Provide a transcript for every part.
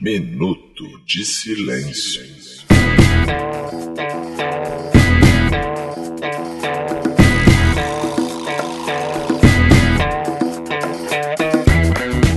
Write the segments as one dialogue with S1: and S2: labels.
S1: Minuto de Silêncio.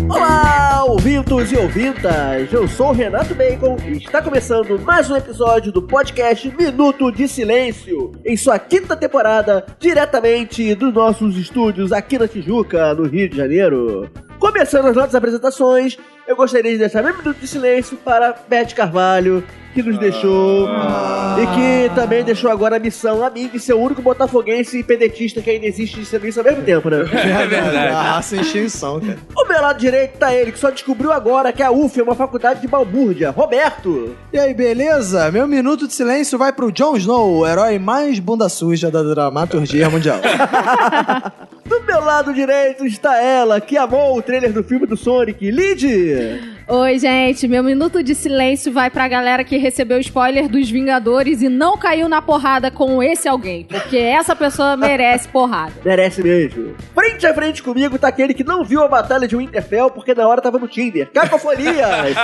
S2: Olá, ouvintos e ouvintas! Eu sou o Renato Bacon e está começando mais um episódio do podcast Minuto de Silêncio, em sua quinta temporada, diretamente dos nossos estúdios aqui na Tijuca, no Rio de Janeiro. Começando as nossas apresentações, eu gostaria de deixar um minuto de silêncio para Beth Carvalho, que nos deixou e que também deixou agora a missão a mim de ser o único botafoguense e pedetista que ainda existe sendo isso ao mesmo tempo, né?
S3: É verdade.
S4: A raça em extinção, cara.
S2: O meu lado direito tá ele, que só descobriu agora que a UF é uma faculdade de balbúrdia. Roberto!
S4: E aí, beleza? Meu minuto de silêncio vai pro Jon Snow, o herói mais bunda suja da dramaturgia mundial.
S2: Do meu lado direito está ela, que amou o trailer do filme do Sonic, Lid!
S5: Oi, gente. Meu minuto de silêncio vai pra galera que recebeu spoiler dos Vingadores e não caiu na porrada com esse alguém. Porque essa pessoa merece porrada.
S2: Merece mesmo. Frente a frente comigo tá aquele que não viu a batalha de Winterfell porque na hora tava no Tinder. Cacofonias!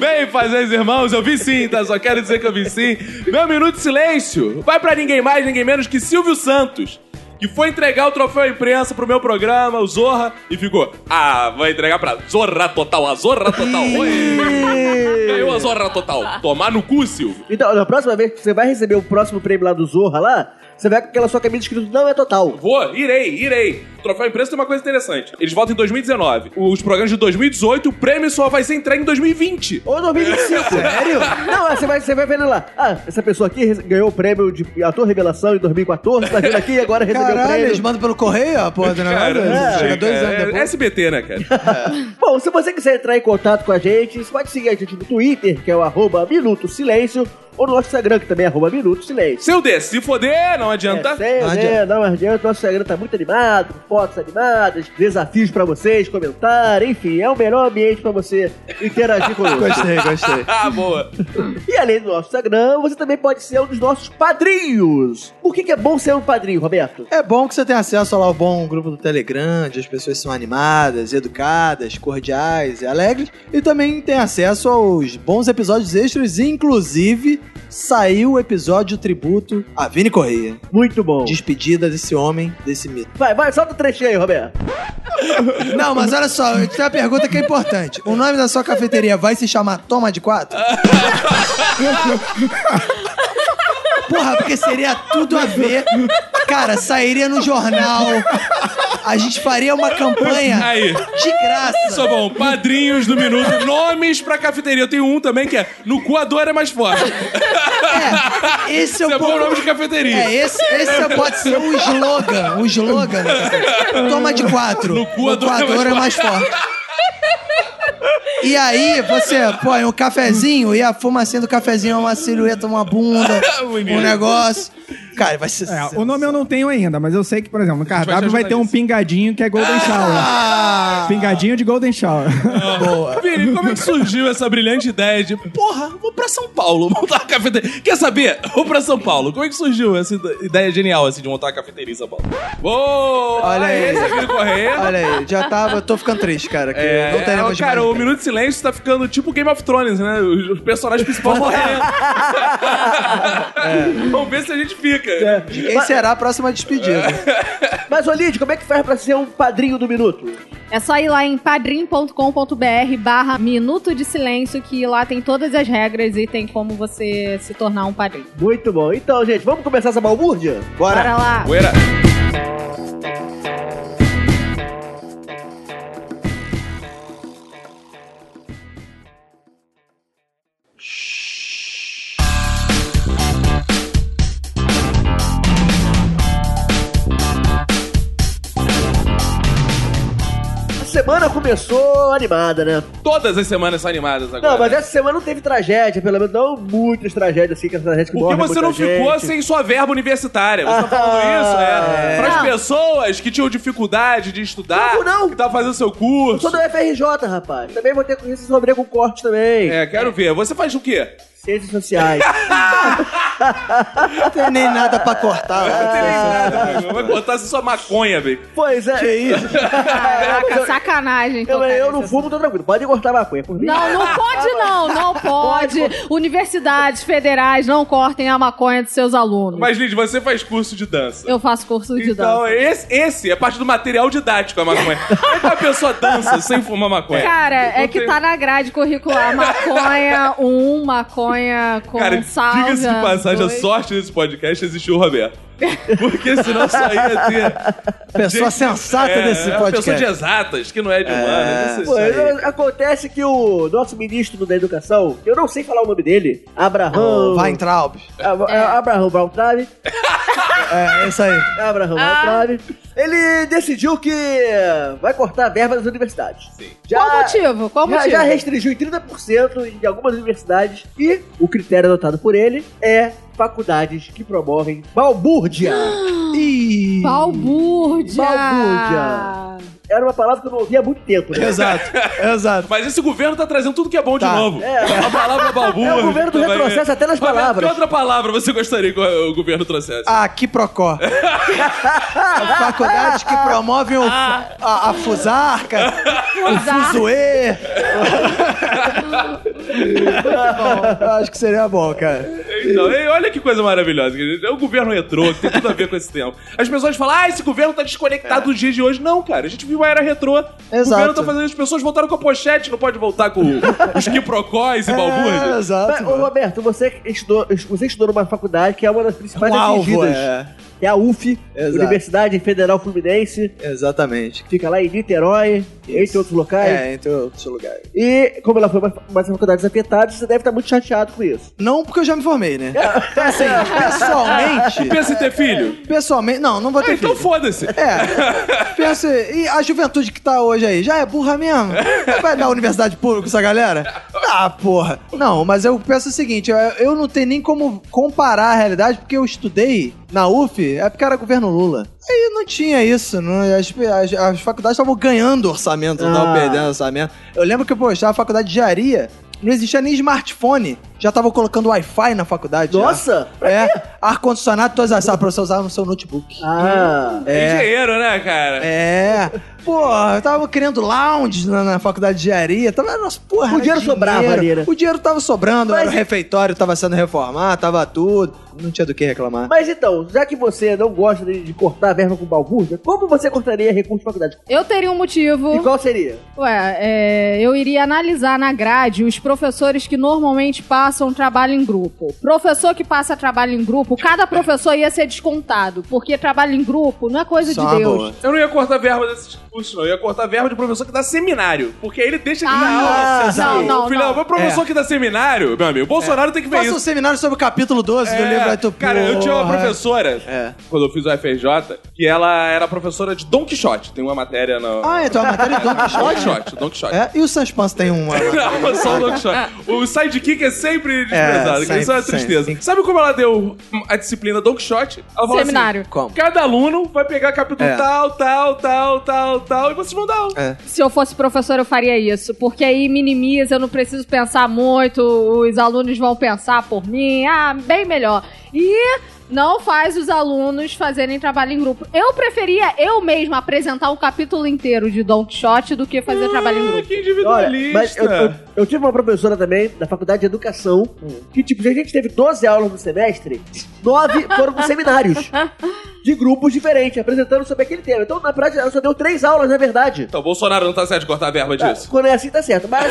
S3: Bem, fazeres irmãos, eu vi sim, tá? Só quero dizer que eu vi sim. Meu minuto de silêncio vai pra ninguém mais, ninguém menos que Silvio Santos, que foi entregar o troféu à imprensa pro meu programa, o Zorra, e ficou, ah, vou entregar pra Zorra Total, a Zorra Total. Oi. Ganhou a Zorra Total. Tomar no cu, Silvio.
S2: então, na próxima vez que você vai receber o próximo prêmio lá do Zorra lá, você vai com aquela sua camisa escrito não é total.
S3: Vou, irei, irei. O troféu imprensa tem uma coisa interessante. Eles voltam em 2019. Os programas de 2018, o prêmio só vai ser entregue em 2020.
S2: Ou 2025. Sério? Não, é, você vai, você vai vendo lá. Ah, essa pessoa aqui re- ganhou o prêmio de ator revelação em 2014, tá vindo aqui e agora recebeu o
S4: Caralho,
S2: prêmio.
S4: eles mandam pelo correio, ó, porra, do negócio.
S2: é,
S4: Chega dois anos
S3: É,
S4: depois.
S3: SBT, né, cara?
S2: Bom, se você quiser entrar em contato com a gente, você pode seguir a gente no Twitter, que é o arroba Minuto Silêncio, ou no nosso Instagram, que também é arroba Minuto Silêncio.
S3: Se eu der, se foder, não
S2: É,
S3: adianta.
S2: sei,
S4: Não
S2: né?
S4: adianta.
S2: Não adianta, nosso Instagram tá muito animado, com fotos animadas, desafios pra vocês, comentar, enfim, é o melhor ambiente pra você interagir conosco.
S4: Gostei, gostei.
S3: Ah, boa.
S2: e além do nosso Instagram, você também pode ser um dos nossos padrinhos. Por que, que é bom ser um padrinho, Roberto?
S4: É bom que você tenha acesso ao lá ao bom grupo do Telegram, onde as pessoas são animadas, educadas, cordiais e alegres. E também tem acesso aos bons episódios extras, inclusive saiu o episódio tributo a Vini Correia.
S2: Muito bom.
S4: Despedida desse homem, desse mito.
S2: Vai, vai, solta o trechinho aí, Roberto.
S4: Não, mas olha só, eu tenho uma pergunta que é importante. O nome da sua cafeteria vai se chamar Toma de Quatro? Porra, porque seria tudo a ver. Cara, sairia no jornal. A gente faria uma campanha de
S3: Aí.
S4: graça.
S3: Só bom, padrinhos do minuto, nomes pra cafeteria. Eu tenho um também que é No cu a dor é mais forte.
S4: É, esse é
S3: Isso é
S4: o
S3: bom nome de
S4: ponto.
S3: cafeteria.
S4: É, esse, esse pode ser o slogan. O slogan. né? Toma de quatro.
S3: No cu a
S4: O
S3: dor é
S4: coador é mais
S3: mais
S4: forte. E aí, você põe um cafezinho e a fumacinha do cafezinho é uma silhueta, uma bunda,
S3: Bonito.
S4: um negócio. Cara, vai ser.
S6: É, o nome eu não tenho ainda, mas eu sei que, por exemplo, no cardápio
S3: vai
S6: vai,
S3: te
S6: ter um
S3: ajudar
S6: pingadinho que é Golden Shower.
S4: Ah!
S6: Pingadinho de Golden
S5: É
S6: Shower.
S4: Boa.
S3: Vini, como é que surgiu essa brilhante ideia de, porra, vou pra São Paulo montar uma cafeteria? Quer saber? Vou pra São Paulo. Como é que surgiu essa ide- ideia genial, assim, de montar uma cafeteria em São Paulo? Boa!
S4: Olha aí.
S3: Esse é Vini Correia.
S4: Olha aí, já tava. Tô ficando triste, cara. Que
S3: É,
S4: não teremos mais.
S3: cara, o Minuto de Silêncio tá ficando tipo Game of Thrones, né? Os os personagens principais morrendo.
S4: É.
S3: Vamos ver se a gente fica.
S4: De Quem será a próxima
S3: É.
S4: despedida?
S2: Mas, Olide, como é que faz pra ser um padrinho do Minuto?
S5: É só ir lá em padrim.com.br barra Minuto de Silêncio, que lá tem todas as regras e tem como você se tornar um padrinho.
S2: Muito bom. Então, gente, vamos começar essa balbúrdia?
S5: Bora lá.
S3: Poeira.
S2: A semana começou animada, né?
S3: Todas as semanas são animadas agora. né?
S2: Não, mas é essa semana não teve tragédia, pelo menos não muitas tragédias assim, que essa tragédia que
S3: Porque
S2: morre
S3: você não
S2: muita
S3: ficou assim.
S2: gente.
S3: sem sua verba universitária. Você tá falando
S2: Ah,
S3: isso, é.
S2: é.
S3: Para as
S5: Não.
S3: pessoas que tinham dificuldade de estudar,
S2: Não, não.
S3: que estavam fazendo seu
S2: Eu sou
S3: curso.
S2: do FRJ, rapaz. Também vou ter que se sobre com corte também.
S3: É, quero ver. Você faz o quê?
S2: Ciências sociais.
S4: Não tem nem nada pra cortar.
S2: É.
S3: Não tem nem
S4: lá.
S3: nada, Diego. Vai botar só maconha, velho.
S2: Pois é. Que isso?
S5: Caraca, sacanagem.
S2: Eu,
S5: tocar
S2: eu
S5: nesse
S2: não fumo, tô tranquilo. Pode cortar maconha por mim.
S5: Não, não pode não, não pode. Universidades federais não cortem a maconha dos seus alunos.
S3: Mas, Lid, você faz curso de dança.
S5: Eu faço curso de
S3: então,
S5: dança.
S3: Esse, esse é parte do material didático a maconha. Como é que uma pessoa dança sem fumar maconha?
S5: Cara,
S3: Não
S5: é que
S3: tem-
S5: tá na grade curricular maconha 1, maconha com
S3: Cara,
S5: salsa.
S3: diga-se de passagem, a sorte desse podcast existiu o Roberto. Porque senão só ia ter.
S4: Pessoa
S3: gente-
S4: sensata
S3: é,
S4: desse
S3: uma Pessoa de
S4: podcast.
S3: exatas, que não é de humanas.
S2: Pô,
S3: Isso aí.
S2: eu- acontece que o nosso ministro da educação, eu não sei falar o nome dele, Abraham.
S4: Oh, Vai entrar, Alves.
S2: Ab-
S5: É.
S2: Abraham Baltrave.
S4: É, é isso aí.
S2: Abraham
S5: Ah.
S2: Baltrave. Ele decidiu que vai cortar a verba das universidades.
S3: Sim.
S2: Já,
S5: Qual motivo? Qual
S2: já,
S5: motivo?
S2: já restringiu em 30% de algumas universidades e o critério adotado por ele é faculdades que promovem balbúrdia.
S4: Ih,
S5: Balbúrdia.
S2: Balbúrdia. Era uma palavra que eu não ouvia há muito tempo, né?
S4: Exato, exato.
S3: Mas esse governo tá trazendo tudo que é bom
S4: Tá.
S3: de novo.
S2: É.
S3: A palavra balbúrdia.
S2: É o governo do
S3: também.
S2: retrocesso até nas
S3: Roberto,
S2: palavras.
S3: é- Que outra palavra você gostaria que o o governo trouxesse?
S4: Ah, que procó. Faculdades que promovem o, a, a fusarca, o
S5: Fusar.
S4: fuzuê. Bom, eu acho que seria bom, cara.
S3: Então, e olha que coisa maravilhosa. que a gente- É o governo retrô, que tem tudo a ver com esse tempo. As pessoas falam, ah, esse governo tá
S2: É.
S3: desconectado dos dias de hoje. Não, cara, a gente viu a era retrô. O
S4: Exato.
S3: governo tá fazendo as pessoas voltaram com a pochete, não pode voltar com os quiprocóis e
S4: É,
S3: balbúrdias.
S4: exato.
S2: Mas, Tá, ô, Roberto, você que estudou, você estudou numa faculdade que é uma das principais
S4: Um alvo,
S2: atingidas.
S4: é.
S2: que é a UF,
S4: Exato.
S2: Universidade Federal Fluminense,
S4: É, Exatamente.
S2: que fica lá em Niterói, entre outros locais.
S4: É, entre outros lugares.
S2: E como ela foi uma uma das faculdades afetadas, você deve estar muito chateado com isso.
S4: Não porque eu já me formei, né? Então, assim,
S2: É.
S4: pessoalmente.
S3: Pensa em ter filho?
S4: Pessoalmente. Não, não vou
S3: Ah,
S4: ter
S3: então
S4: filho.
S3: foda-se.
S4: É. Pensa, e a juventude que tá hoje aí, já é burra mesmo? Vai dar universidade pública essa galera? Ah, porra. Não, mas eu penso o seguinte, eu, eu não tenho nem como comparar a realidade, porque eu estudei na UF, é porque era governo Lula. Aí não tinha isso, não, as, as- as faculdades estavam ganhando orçamento, não estavam
S2: Ah.
S4: perdendo orçamento. Eu lembro que, pô, eu estava na faculdade de engenharia, não existia nem smartphone, já estavam colocando Wi-Fi na faculdade. já.
S2: Nossa!
S4: É, ar-condicionado, todas as salas pra você usar no seu notebook.
S2: Ah,
S3: Engenheiro, né, cara?
S4: É. Porra, eu tava criando lounge na, na faculdade de engenharia. Tava, nossa, porra,
S2: O dinheiro sobrava, Arira.
S4: O dinheiro tava sobrando,
S2: Mas
S4: era o
S2: e-
S4: refeitório tava sendo reformado, tava tudo. Não tinha do que reclamar.
S2: mas então, já que você não gosta de de cortar a verba com balbúrdia, como você cortaria recurso de faculdade?
S5: Eu teria um motivo.
S2: E qual seria?
S5: Ué, é, eu iria analisar na grade os professores que normalmente passam trabalho em grupo. Professor que passa trabalho em grupo, cada professor ia ser descontado, porque trabalho em grupo não é coisa
S4: Só
S5: de
S4: uma
S5: Deus.
S4: boa.
S3: Eu não ia cortar verba desses cursos, não. Eu ia cortar verba de professor que dá seminário. Porque aí ele deixa de dar aula.
S5: Ah, não,
S4: César.
S5: não, não,
S3: Filhão,
S5: não.
S3: mas professor que dá seminário, meu amigo, o Bolsonaro tem que ver
S4: É. Faça um
S3: isso.
S4: seminário sobre o capítulo 12 do
S3: É,
S4: livro aí tu,
S3: cara, eu tinha uma
S4: porra.
S3: professora,
S4: É.
S3: quando eu fiz o FRJ, que ela era professora de Don Quixote. Tem uma matéria no.
S4: Ah, então a matéria é Don
S3: Don
S4: Quixote?
S3: Quixote, Don Quixote.
S4: É, e o Sanspans tem uma.
S3: Não, é só o Don Quixote. O sidekick é sempre desprezado, que isso é uma
S4: sempre,
S3: tristeza.
S4: sempre.
S3: Sabe como ela deu a disciplina Don Quixote? Ela falou
S5: Seminário.
S3: assim,
S4: Como?
S3: Cada aluno vai pegar capítulo
S4: É.
S3: tal, tal, tal, tal, tal, e vocês vão dar aula.
S4: É.
S5: Se eu fosse professor, eu faria isso, porque aí minimiza, eu não preciso pensar muito, os alunos vão pensar por mim, ah, bem melhor. E não faz os alunos fazerem trabalho em grupo. Eu preferia eu mesma apresentar um capítulo inteiro de Don Quixote do que fazer trabalho em
S3: Ah,
S5: grupo.
S3: que
S2: Olha,
S3: individualista.
S2: mas eu, eu- eu tive uma professora também da faculdade de educação que, tipo, a gente teve 12 aulas no semestre, 9 foram com seminários de grupos diferentes, apresentando sobre aquele tema. Então, na prática, ela só deu 3 aulas, na verdade.
S3: Então, Bolsonaro não tá certo de cortar a verba disso.
S2: Quando é assim, tá certo. Mas,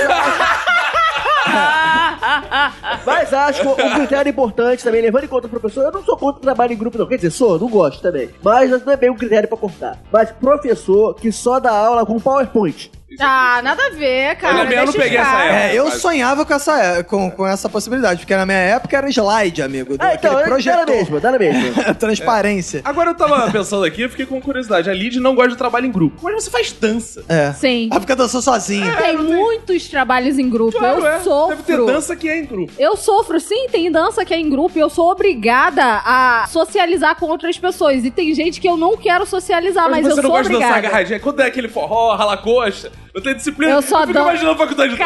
S5: Ah,
S2: mas acho um critério importante também, levando em conta o professor, eu não sou contra o trabalho em grupo, não. Quer dizer, sou, não gosto também. Mas não é bem um critério pra cortar. Mas professor que só dá aula com PowerPoint.
S5: Ah, nada a ver, cara.
S3: Eu também não
S5: Deixa os
S3: peguei essa
S5: caras.
S3: época.
S4: É, eu
S3: Quase.
S4: sonhava com essa, é, com, com essa possibilidade, porque na minha época era slide, amigo.
S2: Ah, então,
S4: aquele
S2: é- dá na
S4: projetor.
S2: mesma, dá na mesma.
S4: Transparência.
S3: Agora eu tava pensando aqui, eu fiquei com curiosidade. A Lid não gosta de trabalho em grupo. Mas você faz dança.
S4: É.
S5: Sim.
S4: Ah, porque eu dançou sozinho.
S2: É.
S5: Tem muitos trabalhos em grupo. eu
S3: é.
S5: sofro.
S3: Deve ter dança que é em grupo.
S5: Eu sofro, sim, tem dança que é em grupo e eu sou obrigada a socializar com outras pessoas. E tem gente que eu não quero socializar, Ah, mas,
S3: você
S5: eu
S3: não
S5: sou
S3: gosta de dançar
S5: obrigada.
S3: agarradinha. Quando é aquele forró, rala coxa, Não tem disciplina.
S5: Eu só
S3: fico
S5: dou-
S3: imaginando a faculdade de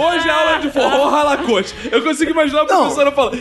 S3: Hoje é aula de forró ralacote. Eu consigo imaginar a
S4: Não.
S3: professora falando.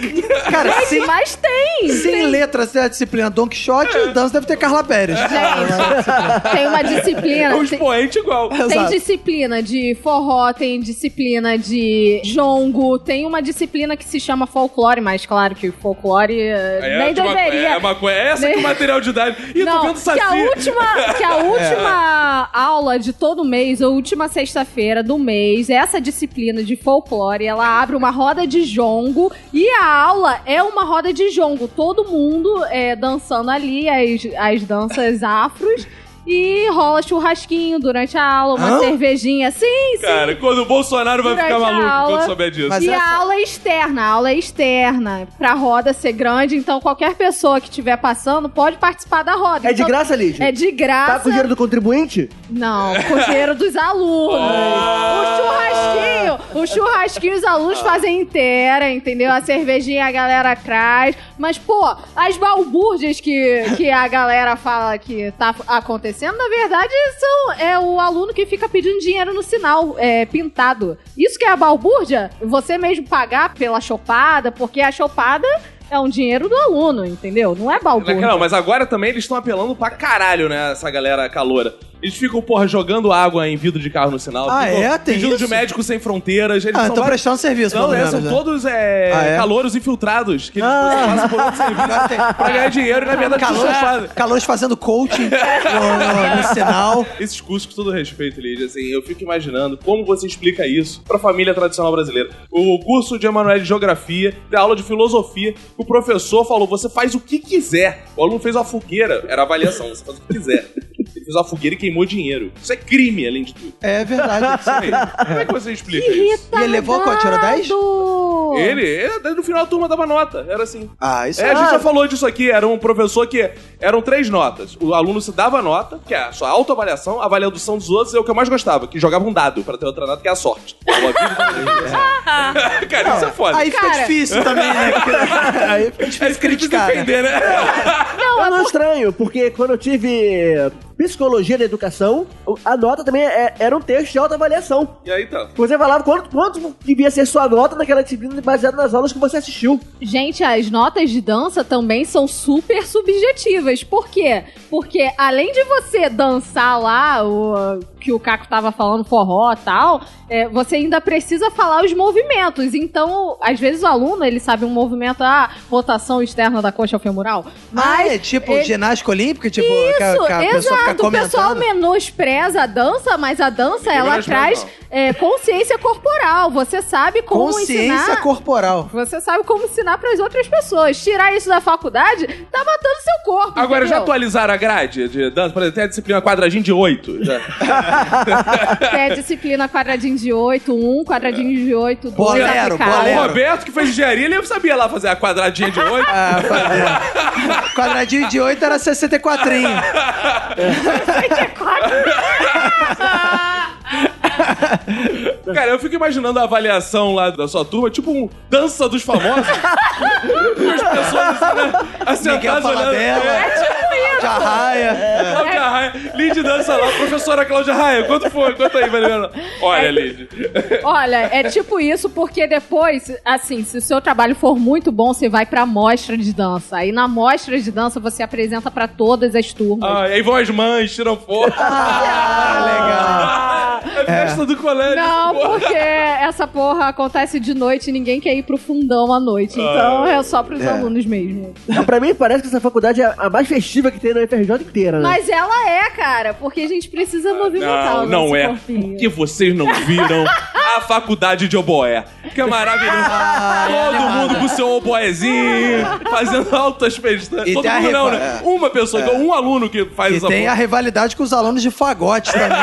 S4: Cara, sem,
S5: Mas tem!
S4: sem letra, sem a disciplina Don Quixote, dança deve ter Carla Pérez.
S5: Gente, tem uma
S3: É um
S5: disciplina. tem-
S3: expoente igual.
S5: Tem
S4: Exato.
S5: disciplina de forró, tem disciplina de jongo, tem uma disciplina que se chama folclore, mas claro que folclore eh,
S3: É,
S5: nem
S3: de maconha-
S5: deveria.
S3: é maconha. É essa que é o
S5: Nem-
S3: material de idade. Ih, eu tô
S5: Não,
S3: vendo
S5: que a
S3: saci.
S5: última, que a última aula de todo mês, ou última sexta-feira do mês, essa disciplina de folclore, ela abre uma roda de jongo e a aula é uma roda de jongo. Todo mundo é, dançando ali as, as danças afros. E rola churrasquinho durante a aula, uma
S4: Hã?
S5: cervejinha. Sim, sim.
S3: Cara, quando o Bolsonaro vai
S5: Durante
S3: ficar
S5: a
S3: maluco
S5: aula.
S3: quando souber disso.
S4: Mas
S5: e
S4: é
S5: a
S4: só-
S5: aula é externa, a aula é externa. Pra roda ser grande, então qualquer pessoa que estiver passando pode participar da roda.
S2: É de
S5: Então,
S2: graça, Lídia?
S5: É de graça.
S2: Tá com o dinheiro do contribuinte?
S5: Não, com o dinheiro dos alunos. O churrasquinho. O churrasquinho os alunos fazem inteira, entendeu? A cervejinha a galera traz. Mas, pô, as balbúrdias que, que a galera fala que tá acontecendo, na verdade, são é o aluno que fica pedindo dinheiro no sinal é, pintado. Isso que é a balbúrdia? Você mesmo pagar pela chopada, porque a chopada é um dinheiro do aluno, entendeu? Não é balbúrdia.
S3: Não, mas agora também eles estão apelando pra caralho, né? Essa galera caloura. Eles ficam, porra, jogando água em vidro de carro no sinal.
S4: Ah,
S3: ficam
S4: é? Tem
S3: pedindo de
S4: isso?
S3: médico sem fronteiras. Eles
S4: Ah,
S3: são
S4: tô
S3: vários-
S4: prestando serviço,
S3: Não,
S4: pelo
S3: é,
S4: menos.
S3: são
S4: né?
S3: todos é,
S4: Ah, é?
S3: calouros infiltrados que eles
S2: Ah.
S3: passam por outro serviço pra ganhar dinheiro né? e, na verdade, são É.
S4: Calores,
S3: chofados.
S4: calores fazendo coaching no, no- no sinal.
S3: Esses cursos, com todo respeito, Lídia, assim, eu fico imaginando como você explica isso pra família tradicional brasileira. O curso de Emanuel de Geografia, tem aula de filosofia, que o professor falou: você faz o que quiser. O aluno fez uma fogueira, era avaliação, você faz o que quiser. Ele fez uma fogueira e queimou dinheiro. Isso é crime, além de tudo.
S4: É verdade.
S3: Isso aí. Como é que você explica isso?
S4: E ele levou quanto? Tirou 10?
S5: Tá Retardado!
S3: Ele, ele, no final a turma dava nota, era assim.
S4: Ah, isso
S3: É, a
S4: é.
S3: gente já falou disso aqui. Era um professor que eram três notas. O aluno se dava nota, que é a sua autoavaliação, a avaliação dos outros é o que eu mais gostava, que jogava um dado pra ter outra nota, que é a sorte. Eu aviso- Cara, isso é foda.
S4: Aí fica
S5: Cara.
S4: difícil também, né? Porque- Aí fica
S3: É isso
S4: difícil
S3: que ele precisa
S4: criticar. né?
S3: defender, né?
S2: eu não estranho, porque quando eu tive psicologia da educação, a nota também é- era um texto de autoavaliação.
S3: E aí, então.
S2: Você falava quanto, quanto devia ser sua nota naquela disciplina baseada nas aulas que você assistiu.
S5: Gente, as notas de dança também são super subjetivas. Por quê? Porque além de você dançar lá, o que o Caco tava falando, forró e tal, é, você ainda precisa falar os movimentos. Então, às vezes o aluno, ele sabe um movimento, ah, rotação externa da coxa femoral.
S4: Ah,
S5: Mas
S4: é tipo
S5: ele-
S4: ginástica olímpica, tipo, que a,
S5: Isso,
S4: que a pessoa fica
S5: exato. O
S4: comentando.
S5: pessoal menospreza a dança, mas a dança,
S3: Ninguém
S5: ela
S3: menospreza,
S5: traz é, consciência corporal. Você sabe como
S4: Consciência
S5: ensinar...
S4: corporal.
S5: Você sabe como ensinar pras outras pessoas. Tirar isso da faculdade tá matando seu corpo.
S3: Agora já
S5: entendeu?
S3: atualizaram a grade de dança, por exemplo, tem a disciplina quadradinho de oito. Já.
S5: Até disciplina quadradinho de 8, 1, quadradinho de 8, 2.
S4: Bolero,
S5: aplicado.
S3: O
S4: bolero.
S3: Roberto, que fez engenharia, ele sabia lá fazer a quadradinha de oito.
S4: Ah, fazer. Quadradinho de 8 era 64.
S5: um.
S3: Cara, eu fico imaginando a avaliação lá da sua turma, tipo um dança dos famosos. Com as pessoas assim, né?
S4: Ninguém
S3: assentadas
S4: fala
S3: olhando.
S5: É
S3: É,
S4: dela.
S5: tipo
S4: É. De arraia.
S3: Cláudia Raia. Lid dança lá. Professora Cláudia Raia, quanto foi? Quanto aí, Mariana? Olha, Lid.
S5: Olha, é tipo isso, porque depois, assim, se o seu trabalho for muito bom, você vai pra mostra de dança. Aí na mostra de dança você apresenta pra todas as turmas.
S3: Ah, aí vão as mães, tiram foto.
S4: Ah, legal.
S3: É festa do colégio.
S5: Não,
S3: porra.
S5: porque essa porra acontece de noite e ninguém quer ir pro fundão à noite.
S3: Ah.
S5: Então é só pros alunos mesmo.
S2: Então, pra mim, parece que essa faculdade é a mais festiva que tem na FRJ inteira, né?
S5: Mas ela é, cara, porque a gente precisa movimentar
S3: Não,
S5: o
S3: não
S5: nosso
S3: é.
S5: corpinho.
S3: Porque vocês não viram a faculdade de oboé. Que é maravilhoso.
S4: Ah, é
S3: Todo mundo com seu oboezinho, fazendo altas festas.
S4: E
S3: Todo
S4: tem a
S3: mundo não,
S4: repa-
S3: né?
S4: é.
S3: Uma pessoa, um aluno que faz
S4: E
S3: essa
S4: tem a
S3: porra.
S4: rivalidade com os alunos de fagote também.
S3: Seu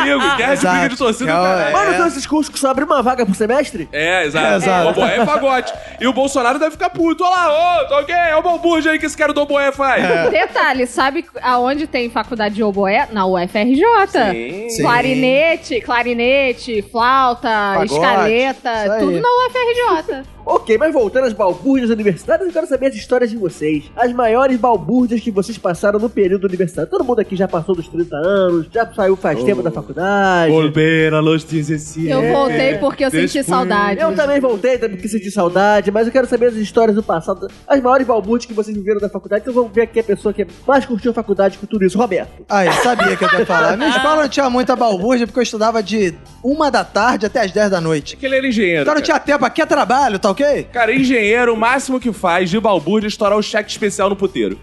S3: inimigo, guerra de
S4: Exato.
S3: briga de torcida,
S4: Que é o-
S3: caralho.
S2: Mas não são esses cursos que só abrem uma vaga por semestre?
S3: É, exato.
S4: Exato.
S3: O oboé é fagote. E o Bolsonaro deve ficar puto. Olha lá, ô, tá ok, é o balbúrdio aí que esse cara do oboé faz.
S4: É.
S5: Detalhe, sabe aonde tem faculdade de oboé? Na UFRJ.
S3: Sim.
S4: Sim.
S5: Clarinete, clarinete, flauta,
S4: Pagode,
S5: escaleta,
S4: isso aí.
S5: tudo na UFRJ.
S2: Ok, mas voltando às balbúrdias universitárias, eu quero saber as histórias de vocês. As maiores balbúrdias que vocês passaram no período universitário. Todo mundo aqui já passou dos 30 anos, já saiu faz tempo da faculdade.
S3: Volver a los 17.
S4: É.
S5: Eu voltei porque eu senti
S3: Despois-
S5: saudade.
S2: Eu também voltei, também porque senti saudade, mas eu quero saber as histórias do passado, as maiores balbúrdias que vocês viveram da faculdade. Então vamos ver aqui a pessoa que mais curtiu a faculdade com tudo isso. Roberto.
S4: Aí, sabia que eu ia falar. Minha escola não tinha muita balbúrdia, porque eu estudava de uma da tarde até as 10 da noite.
S3: que ele era engenheiro.
S4: Então não tinha
S3: cara.
S4: tempo, aqui é trabalho, tá ok?
S3: Cara, engenheiro, o máximo que faz de balbúrdia é estourar o cheque especial no puteiro.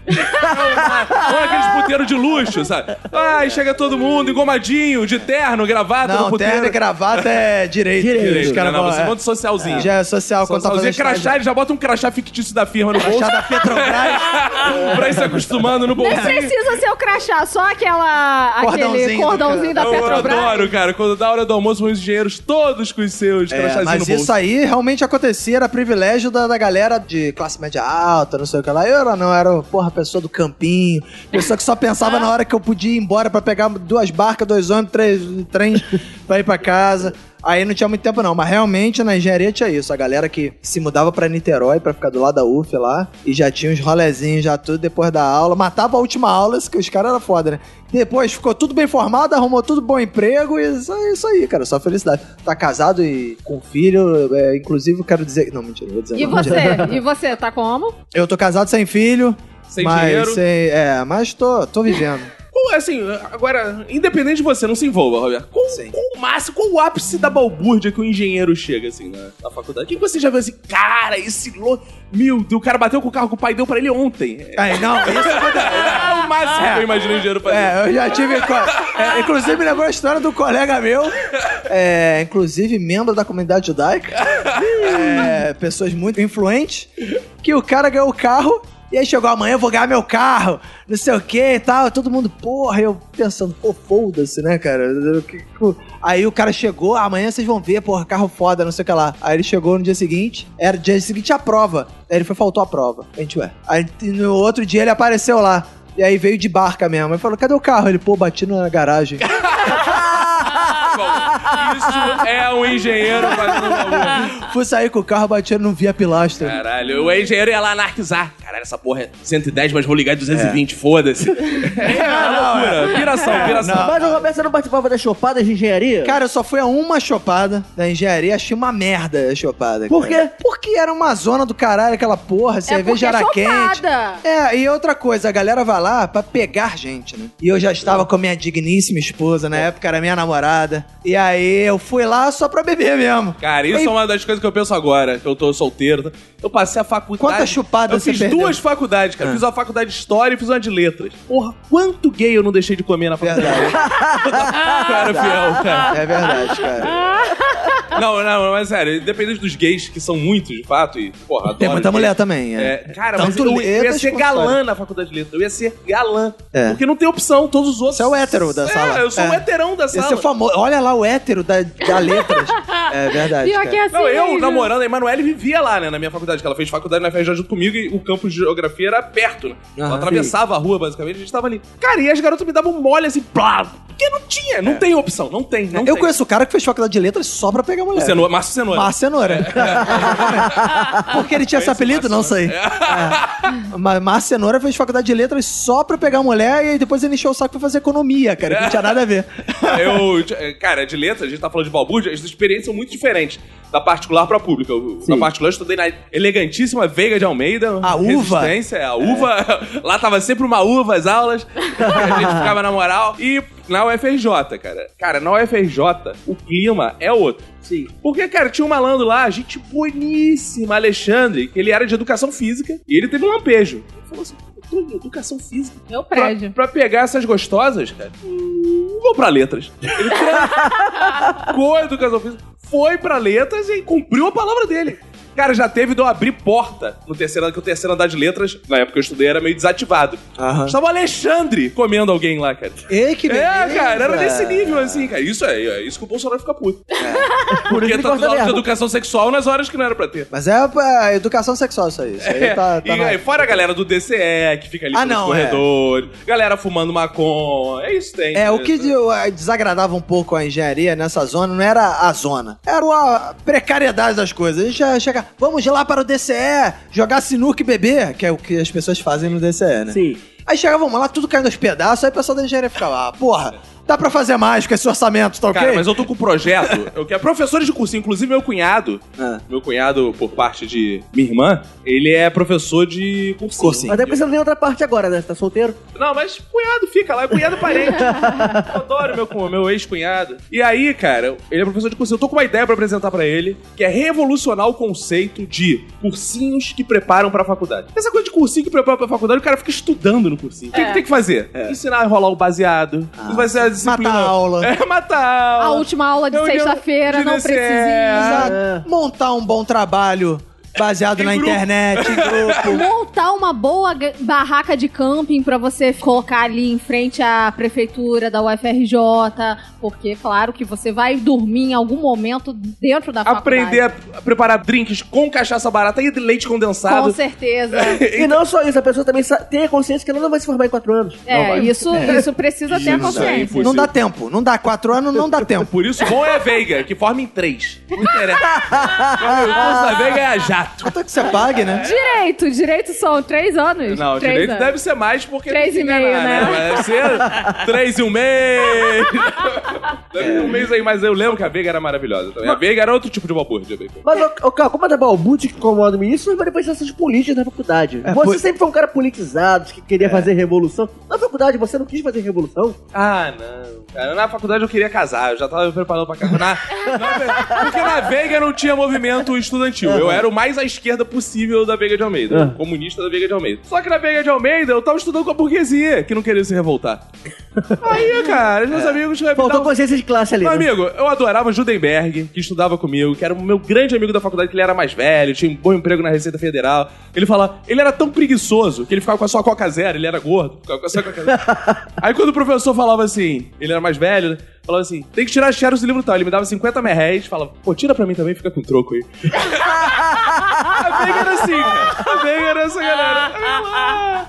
S3: Ou aqueles puteiros de luxo, sabe? Ai, chega todo mundo engomadinho, de terno, gravata no
S4: Não,
S3: puteiro.
S4: terno e gravata é direito.
S3: Direito, né,
S4: Os caras
S3: não, não,
S4: falam,
S3: você
S4: é.
S3: manda socialzinho.
S4: Já é social quando tá
S3: Socialzinho,
S4: fazendo
S3: crachá,
S4: estágio.
S3: ele já bota um crachá fictício da firma no bolso.
S4: Crachá da Petrobras.
S3: pra ir se acostumando no
S5: Nem
S3: bolsinho.
S5: precisa ser o crachá, só aquela, aquele
S4: Cordãozinho do
S5: cordãozinho da
S3: Eu
S5: Petrobras.
S3: adoro, cara. Quando dá hora do almoço, vão os engenheiros todos com os seus
S4: É,
S3: crachazinhos no
S4: mas
S3: bolso.
S4: isso aí realmente acontecia, era privilégio da, da galera de classe média alta, não sei o que lá. Eu era, não, era, porra, pessoa do campinho, pessoa que só pensava na hora que eu podia ir embora pra pegar duas barcas, dois ônibus, três trens pra ir pra casa. Aí não tinha muito tempo, não, mas realmente na engenharia tinha isso. A galera que se mudava pra Niterói pra ficar do lado da UF lá e já tinha uns rolezinhos, já tudo depois da aula. Matava a última aula, isso que os caras eram foda, né? Depois ficou tudo bem formado, arrumou tudo bom emprego e isso, é isso aí, cara, só felicidade. Tá casado e com filho, é, inclusive eu quero dizer. Não, mentira, não vou dizer
S5: E
S4: não, mentira.
S5: você? E você, tá como?
S4: Eu tô casado sem filho.
S3: Sem
S4: mas
S3: dinheiro.
S4: sem- é, mas tô, tô vivendo.
S3: Qual, assim, agora, independente de você, não se envolva, Roberto. Qual,
S4: Sim.
S3: qual o máximo, qual o ápice da balbúrdia que o engenheiro chega, assim, na, na faculdade? O que você já viu assim, cara, esse louco. Meu Deus, o cara bateu com o carro que o pai deu pra ele ontem. É,
S4: Aí, não, isso
S3: é o máximo que eu imagino o engenheiro fazer.
S4: É, eu já tive. co- é, inclusive, me lembrou a história do colega meu, é, inclusive membro da comunidade judaica, é, pessoas muito influentes, que o cara ganhou o carro. E aí chegou amanhã, eu vou ganhar meu carro, não sei o que e tal. Todo mundo, porra, eu pensando, pô, foda-se, né, cara? Eu- que- que- Aí o cara chegou, "Ah, amanhã vocês vão ver, porra, carro foda, não sei o que lá. Aí ele chegou no dia seguinte, era dia seguinte a prova. Aí ele foi, faltou a prova. A gente, ué. Aí no outro dia ele apareceu lá. E aí veio de barca mesmo. Aí falou, cadê o carro? Ele, pô, bati na garagem.
S3: Bom, isso é um engenheiro fazendo balbúrdia.
S4: Fui sair com o carro, bati, ele não via pilastra.
S3: Caralho, o engenheiro ia lá anarquizar. Caralho, essa porra é 110, mas vou ligar 220, foda-se. É loucura, piração, piração.
S2: Mas o Roberto, você É, não participava das chopadas de engenharia?
S4: Cara, eu só fui a uma chopada da engenharia, achei uma merda a chopada.
S2: Por
S4: cara.
S2: quê?
S4: Porque era uma zona do caralho aquela porra, cerveja era
S5: porque é
S4: quente.
S5: chopada.
S4: É, e outra coisa, a galera vai lá pra pegar gente, né? E eu já estava com a minha digníssima esposa, na época era minha namorada. E aí eu fui lá só pra beber mesmo.
S3: Cara, isso
S4: Ei.
S3: é uma das coisas que eu penso agora, que eu tô solteiro. tá? Eu passei a faculdade.
S4: Quantas chupadas
S3: Eu fiz
S4: você perdeu? Ah.
S3: duas faculdades, cara. Fiz uma faculdade de história e fiz uma de letras. Porra, quanto gay eu não deixei de comer na faculdade.
S4: Verdade.
S3: cara, fiel, cara.
S4: é verdade, cara. É.
S3: Não, não, mas sério, independente dos gays, que são muitos, de fato, e, porra, adoro.
S4: Tem muita
S3: gays.
S4: mulher também, é.
S3: É, cara, mas
S4: Tanto
S3: eu, eu ia
S4: letras
S3: ser
S4: quanto
S3: galã
S4: história.
S3: na faculdade de letras. Eu ia ser galã.
S4: É.
S3: Porque não tem opção, todos os outros.
S4: Você é o hétero da sala.
S3: É, eu sou o
S4: É.
S3: heterão da
S4: Ia
S3: sala.
S4: ser famoso. Olha lá o hétero da, da letras. É verdade.
S5: Pior
S4: cara.
S5: que é assim.
S3: Não, eu,
S4: né?
S5: mesmo.
S3: namorando, a Emanuele vivia lá, né, na minha faculdade, que ela fez faculdade na FRJ junto comigo e o campus de geografia era perto, né?
S4: Aham.
S3: ela atravessava a rua, basicamente, a gente tava ali. Cara, e as garotas me davam mole assim, plá, porque não tinha, não tem opção, não tem, não
S4: É. eu
S3: tem.
S4: conheço o cara que fez faculdade de letras só pra pegar
S3: O
S4: mulher.
S3: Cenoura, Márcio é. Cenoura. É.
S4: Mas cenoura. Porque ele tinha esse apelido? Não sei. É. Mas Mas cenoura fez faculdade de letras só pra pegar mulher e aí depois ele encheu o saco pra fazer economia, cara, que não tinha nada a ver.
S3: Eu, t- cara, de letras, a gente tá falando de balbúrdia, as experiências são muito diferentes da particular pra pública. Eu- na particular, eu estudei na elegantíssima Veiga de Almeida.
S4: A uva. É.
S3: Resistência, a uva. Lá tava sempre uma uva as aulas. a gente ficava na moral. E na UFRJ, cara. Cara, na UFRJ, o clima é outro.
S2: Sim.
S3: Porque, cara, tinha um malandro lá, gente boníssima, Alexandre, que ele era de educação física e ele teve um lampejo. Ele falou assim: "Pô, eu tô em educação física
S5: Meu
S3: pra,
S5: É prédio.
S3: pra pegar essas gostosas, cara, hum, vou pra letras. Ele trancou a educação física, foi pra letras e cumpriu a palavra dele. Cara, já teve de eu abrir porta no terceiro andar, que o terceiro andar de letras, na época que eu estudei, era meio desativado. Estava o Alexandre comendo alguém lá, cara.
S4: Ei, que
S3: É, cara, era
S4: beleza.
S3: nesse nível, assim, cara. Isso é, é isso que o Bolsonaro fica puto.
S2: Por
S3: Porque
S2: isso que ele
S3: tá dando
S2: gosta
S3: aula de
S2: dela.
S3: educação sexual nas horas que não era pra ter.
S4: Mas é, é educação sexual isso aí. Isso aí
S3: É,
S4: tá, tá
S3: e
S4: na-
S3: aí, fora a galera do DCE, que fica ali
S4: Ah,
S3: pelos
S4: não, é.
S3: corredores, galera fumando maconha, é isso tem.
S4: É, o que
S3: Isso.
S4: eu, eh, desagradava um pouco a engenharia nessa zona não era a zona, era a precariedade das coisas. A gente já chega, né? Vamos lá para o DCE, jogar sinuca e beber, que é o que as pessoas fazem no DCE, né?
S2: Sim.
S4: Aí chegavam lá, tudo caindo aos pedaços, aí o pessoal da engenharia ficava, ah, porra, dá pra fazer mais com esse orçamento, tá ok?
S3: Cara, mas eu tô com um projeto. Eu quero professores de cursinho, inclusive meu cunhado.
S4: Ah.
S3: Meu cunhado, por parte de minha irmã, ele é professor de cursinho.
S4: Cursinho.
S2: Mas daí você não tem outra parte agora, né? Você tá solteiro?
S3: Não, mas cunhado fica lá, é cunhado parente. eu adoro meu, cu- meu ex-cunhado. E aí, cara, ele é professor de cursinho. Eu tô com uma ideia pra apresentar pra ele, que é revolucionar o conceito de cursinhos que preparam pra faculdade. Essa coisa de cursinho que prepara pra faculdade, o cara fica estudando no cursinho. O que,
S5: É.
S3: que tem que fazer? Ensinar a rolar o baseado.
S4: Ah.
S3: Isso vai ser a disciplina.
S4: Matar a aula.
S3: É, matar a aula.
S5: A última aula de
S3: Eu- eu-
S5: sexta-feira,
S3: de
S5: não
S3: DCE.
S5: precisa.
S4: Exato.
S2: É.
S4: Montar um bom trabalho baseado
S3: Em
S4: na
S3: grupo.
S4: internet, em grupo.
S5: Montar uma boa ga- barraca de camping pra você colocar ali em frente à prefeitura da UFRJ, porque claro que você vai dormir em algum momento dentro da faculdade.
S3: Aprender a a preparar drinks com cachaça barata e leite
S5: Com
S3: condensado.
S5: certeza.
S2: E não só isso, a pessoa também sa- tem a consciência que ela não vai se formar em quatro anos.
S3: Não
S5: É,
S3: vai.
S5: isso, isso precisa ter a
S3: Isso aí,
S5: consciência.
S4: Não dá tempo, não dá. Quatro anos não dá tempo.
S3: Por isso, bom é a Veiga, que forma em três. Não interessa. Meu irmão, a Veiga é a jato.
S4: Até que você pague, né?
S5: Direito, direito são três anos?
S3: Não,
S5: três
S3: direito
S5: anos.
S3: deve ser mais porque.
S5: Três
S3: tem que
S5: e meio,
S3: enganar,
S5: né?
S3: Deve ser três e um mês. Deve ter um mês aí, mas eu lembro que a Veiga era maravilhosa também. A Veiga era outro tipo de balbúrdia, Veiga.
S2: Mas, ô, ô, Cal, como é da balbúrdia que incomoda-me isso, mas depois dessas políticas na faculdade.
S4: É,
S2: você
S4: pois-
S2: sempre foi É. um cara politizado, que queria fazer revolução. Na faculdade, você não quis fazer revolução?
S3: Ah, não. Cara, na faculdade eu queria casar, eu já tava me preparando pra casar. Na- na- porque na Veiga não tinha movimento estudantil. Eu era o mais à esquerda possível da Veiga de Almeida.
S2: Aham.
S3: Comunista da Veiga de Almeida. Só que na Veiga de Almeida eu tava estudando com a burguesia, que não queria se revoltar. É. Aí, cara, os meus amigos me um
S2: Faltou
S3: davam-
S2: consciência de classe ali.
S3: Meu
S2: né?
S3: amigo, eu adorava Judenberg, que estudava comigo, que era o meu grande amigo da faculdade, que ele era mais velho, tinha um bom emprego na Receita Federal. Ele fala, ele era tão preguiçoso que ele ficava com a sua Coca Zero, ele era gordo, ficava com a sua Coca Zero. Aí quando o professor falava assim, ele era mais velho, né? falava assim, tem que tirar xerox do livro tal. Ele me dava 50 merréis, falava, pô, tira pra mim também, fica com troco aí. a Veiga era assim, cara. A Veiga era essa galera. Ah,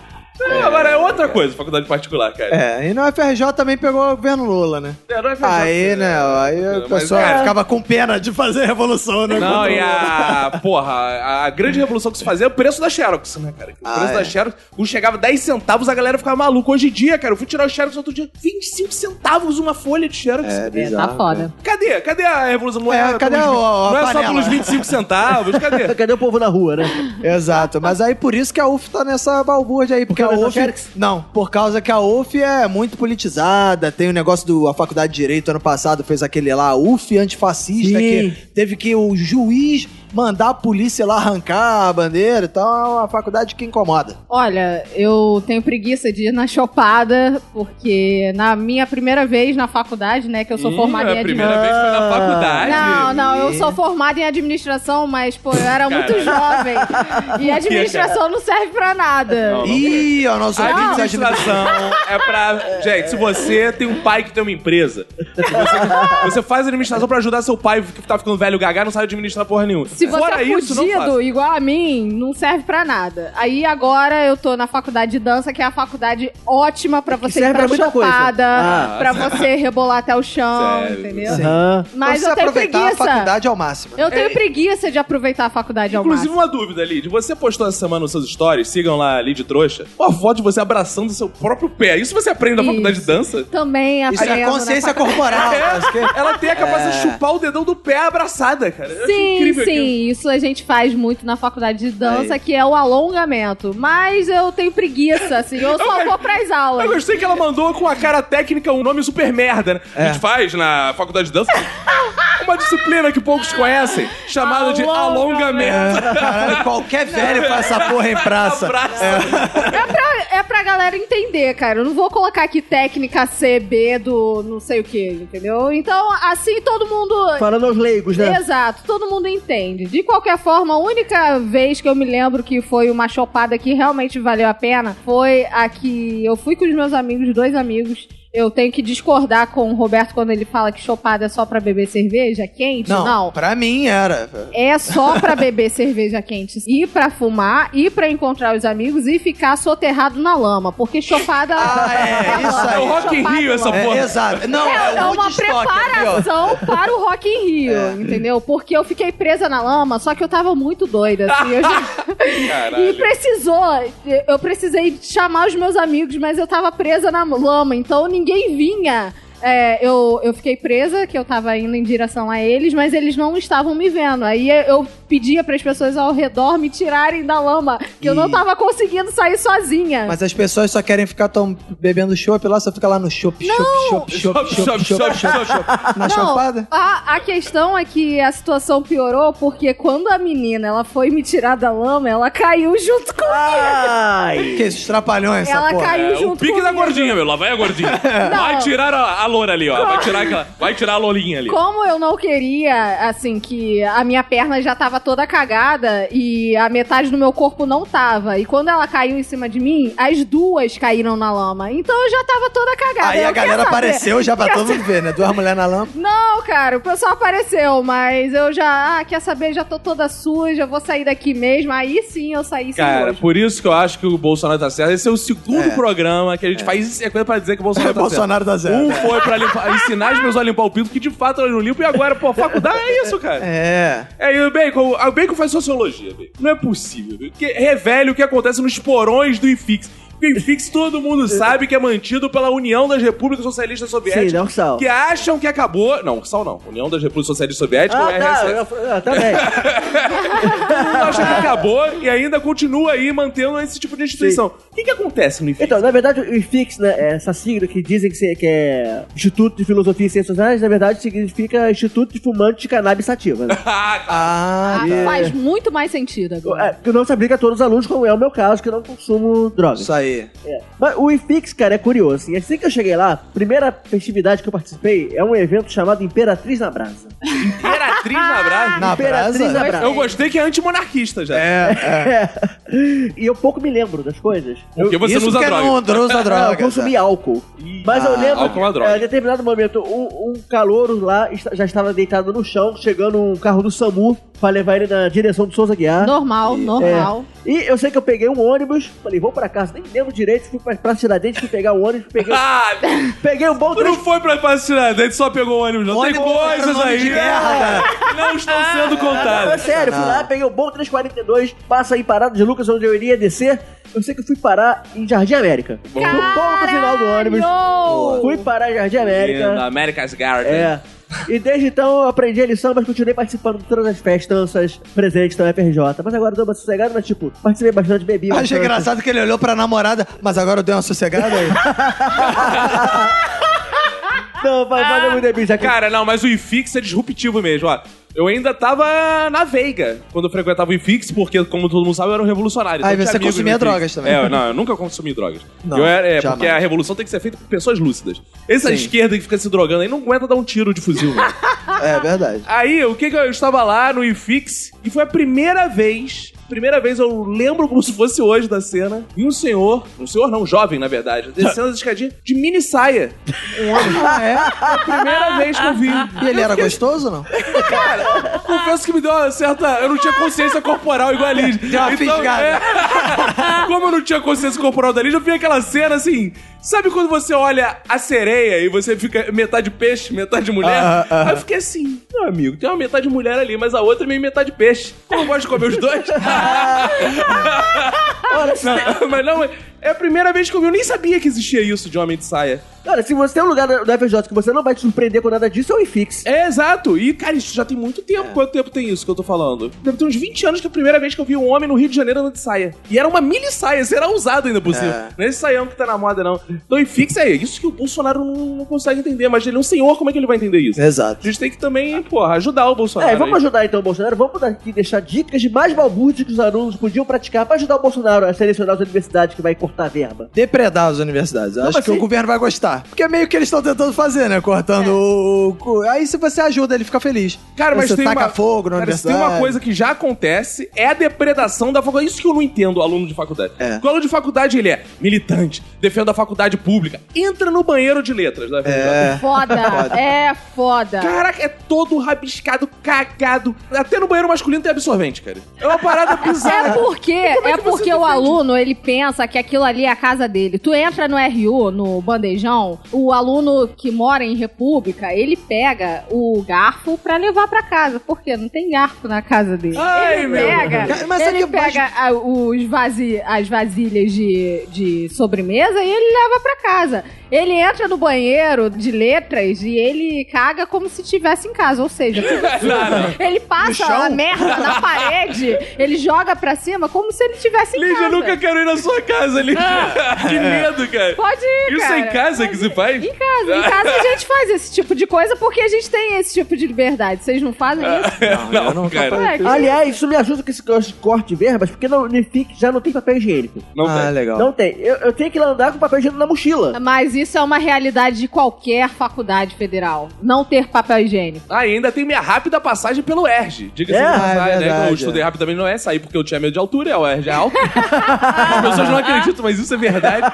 S3: Agora é outra coisa, faculdade particular, cara.
S4: É, e na UFRJ também pegou o governo Lula, né?
S3: É, não é fechado.
S4: Aí, né? Aí o
S3: Mas,
S4: pessoal
S3: cara,
S4: ficava com pena de fazer revolução, né?
S3: Não, e a. Porra, a, a grande revolução que se fazia é o preço da Xerox, né, cara? O
S4: Ah,
S3: preço
S4: é.
S3: da Xerox, um chegava 10 centavos, a galera ficava maluca. Hoje em dia, cara, eu fui tirar o Xerox outro dia, 25 centavos uma folha de Xerox.
S4: É,
S5: É,
S4: bizarro.
S5: tá
S3: né?
S5: foda.
S3: Cadê? Cadê a revolução? Não
S4: É, cadê
S3: pelos,
S4: o- a
S3: Não é só
S4: panela?
S3: pelos 25 centavos, cadê?
S2: Cadê o povo na rua, né?
S4: Exato, mas aí por isso que a UF tá nessa balbúrdia aí, porque
S2: Por
S4: a
S2: causa do
S4: UF...
S2: Xerox?
S4: Não, por causa que a UF é muito politizada, tem o negócio do... A Faculdade de Direito, ano passado, fez aquele lá, UF antifascista,
S2: Sim.
S4: que teve que o juiz mandar a polícia lá arrancar a bandeira e tal, é uma faculdade que incomoda.
S5: Olha, eu tenho preguiça de ir na chopada, porque na minha primeira vez na faculdade, né, que eu sou formada em
S3: é a primeira
S5: administração.
S3: vez que foi na faculdade.
S5: Não, não, eu sou formada em administração, mas, pô, eu era muito jovem. E administração não serve pra nada.
S3: Não, não.
S4: Ih, ó, nosso
S3: A
S4: ouvinte acha-
S3: administração é pra. Gente, se você tem um pai que tem uma empresa, você, você faz administração pra ajudar seu pai que tá ficando velho gaga não sabe administrar porra nenhuma.
S5: Se você
S3: Fora
S5: é
S3: isso, não faça.
S5: fudido igual a mim, não serve pra nada. Aí agora eu tô na faculdade de dança, que é a faculdade ótima pra você
S2: serve
S5: ir pra
S2: pra muita coisa.
S5: chopada,
S2: Ah,
S5: pra você rebolar até o chão,
S3: Sério.
S5: entendeu?
S2: Aham.
S5: Mas
S4: Você
S5: eu tenho
S4: aproveitar
S5: preguiça.
S4: a faculdade ao máximo.
S5: Eu tenho preguiça de aproveitar a faculdade ao
S3: Inclusive,
S5: É máximo.
S3: uma dúvida, Lid. Você postou essa semana nos seus stories, sigam lá, Lid Trouxa, uma foto de você abraçando o seu próprio pé. É Isso você aprende na
S5: Isso.
S3: faculdade de dança?
S5: Também
S4: Isso
S5: aprendo
S4: é
S5: na
S4: consciência
S5: faculdade.
S4: corporal. acho que-
S3: Ela tem a capacidade de chupar o dedão do pé abraçada, cara. Eu achei
S5: É. Sim,
S3: incrível aquilo.
S5: sim, isso a gente faz muito na faculdade de dança, que é o alongamento. Mas eu tenho preguiça, assim, eu só vou pras
S3: Eu
S5: aulas.
S3: gostei que ela mandou com a cara técnica um nome super merda, né?
S4: É.
S3: A gente faz na faculdade de dança uma disciplina que poucos conhecem, chamada de alongamento.
S4: Caralho, qualquer velho É. faz essa porra em praça.
S3: Abraça.
S5: É pra, é pra galera entender, cara. Eu não vou colocar aqui técnica C, B do não sei o que, entendeu? Então, assim todo mundo.
S2: Falando aos leigos,
S4: É.
S2: né?
S5: Exato, todo mundo entende. De qualquer forma, a única vez que eu me lembro que foi uma chopada que realmente valeu a pena foi a que eu fui com os meus amigos, dois amigos, Eu tenho que discordar com o Roberto quando ele fala que chopada é só pra beber cerveja quente.
S4: Não,
S5: não.
S4: pra mim era.
S5: É só pra beber cerveja quente, ir pra fumar, ir pra encontrar os amigos e ficar soterrado na lama, porque chopada
S4: Ah, é, isso aí.
S3: É o Rock in
S5: Chopada
S3: Rio
S5: é
S3: essa
S5: lama.
S3: porra.
S4: É, exato. Não,
S5: É,
S4: é,
S5: é
S4: o
S5: uma
S4: Woodstock, é pior.
S5: preparação para o Rock in Rio,
S4: É.
S5: entendeu? Porque eu fiquei presa na lama, só que eu tava muito doida, assim. eu já- E
S3: Caralho.
S5: precisou, eu precisei chamar os meus amigos, mas eu tava presa na lama, então ninguém vinha. É, eu, eu fiquei presa, que eu tava indo em direção a eles, mas eles não estavam me vendo. Aí eu pedia para as pessoas ao redor me tirarem da lama, que eu não
S4: Ih.
S5: tava conseguindo sair sozinha.
S4: Mas as pessoas só querem ficar tão bebendo chopp lá, só fica lá no chopp, chopp, chopp, chopp, chopp, chopp, chopp, na
S5: Não,
S4: chopada.
S5: A, a questão é que a situação piorou porque quando a menina ela foi me tirar da lama, ela caiu junto com.
S4: Ah.
S2: Ai!
S4: Que isso, trapalhões, essa
S5: ela
S4: porra.
S5: caiu
S3: É,
S5: junto
S3: o pique
S5: comigo.
S3: da gordinha, meu. Lá vai a gordinha. Vai tirar a, a loura ali, ó. Vai tirar, aquela, vai tirar a lolinha ali.
S5: Como eu não queria, assim, que a minha perna já tava toda cagada e a metade do meu corpo não tava. E quando ela caiu em cima de mim, as duas caíram na lama. Então eu já tava toda cagada.
S4: Aí
S5: Eu,
S4: a
S5: quer
S4: galera
S5: saber?
S4: apareceu já pra todo mundo ver, né? Duas mulheres na lama.
S5: Não, cara, o pessoal apareceu, mas eu já, ah, quer saber, já tô toda suja, vou sair daqui mesmo. Aí sim eu saí sem
S3: Cara,
S5: nojo.
S3: por isso que eu acho que o Bolsonaro tá certo. Esse é o segundo
S4: É.
S3: programa que a gente faz em sequência pra dizer que o Bolsonaro tá
S4: Bolsonaro tá
S3: certo. Um
S4: zero.
S3: foi pra limpar- ensinar as pessoas a limpar o pinto, que de fato elas não limpam, e agora, pô, faculdade é isso, cara.
S4: É.
S3: É, e o Bacon, o Bacon faz sociologia, Bacon. Não é possível, viu? Que revele o que acontece nos porões do IFIX. Porque o IFIX todo mundo sabe que é mantido pela União das Repúblicas Socialistas Soviéticas.
S2: Sim, não, Sal.
S3: Que acham que acabou. Não, Sal não. União das Repúblicas Socialistas Soviéticas,
S2: Ah,
S3: o
S2: tá,
S3: RSS.
S2: eu, eu também.
S3: acham que acabou e ainda continua aí mantendo esse tipo de instituição. O que, que acontece no IFIX?
S2: Então, na verdade, o IFIX, né, é essa sigla que dizem que, se- que é Instituto de Filosofia e Ciências Sociais, na verdade significa Instituto de Fumantes de Cannabis Sativa. Né?
S3: Ah,
S4: Ah,
S5: Ah,
S4: tá.
S5: Faz muito mais sentido agora.
S2: É, que não se aplica a todos os alunos, como é o meu caso, que não consumo drogas. É.
S4: Isso aí.
S2: Mas o IFIX, cara, é curioso. Assim, assim que eu cheguei lá, a primeira festividade que eu participei é um evento chamado Imperatriz na Brasa.
S3: Imperatriz na brasa.
S4: Na
S2: Imperatriz
S4: brasa?
S2: na Brasa.
S3: Eu gostei que é antimonarquista já.
S4: É, é.
S2: e eu pouco me lembro das coisas. Eu,
S3: Porque você
S4: Isso
S3: não usa
S4: porque
S3: droga. É,
S4: Não, não usa
S2: não, eu
S4: droga.
S2: consumi álcool. Mas eu
S4: Ah,
S2: lembro
S3: álcool é uma
S2: que,
S3: droga.
S2: em determinado momento, um, um calouro lá est- já estava deitado no chão, chegando um carro do SAMU pra levar ele na direção do Souza Guiar. É.
S5: Normal, normal.
S2: E eu sei que eu peguei um ônibus, falei, vou pra casa, nem lembro direito, fui pra Praça Tiradentes, fui pegar o ônibus, peguei,
S3: Ah,
S2: peguei um bom
S3: tu não
S2: trans...
S3: foi pra Praça Tiradentes, só pegou o ônibus. Não tem
S4: Ônibus contra
S3: coisas
S4: nome
S3: aí
S4: de guerra,
S3: que não estão sendo
S2: Não, é
S3: contadas.
S2: sério, fui lá, peguei um bom 342, passa aí parado de Lucas, onde eu iria descer. Eu sei que eu fui parar em Jardim América. um No ponto final do ônibus,
S5: Caralho!
S2: fui parar em Jardim América.
S3: Na America's Garden.
S2: É. E desde então eu aprendi a lição, mas continuei participando de todas as festanças presentes na FRJ. Mas agora eu dou uma sossegada, mas tipo, participei bastante, bebi.
S4: Eu
S3: Então,
S2: bastante.
S4: achei
S3: assim.
S4: engraçado que ele olhou pra namorada, mas agora eu dei uma sossegada aí.
S2: Não, vai, valeu muito bem, já que-
S3: Cara, não, mas o IFIX é disruptivo mesmo, ó. Eu ainda tava na veiga quando eu frequentava o IFIX, porque, como todo mundo sabe, eu era um revolucionário.
S4: Ah, e
S3: eu tinha
S4: você
S3: amigos
S4: consumia
S3: no IFIX.
S4: drogas também.
S3: É, eu- não, eu nunca consumi drogas.
S4: Não,
S3: eu era, é,
S4: jamais.
S3: porque a revolução tem que ser feita por pessoas lúcidas. Essa
S4: Sim.
S3: esquerda que fica se drogando aí não aguenta dar um tiro de fuzil, mano.
S4: É verdade.
S3: Aí, o que que eu, eu estava lá no IFIX e foi a primeira vez, primeira vez eu lembro como se fosse hoje da cena, e um senhor, um senhor não, um jovem na verdade, descendo as escadinhas de mini saia.
S4: Ah, é?
S3: Primeira vez que eu vi.
S4: E ele era gostoso ou não?
S3: Cara, confesso que me deu uma certa. Eu não tinha consciência corporal igual a Liz. Então, é,
S4: Deu uma fisgada.
S3: Como eu não tinha consciência corporal da Liz, eu vi aquela cena assim. Sabe quando você olha a sereia e você fica metade peixe, metade mulher?
S4: Ah, ah, ah.
S3: Aí eu fiquei assim, meu amigo, tem uma metade mulher ali, mas a outra é meio metade peixe. Como eu gosto de comer os dois?
S2: Olha, se tem-
S3: Não, mas não, é a primeira vez que eu vi, eu nem sabia que existia isso de homem de saia.
S2: Cara, se você tem um lugar da FJ que você não vai te surpreender com nada disso, é o IFIX.
S3: É, exato. E, cara, isso já tem muito
S4: É.
S3: tempo. Quanto tempo tem isso que eu tô falando? Deve ter uns 20 anos que é a primeira vez que eu vi um homem no Rio de Janeiro andando de saia. E era uma mini saia, isso era usado ainda por cima.
S4: É.
S3: Não é esse saião que tá na moda, não. Então, e fixa aí. Isso que o Bolsonaro não, não consegue entender. Mas ele é um senhor, como é que ele vai entender isso? A
S4: Exato.
S3: gente tem que também, porra, ajudar o Bolsonaro.
S2: É, vamos
S3: aí.
S2: ajudar então o Bolsonaro. Vamos daqui deixar dicas de mais balbúrdios que os alunos podiam praticar pra ajudar o Bolsonaro a selecionar as universidades que vai cortar verba.
S4: Depredar as universidades. Eu
S2: Não,
S4: acho
S2: mas
S4: que
S2: se-
S3: assim?
S4: o governo vai gostar. Porque é meio que eles estão tentando fazer, né? Cortando o. cu- Aí se você ajuda, ele fica feliz.
S3: É. Cara, mas
S4: você
S3: tem
S4: taca
S3: uma...
S4: fogo na
S3: cara, se tem
S4: universidade.
S3: uma coisa que já acontece, é a depredação da faculdade. Isso que eu não entendo, aluno de faculdade.
S4: É.
S3: Porque o aluno de faculdade, ele é militante, defende a faculdade pública, entra no banheiro de letras né? da
S4: É.
S5: Foda. é foda.
S3: Caraca, é todo rabiscado, cagado. Até no banheiro masculino tem absorvente, cara. É uma parada
S5: É
S3: bizarra.
S5: porque, é
S3: que você
S5: porque o
S3: defende?
S5: aluno, ele pensa que aquilo ali é a casa dele. Tu entra no RU, no bandejão, o aluno que mora em república, ele pega o garfo pra levar pra casa. Por quê? Não tem garfo na casa dele.
S3: Ai,
S5: ele
S3: meu
S5: pega,
S4: Deus. Mas sabe
S5: ele
S4: que eu
S5: pega a- os vasi- as vasilhas de, de sobremesa e ele leva pra casa. Ele entra no banheiro de letras e ele caga como se estivesse em casa. Ou seja, tudo
S3: Não, não.
S5: ele passa
S4: No chão?
S5: a merda na parede, ele joga pra cima como se ele estivesse em
S3: Lígia, eu
S5: casa.
S3: nunca quero ir na sua casa, Lígia. que medo, cara.
S5: Pode ir,
S3: Isso
S5: cara.
S3: é em casa
S5: Pode
S3: que
S5: ir.
S3: se faz?
S5: Em casa. Em casa a gente faz esse tipo de coisa porque a gente tem esse tipo de liberdade. Vocês não fazem
S3: É.
S5: isso?
S3: Não, cara.
S5: Ué, que-
S2: Aliás, isso me ajuda com esse negócio de corte de verbas, porque na Unific já não tem papel higiênico.
S3: Não
S4: ah,
S3: tem.
S4: legal.
S2: Não tem. Eu, eu tenho que andar com papel higiênico na mochila.
S5: Mas isso é uma realidade de qualquer faculdade federal. Não ter papel higiênico.
S3: Ah, e ainda tem minha rápida passagem pelo ERG. Diga-se
S2: É,
S3: de
S2: é
S3: passagem, né?
S4: verdade,
S3: que Eu
S4: é.
S3: estudei rapidamente no ERG, saí porque eu tinha medo de altura, é o ERG é alto. As pessoas não acreditam, mas isso é verdade.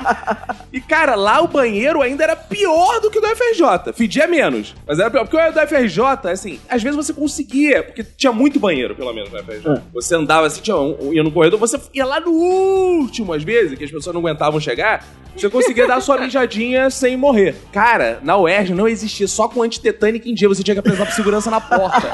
S3: E, cara, lá o banheiro ainda era pior do que o do FRJ. Fedia menos, mas era pior. Porque o do FRJ, assim, às vezes você conseguia, porque tinha muito banheiro, pelo menos, no FRJ.
S2: É.
S3: Você andava assim, tinha um, um- ia no corredor, você ia lá no último, às vezes, que as pessoas não aguentavam chegar, você conseguia dar sua mijadinha sem morrer. Cara, na UERJ não existia, só com antitetânica em dia, você tinha que apresentar pra segurança na porta.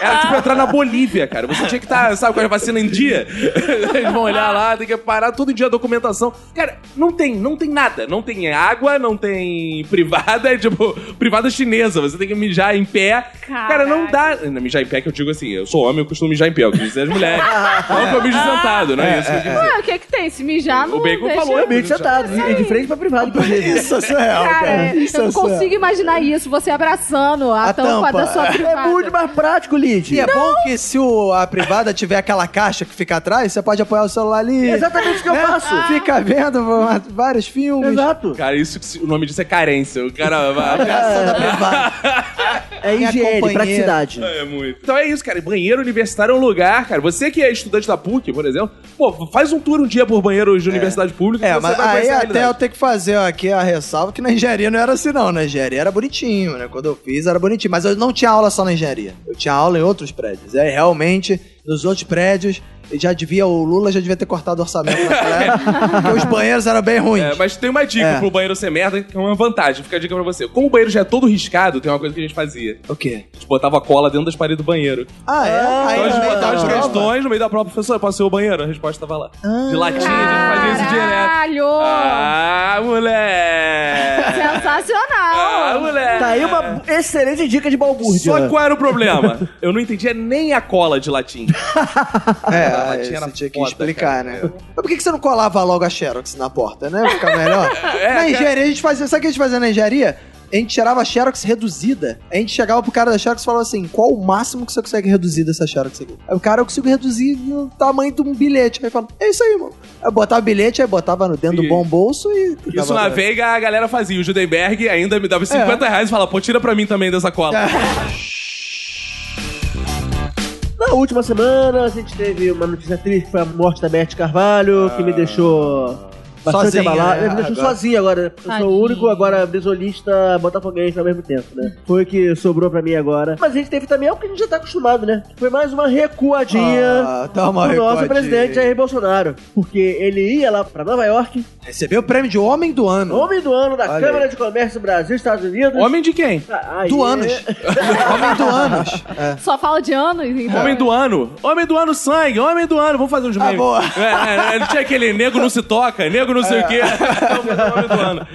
S3: Era tipo entrar na Bolívia, cara. Você tinha que estar, sabe, com a vacina em dia. Eles vão olhar lá, tem que parar todo dia a documentação. Cara, não tem, não tem nada. Não tem água, não tem privada, é tipo, privada chinesa. Você tem que mijar em pé. Cara, não dá. Não, Mijar em pé que eu digo assim, eu sou homem, eu costumo mijar em pé, eu quis dizer as mulheres. Não que eu mijo sentado, não é isso que eu quis dizer.
S5: Ué, o que é que tem? Se mijar não
S3: O Bacon
S5: deixa...
S3: falou, é
S2: Eu É meio que sentado, e e de frente pra privado, inclusive.
S4: Isso é surreal, cara.
S5: Cara,
S4: Isso
S5: eu não
S4: é surreal.
S5: consigo imaginar isso. Você abraçando a,
S4: A
S5: tampa,
S4: tampa.
S5: da sua privada.
S2: É muito mais prático,
S4: E
S2: Lid.
S4: é bom que se o- a privada tiver aquela caixa que fica atrás, você pode apoiar o celular ali.
S2: É exatamente o que eu
S4: né?
S2: faço.
S4: Fica vendo va- vários filmes.
S2: Exato.
S3: Cara, isso que se- o nome disso é carência. O cara vai.
S4: Essa da privada.
S2: É
S4: Minha
S2: higiene,
S4: companheira.
S2: praticidade.
S3: É muito. Então é isso, cara. Banheiro universitário é um lugar, cara. Você que é estudante da PUC, por exemplo, pô, faz um tour um dia por banheiros de universidade pública.
S4: É,
S3: que você
S4: mas
S3: vai
S4: aí
S3: conhecer a
S4: até eu
S3: realidade.
S4: tenho que fazer aqui a ressalva que na engenharia não era assim, não. Na engenharia era bonitinho, né? Quando eu fiz era bonitinho. Mas eu não tinha aula só na engenharia. Eu tinha aula em outros prédios. É, realmente, nos outros prédios, eu já devia, o Lula já devia ter cortado o orçamento naquela época, porque os banheiros eram bem ruins.
S3: É, mas tem uma dica
S4: É.
S3: pro banheiro ser merda, que é uma vantagem. Fica a dica pra você. Como o banheiro já é todo riscado, tem uma coisa que a gente fazia.
S4: O quê?
S3: A gente botava cola dentro das paredes do banheiro.
S4: Ah, é? aí
S3: Então
S4: no
S3: a gente
S4: meio da
S3: botava as
S4: prova?
S3: questões no meio da prova. Professor, posso ir ao banheiro? A resposta tava lá. De
S4: Ah.
S3: latinha, a gente fazia isso direto.
S5: Caralho!
S3: Ah, moleque! Ah,
S5: Sensacional!
S3: moleque!
S2: Tá aí uma
S4: É.
S2: excelente dica de balbúrdia.
S3: Só qual era o problema? Eu não entendia nem a cola de latim.
S4: É,
S3: A
S4: aí
S3: latinha era
S4: você tinha que
S3: foda,
S4: explicar, né? Mas por que que você não colava logo a Xerox na porta, né? Ficar melhor.
S3: É,
S4: na
S3: cara.
S4: engenharia, a gente fazia... Sabe o que a gente fazia na engenharia? A gente tirava a Xerox reduzida. A gente chegava pro cara da Xerox e falava assim, qual o máximo que você consegue reduzir dessa Xerox aqui? Aí o cara, eu consigo reduzir no tamanho de um bilhete. Aí fala, é isso aí, mano. Aí eu botava o bilhete, aí botava no dentro
S3: E-
S4: do bom bolso e...
S3: Isso na veiga a galera fazia. O Judenberg ainda me dava 50 reais e falava, pô, tira pra mim também dessa cola.
S2: Na última semana, a gente teve uma notícia triste, que foi a morte da Beth Carvalho, que me deixou bastante
S4: Ah. Sozinha,
S2: abalado.
S4: né,
S2: Me deixou
S4: agora.
S2: sozinho agora. Eu sou
S5: Tadinha.
S2: o único agora brisolista botafoguense ao mesmo tempo, né? Foi o que sobrou pra mim agora. Mas a gente teve também algo que a gente já tá acostumado, né? Que Foi mais uma recuadinha.
S4: Ah, dá uma
S2: do nosso
S4: recuadinha.
S2: presidente Jair Bolsonaro. Porque ele ia lá pra Nova York,
S4: Recebeu o prêmio de Homem do Ano.
S2: homem do ano da
S4: Hum. Olha
S2: Câmara
S4: aí.
S2: de Comércio Brasil, Estados Unidos.
S3: Homem de quem?
S2: Ah, aí-
S4: Do anos. homem do anos. É.
S5: Só fala de anos, então.
S3: Homem do ano. Homem do ano sangue. Homem do ano. Vamos fazer uns memes.
S4: boa.
S3: É, é, é, ele tinha aquele nego não se toca, nego não sei o quê. Vamos fazer o homem do ano.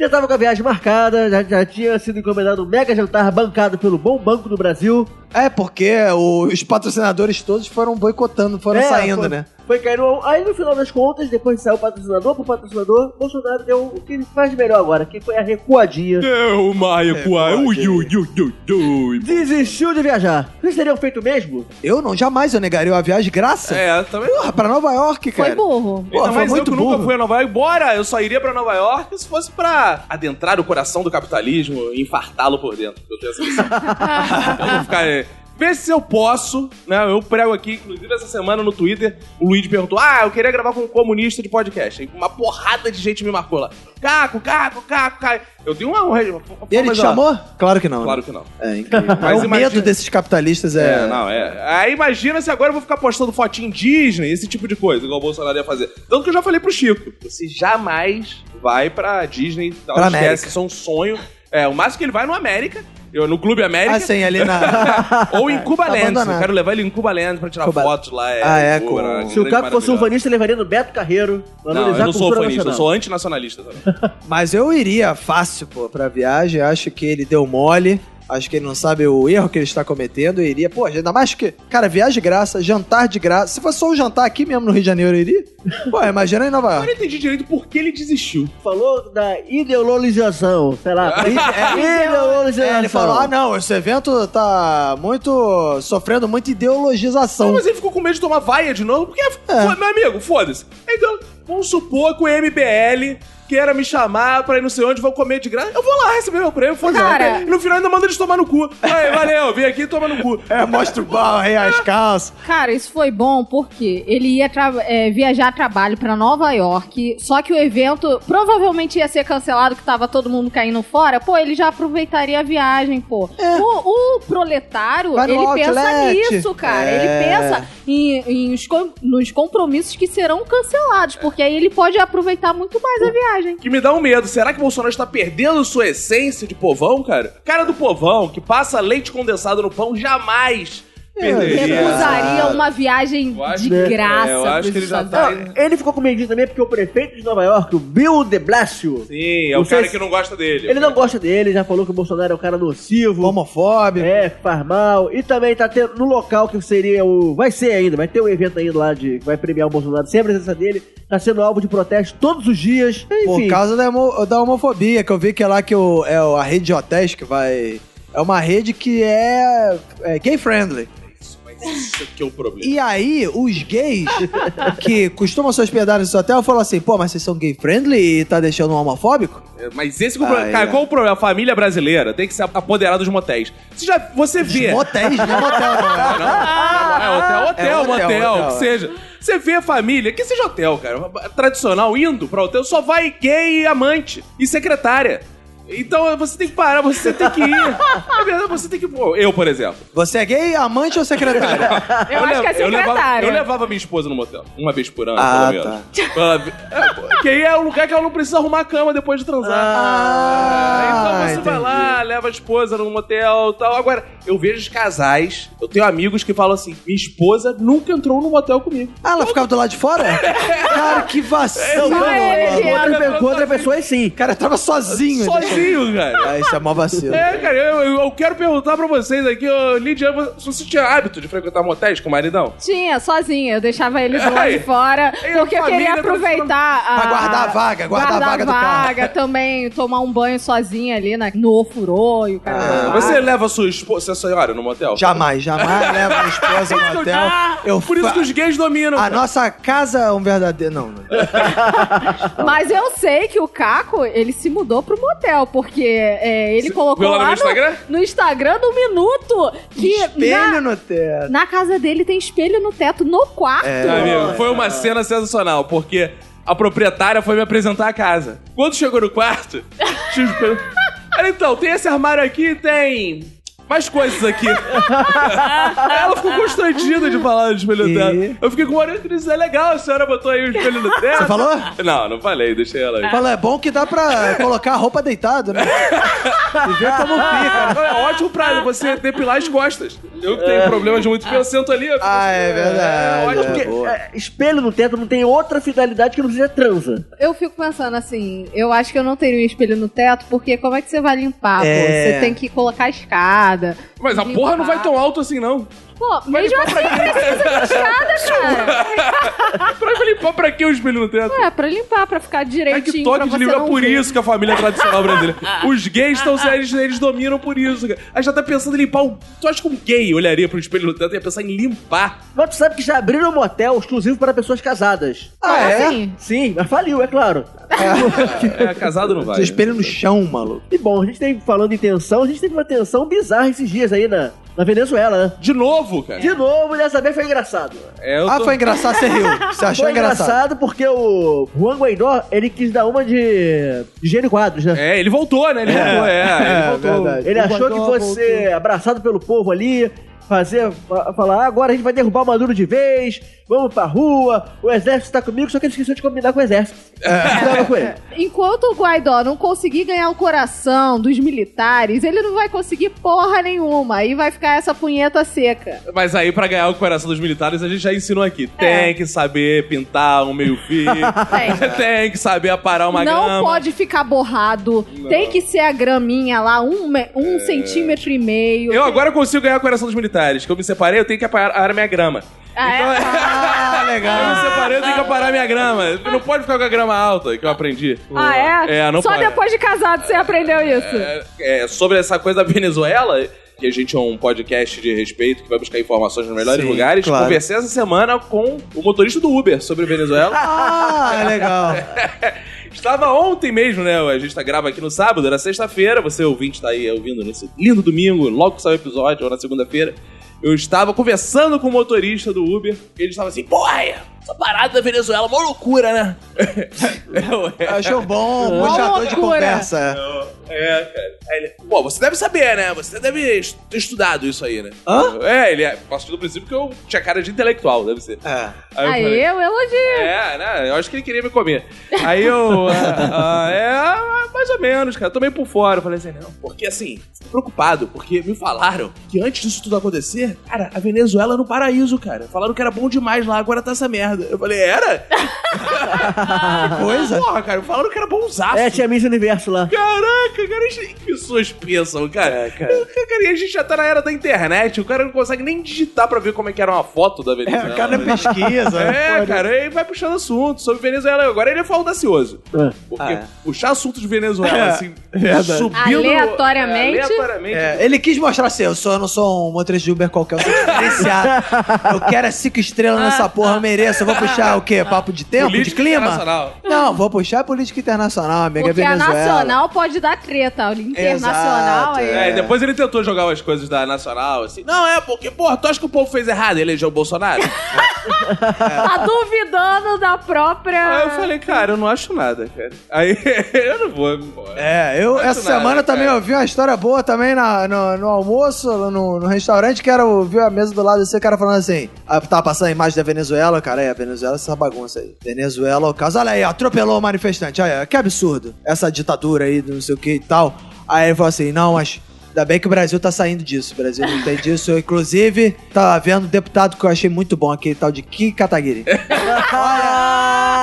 S2: Já tava com a viagem marcada, já, já tinha sido encomendado um mega jantar bancado pelo Bom Banco do Brasil.
S4: É, porque os patrocinadores todos foram boicotando, foram
S2: É,
S4: saindo,
S2: foi-
S4: né?
S2: Foi caindo. ao- Aí no final das contas, depois que saiu o patrocinador pro patrocinador, Bolsonaro deu o que ele faz de melhor agora, que foi a recuadinha.
S3: Eu, Maia, Kuai,
S4: pode.
S3: ui, ui, ui, ui, ui.
S2: Desistiu de viajar. Vocês teriam feito o mesmo?
S4: Eu não, jamais eu negaria uma viagem, graça.
S3: É, também.
S4: Porra, pra Nova York,
S5: Foi
S4: cara.
S5: burro.
S4: Pô,
S3: Ainda
S4: foi
S3: mais eu
S4: muito
S3: que nunca
S4: burro.
S3: fui a Nova York. Bora! Eu só iria pra Nova York se fosse pra adentrar o coração do capitalismo e infartá-lo por dentro. Eu tenho essa missão. eu vou ficar... é, Vê se eu posso, né? Eu prego aqui, inclusive essa semana no Twitter, o Luigi perguntou: Ah, eu queria gravar com um comunista de podcast. Aí uma porrada de gente me marcou lá. Caco, Caco, Caco, Caco. Eu dei uma. uma- uma-
S4: E ele
S3: mas,
S4: te
S3: ó,
S4: chamou? Claro que não.
S3: Claro
S4: né?
S3: que não.
S4: É incrível.
S3: Mas
S4: o
S3: imagina-
S4: medo desses capitalistas é...
S3: É, não, é. Aí imagina se agora eu vou ficar postando fotinho Disney, esse tipo de coisa, igual o Bolsonaro ia fazer. Tanto que eu já falei pro Chico: você jamais vai pra Disney e tal,
S4: Pra
S3: esquece,
S4: América.
S3: isso é um sonho. É, o máximo que ele vai é no América, eu, no Clube América.
S4: Ah, sim, ali na... Tá
S3: Ou em Cuba Lands.
S4: Abandonado.
S3: Eu quero levar ele em Cuba Lands pra tirar
S4: Cuba-
S3: fotos lá.
S4: Ah,
S3: em
S4: é, com-
S3: Cuba, né,
S2: Se o Caco fosse um
S3: maravilhosa.
S2: fanista, ele levaria no Beto Carreiro. pra
S3: Não,
S2: analisar
S3: eu não
S2: a
S3: sou
S2: cultura
S3: fanista, eu
S2: nacional.
S3: sou antinacionalista também.
S4: Mas eu iria fácil, pô, pra viagem. Acho que ele deu mole. Acho que ele não sabe o erro que ele está cometendo. Eu iria, pô, ainda mais que. Cara, viagem de graça, jantar de graça. Se fosse só um jantar aqui mesmo no Rio de Janeiro, eu iria. Pô, imagina em Nova
S3: Eu não
S4: York.
S3: entendi direito por que ele desistiu.
S2: Falou da ideologização, sei lá. ideologização.
S4: É, ele falou: ah, não, esse evento tá muito. sofrendo muita
S3: Não,
S4: ideologização.
S3: mas ele ficou com medo de tomar vaia de novo,
S2: É.
S3: porque, fo- meu amigo, foda-se. Então, vamos supor que o MBL queira me chamar pra ir não sei onde, vou comer de graça. Eu vou lá receber meu prêmio, foda-se.
S5: Cara.
S3: E no final ainda manda eles tomar no cu. Aí, valeu, vim aqui e toma no cu.
S4: É, mostra o pau aí, as calças.
S5: Cara, isso foi bom porque ele ia tra- é, viajar a trabalho pra Nova York, só que o evento provavelmente ia ser cancelado, que tava todo mundo caindo fora. Pô, ele já aproveitaria a viagem, pô. O, o proletário,
S4: É. Vai no
S5: ele pensa
S4: outlet.
S5: nisso, cara. Ele
S4: É.
S5: pensa em, em os com- nos compromissos que serão cancelados, porque aí ele pode aproveitar muito mais a viagem.
S3: Que me dá um medo. Será que o Bolsonaro está perdendo sua essência de povão, cara? Cara do povão, que passa leite condensado no pão, jamais
S2: É,
S4: é
S3: perderia.
S5: Recusaria uma viagem
S3: Eu acho
S5: de
S3: que-
S5: graça.
S3: é, eu acho
S5: pros
S3: que ele já
S5: Estados
S3: tá-
S5: Unidos.
S2: Não, ele ficou com medinho também porque o prefeito de Nova York, o Bill de Blasio,
S3: Sim, é
S2: Não
S3: o
S2: sei
S3: cara
S2: se-
S3: que não gosta dele.
S2: ele não gosta dele, já falou que o Bolsonaro é um cara nocivo.
S4: Homofóbico.
S2: É, faz mal. E também tá tendo no local que seria o. Vai ser ainda, vai ter um evento ainda lá de. que Vai premiar o Bolsonaro sem a presença dele. Tá sendo alvo de protesto todos os dias.
S4: Por
S2: Enfim.
S4: causa da, homo- da homofobia, que eu vi que é lá que o, é o- a rede de hotéis que vai. É uma rede que é, é gay friendly.
S3: Mas isso que é o problema.
S4: E aí, os gays que costumam se hospedar nesse hotel falam assim: pô, mas vocês são gay friendly e tá deixando um homofóbico?
S3: É, Mas esse que é o problema.
S4: Ah,
S3: Cara,
S4: é.
S3: qual o problema? A família brasileira tem que se apoderar dos motéis. Você já. Você vê.
S4: Motéis, não é motel, não.
S3: Não, não, é hotel, hotel,
S4: É hotel,
S3: motel,
S4: hotel,
S3: que
S4: é.
S3: seja. Você vê a família, que seja hotel, cara, tradicional, indo pra hotel, só vai gay e amante e secretária. Então você tem que parar, você tem que ir. É verdade, você tem que. Pô, Eu, por exemplo.
S4: Você é gay, amante ou secretária?
S5: Eu, acho
S3: levo-
S5: que é
S3: eu levava,
S5: secretário.
S3: eu levava minha esposa no motel, uma vez por ano,
S4: Ah,
S3: pelo menos. Tá. Que aí é o lugar que ela não precisa arrumar a cama depois de transar. Então
S4: Ah,
S3: você vai
S4: entendi.
S3: lá, leva a esposa num motel e tal. Agora, eu vejo os casais, eu tenho amigos que falam assim: minha esposa nunca entrou num motel comigo.
S4: Ah, ela ficava do lado de fora? Cara, que vacilo!
S2: Não, não,
S5: Ah, é,
S2: não,
S5: gente.
S2: outra, outra pessoa é sim.
S4: Cara, tava sozinho. né?
S3: Sozinho, cara.
S4: Ah, isso é mó vacilo.
S3: É, cara, eu, eu- eu quero perguntar pra vocês aqui, ô, Lidia, se você tinha hábito de frequentar motéis com o maridão?
S5: Tinha, sozinha. Eu deixava ele do lado
S3: Ai.
S5: de fora.
S3: E a
S5: Porque eu
S3: família
S5: queria
S3: tá
S5: aproveitar a...
S4: Pra guardar a vaga, guardar a vaga do carro.
S5: vaga, também tomar um banho sozinha ali na, no ofurô e o cara...
S4: Ah,
S5: vai lá.
S3: É, Você leva sua esposa, sua senhora, no motel?
S4: Jamais, jamais leva a esposa no hotel. Eu
S3: Por isso
S4: fa- Ah,
S3: que os gays dominam.
S4: A nossa casa é um verdadeiro. Não, não.
S5: Mas eu sei que o Caco, ele se mudou pro motel, porque é, ele
S3: Você
S5: colocou
S3: viu lá
S5: lá
S3: no
S5: no
S3: Instagram?
S5: no Instagram do Minuto que na,
S4: Espelho no teto.
S5: na casa dele tem espelho no teto, no quarto.
S4: É.
S3: Tá, Amigo, foi uma cena sensacional, porque a proprietária foi me apresentar a casa. Quando chegou no quarto, tinha os pe- Ela, então, tem esse armário aqui e tem mais coisas aqui. Ela ficou constrangida de falar do espelho
S4: E?
S3: no teto. Eu fiquei com uma olhada isso é legal, a senhora botou aí o espelho no teto.
S4: Você falou?
S3: Não, não falei, deixei ela aí.
S4: Fala, é bom que dá pra colocar a roupa deitado, né? E ver como fica. né?
S3: É ótimo pra você depilar as costas. Eu que tenho problema de muito pelo, eu sento ali. eu fico assim,
S4: Ah, é verdade.
S3: ótimo,
S2: Porque
S4: É, boa.
S2: é, espelho no teto não tem outra finalidade que não seja transa.
S5: Eu fico pensando assim, eu acho que eu não teria um espelho no teto, porque como é que você vai limpar, pô?
S4: É.
S5: Você tem que colocar a escada, escada.
S3: Mas a
S5: De
S3: porra não vai
S5: limpar.
S3: tão alto assim, não.
S5: Pô, mesmo assim precisa de escada, cara.
S3: Pra limpar pra que o espelho no teto?
S5: É, pra limpar, pra ficar
S3: É
S5: direitinho.
S3: que
S5: pra
S3: toque de
S5: você
S3: livro é
S5: não
S3: por
S5: ver.
S3: isso que a família é tradicional brasileira. Os gays estão eles, eles dominam por isso. cara. A gente já tá pensando em limpar o. Tu acha que um gay olharia pro espelho no teto e ia pensar em limpar?
S2: Mas tu sabe que já abriram um motel exclusivo para pessoas casadas.
S4: Ah, é?
S5: Assim,
S2: Sim, mas faliu, é claro.
S3: É, casado não vai.
S4: Seu um espelho no chão, maluco.
S2: E bom, a gente tem, falando em tensão, a gente teve uma tensão bizarra esses dias aí na, na Venezuela, né?
S3: De novo, cara.
S2: De novo, dessa vez foi engraçado.
S3: É, eu
S4: Ah,
S3: tô-
S4: foi engraçado, você riu. Você achou
S2: foi
S4: engraçado.
S2: engraçado porque o Juan Guaidó, ele quis dar uma de, de Gênio Quadros, né?
S3: É, ele voltou, né? Ele voltou, é. Ele voltou.
S4: verdade.
S2: Ele
S4: O
S2: achou que
S4: Guaidó
S2: fosse ser abraçado pelo povo ali, fazer, fa- falar, "Ah, agora a gente vai derrubar o Maduro de vez, vamos pra rua, o exército tá comigo, só que ele esqueceu de combinar com o exército. É. Tava com ele.
S5: enquanto o Guaidó não conseguir ganhar o coração dos militares, ele não vai conseguir porra nenhuma. Aí vai ficar essa punheta seca.
S3: Mas aí, pra ganhar o coração dos militares, a gente já ensinou aqui. Tem
S5: É.
S3: que saber pintar um meio-fio.
S5: Tem.
S3: Tem que saber aparar uma
S5: não
S3: grama.
S5: pode ficar borrado. Tem que ser a graminha lá, um, me- um centímetro e meio.
S3: É. Eu agora consigo ganhar o coração dos militares. Que eu me separei, eu tenho que aparar a minha grama. Então,
S5: Ah, é?
S4: Ah,
S3: Eu me
S4: legal.
S3: separei, eu tenho que aparar a minha grama. Não pode ficar com a grama alta, que eu aprendi.
S5: Ah, é?
S3: É, não
S5: Só
S3: pode.
S5: depois de casado você aprendeu isso.
S3: É, é, sobre essa coisa da Venezuela, que a gente é um podcast de respeito que vai buscar informações nos melhores
S4: Sim,
S3: lugares.
S4: claro.
S3: Conversei essa semana com o motorista do Uber sobre Venezuela.
S4: Ah, é legal.
S3: Estava ontem mesmo, né? A gente tá- grava aqui no sábado, era sexta-feira. Você ouvinte tá aí ouvindo nesse lindo domingo, logo que sai o episódio, ou na segunda-feira. Eu estava conversando com o motorista do Uber. E ele estava assim, porra, essa parada da Venezuela, é uma loucura, né? Eu, é,
S4: Achou bom,
S5: Uma
S4: puxador de
S5: loucura.
S4: conversa.
S3: é, cara. Aí ele, pô, você deve saber, né? Você deve est- ter estudado isso aí, né?
S4: Hã?
S3: É, ele é, partiu do princípio que eu tinha cara de intelectual, deve ser.
S4: É.
S3: Aí eu
S5: Aí
S3: falei,
S5: eu elogio.
S3: É, né? Eu acho que ele queria me comer. Aí eu. ah, ah, é, ah, mais ou menos, cara. Tomei por fora. Eu Falei assim, não. Porque assim, fico preocupado, porque me falaram que antes disso tudo acontecer, cara, a Venezuela era um paraíso, cara. Falaram que era bom demais lá, agora tá essa merda. Eu falei, era?
S4: Que coisa.
S3: Porra, cara, falaram que era bonzaço.
S2: É, tinha Miss Universo lá.
S3: Caraca, cara, isso aí que pessoas pensam, cara.
S4: É, cara.
S3: Cara, e a gente já tá na era da internet, o cara não consegue nem digitar pra ver como é que era uma foto da Venezuela.
S4: O cara pesquisa.
S3: É,
S4: Pô,
S3: cara, ele vai puxando assunto sobre Venezuela. Agora ele é audacioso.
S2: É.
S3: Porque
S4: Ah, é.
S3: puxar assunto de Venezuela,
S4: É,
S3: assim,
S4: verdade.
S3: subindo...
S5: Aleatoriamente.
S3: É, aleatoriamente.
S4: É, ele quis mostrar assim, eu, sou, eu não sou um motorista de Uber qualquer, eu sou diferenciado. eu quero é cinco estrelas
S5: Ah.
S4: nessa porra, eu mereço. Eu vou puxar o quê? Papo de tempo?
S3: Política
S4: de É, um clima?
S3: internacional.
S4: Não, vou puxar política internacional, amiga
S5: Porque é a
S4: Venezuela.
S5: nacional pode dar treta. A internacional
S4: Exato,
S5: é.
S3: É, e depois ele tentou jogar umas coisas da Nacional, assim. Não, é porque, porra, tu acha que o povo fez errado e elegeu o Bolsonaro?
S5: Tá duvidando da própria.
S3: Aí eu falei, cara, eu não acho nada, cara. Aí eu não vou embora.
S4: É, eu
S3: Não
S4: essa
S3: acho nada,
S4: semana também
S3: cara.
S4: ouvi uma história boa também na- no, no almoço, no, no restaurante, que era ouvir a mesa do lado desse cara falando assim, ah, tava passando a imagem da Venezuela, cara, é, a Venezuela é essa bagunça aí. Venezuela, é o caso, olha aí, atropelou o manifestante, olha, que absurdo, essa ditadura aí, do não sei o que e tal. Aí ele falou assim, não, mas... Ainda bem que o Brasil tá saindo disso. O Brasil não tem disso. Eu, inclusive, tava vendo um deputado que eu achei muito bom, aquele tal de Kim Kataguiri.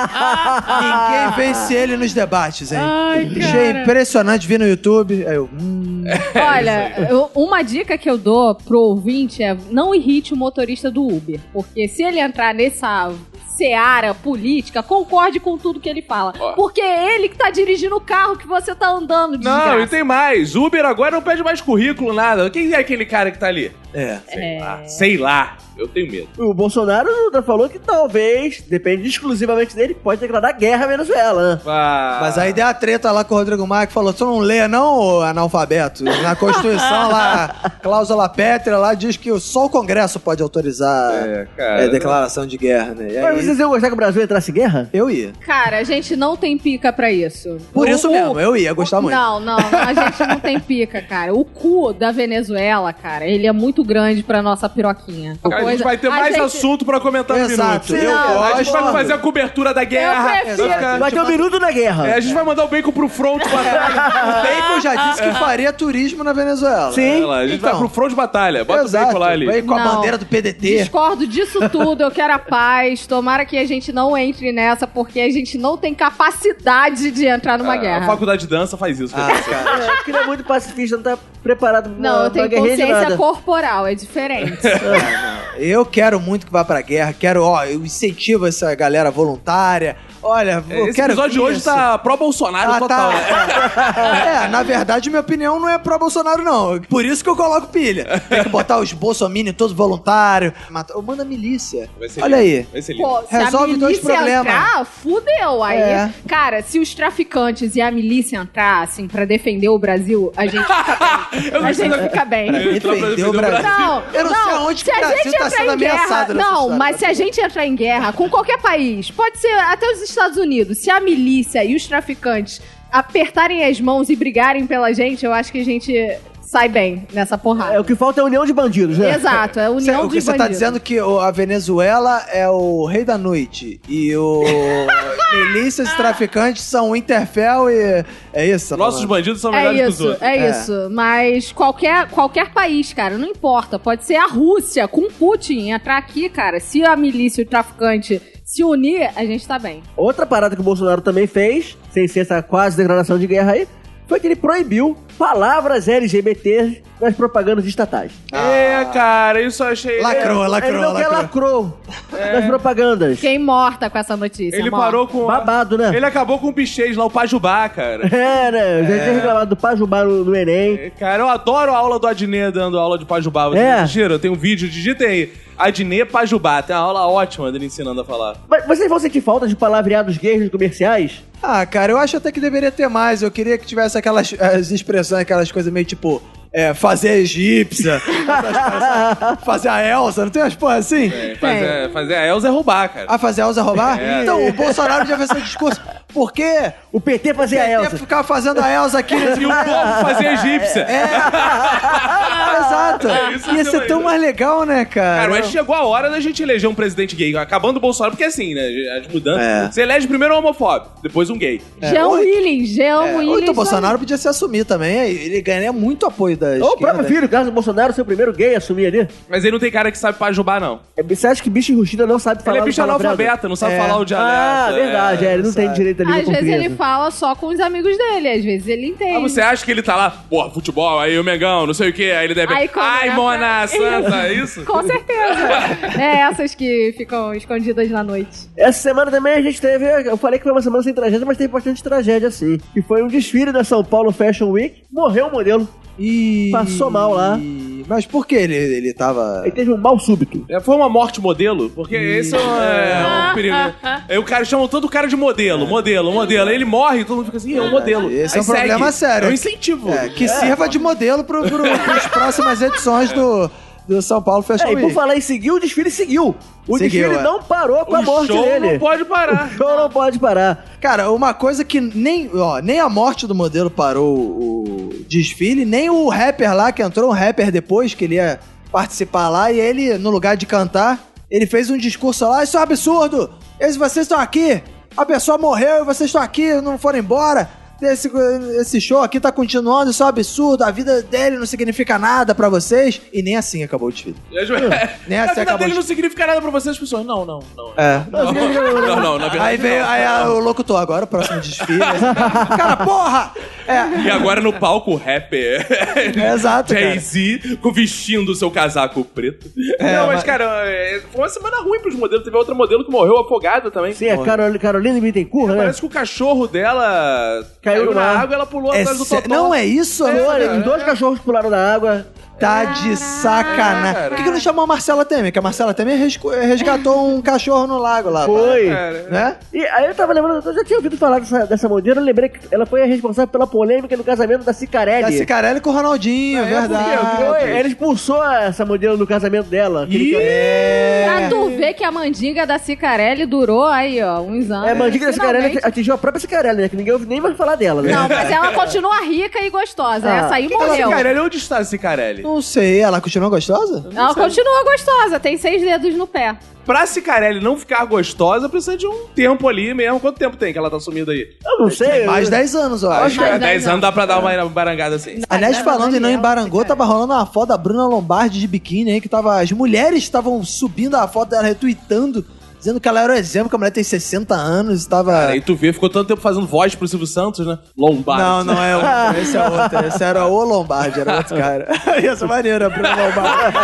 S4: Ninguém vence ele nos debates, hein?
S5: Ai,
S3: é
S4: Achei
S5: cara.
S4: impressionante, vi no YouTube. Aí eu, hum,
S5: Olha, eu- uma dica que eu dou pro ouvinte é não irrite o motorista do Uber. Porque se ele entrar nessa seara política, concorde com tudo que ele fala.
S3: Ó.
S5: Porque é ele que tá dirigindo o carro que você tá andando, desgraça.
S3: Não, e tem mais. Uber agora não pede mais currículo, nada. Quem é aquele cara que tá ali?
S4: é.
S5: É.
S3: Ah, sei lá. Eu tenho medo.
S2: O Bolsonaro já falou que talvez, depende exclusivamente dele, pode declarar guerra à Venezuela, né?
S3: Ah,
S4: Mas aí deu a treta lá com o Rodrigo Maia que falou: você não lê, não, ô analfabeto? Na Constituição lá, cláusula pétrea lá diz que só o Congresso pode autorizar
S3: É,
S4: é,
S3: cara.
S4: declaração de guerra, né? E aí,
S2: Mas vocês iam gostar que o Brasil entrasse em guerra?
S4: Eu ia.
S5: Cara, a gente não tem pica pra isso.
S4: Por
S5: O-
S4: isso
S5: o-
S4: mesmo, eu ia gostar muito.
S5: Não, não, não, a gente não tem pica, cara. O cu da Venezuela, cara, ele é muito muito grande pra nossa piroquinha.
S3: A gente vai ter
S5: A
S3: mais
S5: gente-
S3: assunto pra comentar no
S4: Exato.
S3: minuto.
S4: Eu
S5: Não,
S3: A gente vai
S4: gosto.
S3: fazer a cobertura da guerra.
S5: prefiro.
S3: Vai ficar-
S2: Vai ter um minuto na
S3: É,
S2: guerra.
S3: a gente vai mandar o bacon pro front de batalha.
S4: O Bacon já disse que faria turismo na Venezuela.
S2: Sim.
S3: Olha lá, a gente tá
S4: Então.
S3: pro front de batalha. Bota
S4: Exato.
S3: o bacon lá ali.
S4: Vai com a
S5: Não.
S4: bandeira do PDT.
S5: Discordo disso tudo, eu quero a paz. Tomara que a gente não entre nessa, porque a gente não tem capacidade de entrar numa
S3: Ah, A
S5: guerra.
S3: faculdade de dança faz isso.
S4: Ah,
S3: professor.
S4: cara.
S2: É, porque ele é muito pacifista, não tá preparado pra
S5: Não,
S2: uma,
S5: eu tenho
S2: uma guerrinha é de
S5: consciência
S2: nada.
S5: corporal, é diferente.
S4: Eu quero muito que vá pra guerra. Quero, ó, eu incentivo essa galera voluntária. Olha, eu
S3: Esse
S4: quero.
S3: episódio de hoje
S4: isso.
S3: tá pró-Bolsonaro
S4: Ah,
S3: total. né?
S4: tá. É. na verdade, minha opinião não é pro Bolsonaro, não. Por isso que eu coloco pilha. Tem que botar os bolsominions todos voluntários. Mata... Ou manda milícia.
S3: Vai ser
S4: Olha
S3: lindo.
S4: aí.
S3: Vai ser lindo.
S5: Pô, se
S4: Resolve
S5: a
S4: dois
S5: milícia
S4: problemas.
S5: entrar, fudeu. Aí,
S4: É.
S5: cara, se os traficantes e a milícia entrar, assim, pra defender o Brasil, a gente fica bem.
S3: Eu
S5: a
S3: gostei
S5: gente
S3: da-
S5: fica bem.
S3: Pra defender o
S4: Defender o
S3: Brasil.
S4: Brasil.
S5: Não,
S4: Eu não sei aonde
S5: se
S4: que o
S5: a
S4: Brasil
S5: gente
S4: tá
S5: entrar
S4: sendo
S5: em guerra,
S4: ameaçado nessa
S5: não,
S4: história.
S5: mas se a gente entrar em guerra com qualquer país, pode ser até os Estados Unidos, se a milícia e os traficantes apertarem as mãos e brigarem pela gente, eu acho que a gente sai bem nessa
S2: É,
S5: porrada.
S2: o que falta é a união de bandidos, né?
S5: Exato, é a
S4: Cê-
S5: união
S4: o que
S5: de
S4: você tá
S5: bandidos.
S4: dizendo que o- a Venezuela é o rei da noite e o milícias e traficantes são o Interfel e é isso.
S3: Nossos
S4: mano?
S3: bandidos são melhores
S5: É
S3: que os
S5: isso,
S3: outros.
S5: é,
S4: É.
S5: isso. Mas qualquer, qualquer país, cara, não importa. Pode ser a Rússia com Putin entrar aqui, cara. Se a milícia e o traficante se unir, a gente tá bem.
S2: Outra parada que o Bolsonaro também fez, sem ser essa quase declaração de guerra aí, foi que ele proibiu palavras LGBT nas propagandas estatais.
S3: É, cara, isso eu achei. né?
S4: Lacrou,
S2: ele
S4: lacrou,
S2: não quer
S4: lacrou.
S2: lacrou nas propagandas.
S5: Fiquei morta com essa notícia.
S3: Ele
S5: amor.
S3: parou com. a-
S2: Babado, né?
S3: Ele acabou com o bichês lá, o Pajubá, cara.
S2: É, né? Eu já tinha reclamado do Pajubá no, no Enem.
S3: É, Cara, eu adoro a aula do Adnê dando aula de Pajubá. Vocês
S2: É.
S3: assistiram? Eu tenho um vídeo, digitem aí. Adnê Pajubá. Tem uma aula ótima dele ensinando a falar.
S2: Mas vocês vão sentir falta de palavreados gays nos comerciais?
S4: Ah, cara, eu acho até que deveria ter mais. Eu queria que tivesse aquelas as expressões, aquelas coisas meio tipo é, fazer a egípcia, fazer a Elsa, não tem umas porra assim?
S3: É, fazer, fazer a Elza é roubar, cara.
S4: Ah, fazer a Elsa roubar?
S3: É.
S4: Então, o Bolsonaro já fez esse discurso. Por quê?
S2: o é PT fazia a
S4: Quer
S2: Elsa.
S4: ficar fazendo a É. Elsa aqui nesse
S3: E o povo fazer a egípcia.
S4: Exato.
S3: É, isso
S4: Ia
S3: é
S4: ser tão
S3: maneiro.
S4: mais legal, né, cara?
S3: Cara, mas chegou a hora da gente eleger um presidente gay. Acabando o Bolsonaro, porque assim, né? As mudanças.
S4: É.
S3: Você elege primeiro um homofóbico, depois um gay.
S2: É,
S5: Jean
S4: Ou-
S5: Willis, Jean
S4: É,
S5: Willis.
S4: ou então o Bolsonaro podia se assumir também. aí Ele ganharia muito apoio da
S2: Ou
S4: esquerda.
S2: o próprio filho, Carlos Bolsonaro, seu primeiro gay a assumir ali.
S3: Mas ele não tem cara que sabe pajubar, não.
S2: É, Você acha que bicho enrustido não sabe falar
S3: ele é bicho
S2: palavreado?
S3: analfabeta, não sabe
S4: É.
S3: falar o dialeto.
S2: Ah,
S3: é.
S2: verdade, é, ele não tem
S4: sabe.
S2: direito a língua
S5: Às vezes
S2: comprida.
S5: ele fala só com os amigos dele, às vezes ele entende.
S3: Ah, você acha que ele tá lá, porra, futebol, aí o Mengão, não sei o que, aí ele deve.
S5: Aí começa-
S3: Ai, Mona Santa, é isso?
S5: Com certeza. é essas que ficam escondidas na noite.
S2: Essa semana também a gente teve, eu falei que foi uma semana sem tragédia, mas teve bastante tragédia sim. Que foi um desfile da São Paulo Fashion Week, morreu um modelo.
S4: Ih,
S2: Passou mal lá.
S4: Mas por que ele, ele tava...
S2: Ele teve um mal súbito.
S3: É, Foi uma morte modelo? Porque esse é um, é, um perigo. né? Aí o cara chama todo o cara de modelo, modelo, modelo. Aí ele morre e todo mundo fica assim, é um modelo.
S4: Esse é
S3: Aí
S4: um problema sério.
S3: É um incentivo.
S4: É, que sirva de modelo pro, pro, pros próximas edições do, do São Paulo Fashion
S2: É, e por
S4: Week.
S2: falar em seguir, o desfile seguiu. O
S4: Seguiu,
S2: desfile
S4: é.
S2: não parou com a
S3: o
S2: morte
S3: show
S2: dele.
S3: não pode parar.
S2: O show não pode parar.
S4: Cara, uma coisa que nem, ó, nem a morte do modelo parou o desfile, nem o rapper lá, que entrou um rapper depois, que ele ia participar lá, e ele, no lugar de cantar, ele fez um discurso lá, isso é um absurdo! Eles, vocês estão aqui, a pessoa morreu e vocês estão aqui, não foram embora. Esse, esse show aqui tá continuando, isso é um absurdo, a vida dele não significa nada pra vocês. E nem assim acabou o desfile.
S3: E aí, É, a
S4: essa
S3: vida
S4: acabou
S3: dele
S4: de-
S3: não significa nada pra vocês, pessoas. Não, não, não.
S4: É.
S3: Não, não, não, na verdade.
S4: Aí veio
S3: não.
S4: aí, a- o locutor, agora o próximo desfile. cara, porra! É,
S3: E agora no palco, o rapper
S4: é exato, cara.
S3: Jay-Z com- vestindo o seu casaco preto. não, mas,
S4: mas-
S3: cara, é, foi uma semana ruim pros modelos. Teve outra modelo que morreu afogada também.
S4: é
S2: Sim, a Carol, Carolina
S4: um
S2: Bittencourt, né?
S3: Parece que o cachorro dela
S2: Caiu
S3: caiu,
S2: no
S3: na
S2: ar.
S3: água e ela pulou
S4: É
S3: atrás do
S4: sé-
S3: totó.
S4: não é isso?
S2: Olha,
S4: Olha,
S2: os dois cachorros pularam da água.
S4: tá de sacanagem. Por que, que não chamou a Marcela Temer? Que a Marcela Temer rescu- resgatou um cachorro no lago lá.
S2: Foi.
S3: Cara,
S4: Né?
S2: E aí eu tava lembrando, eu já tinha ouvido falar dessa, dessa modelo, eu lembrei que ela foi a responsável pela polêmica no casamento da Cicarelli.
S4: Da Cicarelli Tá com o Ronaldinho, é,
S2: Foi,
S4: verdade.
S2: Ela expulsou essa modelo do casamento dela. aquele cara-
S4: É,
S2: É.
S5: Pra tu ver que a mandinga da Cicarelli durou aí, ó, uns anos.
S2: É, a mandiga da Cicarelli
S5: Finalmente.
S2: atingiu a própria Cicarelli, né? Que ninguém ouve nem mais falar dela, né?
S5: Não, mas ela continua rica e gostosa.
S2: Ah.
S5: Essa aí
S3: Ela
S5: morreu.
S4: é,
S3: Cicarelli, onde está a Cicarelli?
S4: Não sei, ela continua gostosa?
S5: Ela continua gostosa, tem seis dedos no pé.
S3: Pra Cicarelli não ficar gostosa, precisa de um tempo ali mesmo. Quanto tempo tem que ela tá sumida aí?
S2: Eu não sei.
S4: Mais
S2: eu-
S4: 10 anos, eu acho.
S5: que Mais
S3: é,
S5: dez
S3: 10 anos
S5: anos.
S3: dá pra dar uma barangada assim.
S4: Aliás,
S5: Não,
S4: falando em não
S5: Daniel,
S4: embarangou,
S5: cara.
S4: tava rolando uma foto da Bruna Lombardi de biquíni aí, que tava. As mulheres estavam subindo a foto dela, retweetando, dizendo que ela era um exemplo, que a mulher tem 60 anos, tava.
S3: Cara, aí tu vê, ficou tanto tempo fazendo voz pro Silvio Santos, né? Lombardi.
S4: não, não é outro. Esse é outro. Esse era o Lombardi, era outro cara. Essa maneira, a Bruna Lombardi.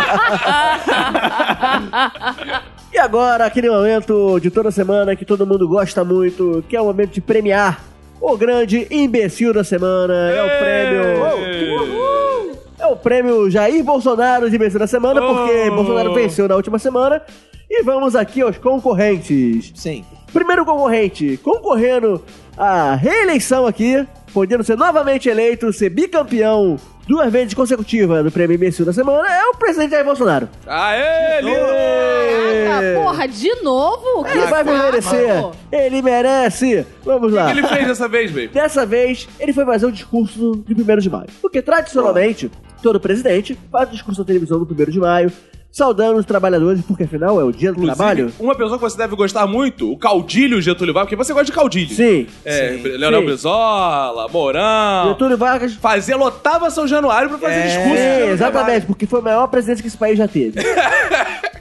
S2: E agora, aquele momento de toda semana que todo mundo gosta muito, que é o momento de premiar o grande imbecil da semana. É o prêmio. É o prêmio Jair Bolsonaro de imbecil da semana,
S3: Oh.
S2: porque Bolsonaro venceu na última semana. E vamos aqui aos concorrentes.
S4: Sim.
S2: Primeiro concorrente, concorrendo à reeleição aqui, podendo ser novamente eleito, ser bicampeão duas vezes consecutiva do prêmio imbecil da semana, é o presidente Jair Bolsonaro.
S3: Aê,
S2: É.
S5: Caraca, porra, de novo? Que
S2: Ele vai
S5: saco.
S2: merecer. Ele merece. Vamos
S3: O
S2: lá.
S3: que ele fez dessa vez, baby?
S2: Dessa vez, ele foi fazer o discurso de 1 de maio. Porque, tradicionalmente, todo presidente faz o discurso na televisão do 1 de maio, saudando os trabalhadores, porque afinal é o dia do
S3: Inclusive,
S2: trabalho.
S3: uma pessoa que você deve gostar muito, o caudilho Getúlio Vargas, porque você gosta de caudilho.
S2: Sim.
S3: É,
S4: Sim.
S3: Leonel
S2: Sim.
S3: Brizola, Mourão.
S2: Getúlio Vargas.
S3: Fazer, lotava São Januário pra fazer
S4: É,
S3: discurso.
S2: Sim,
S3: Getúlio Vargas.
S2: exatamente, porque foi o maior presidente que esse país já teve.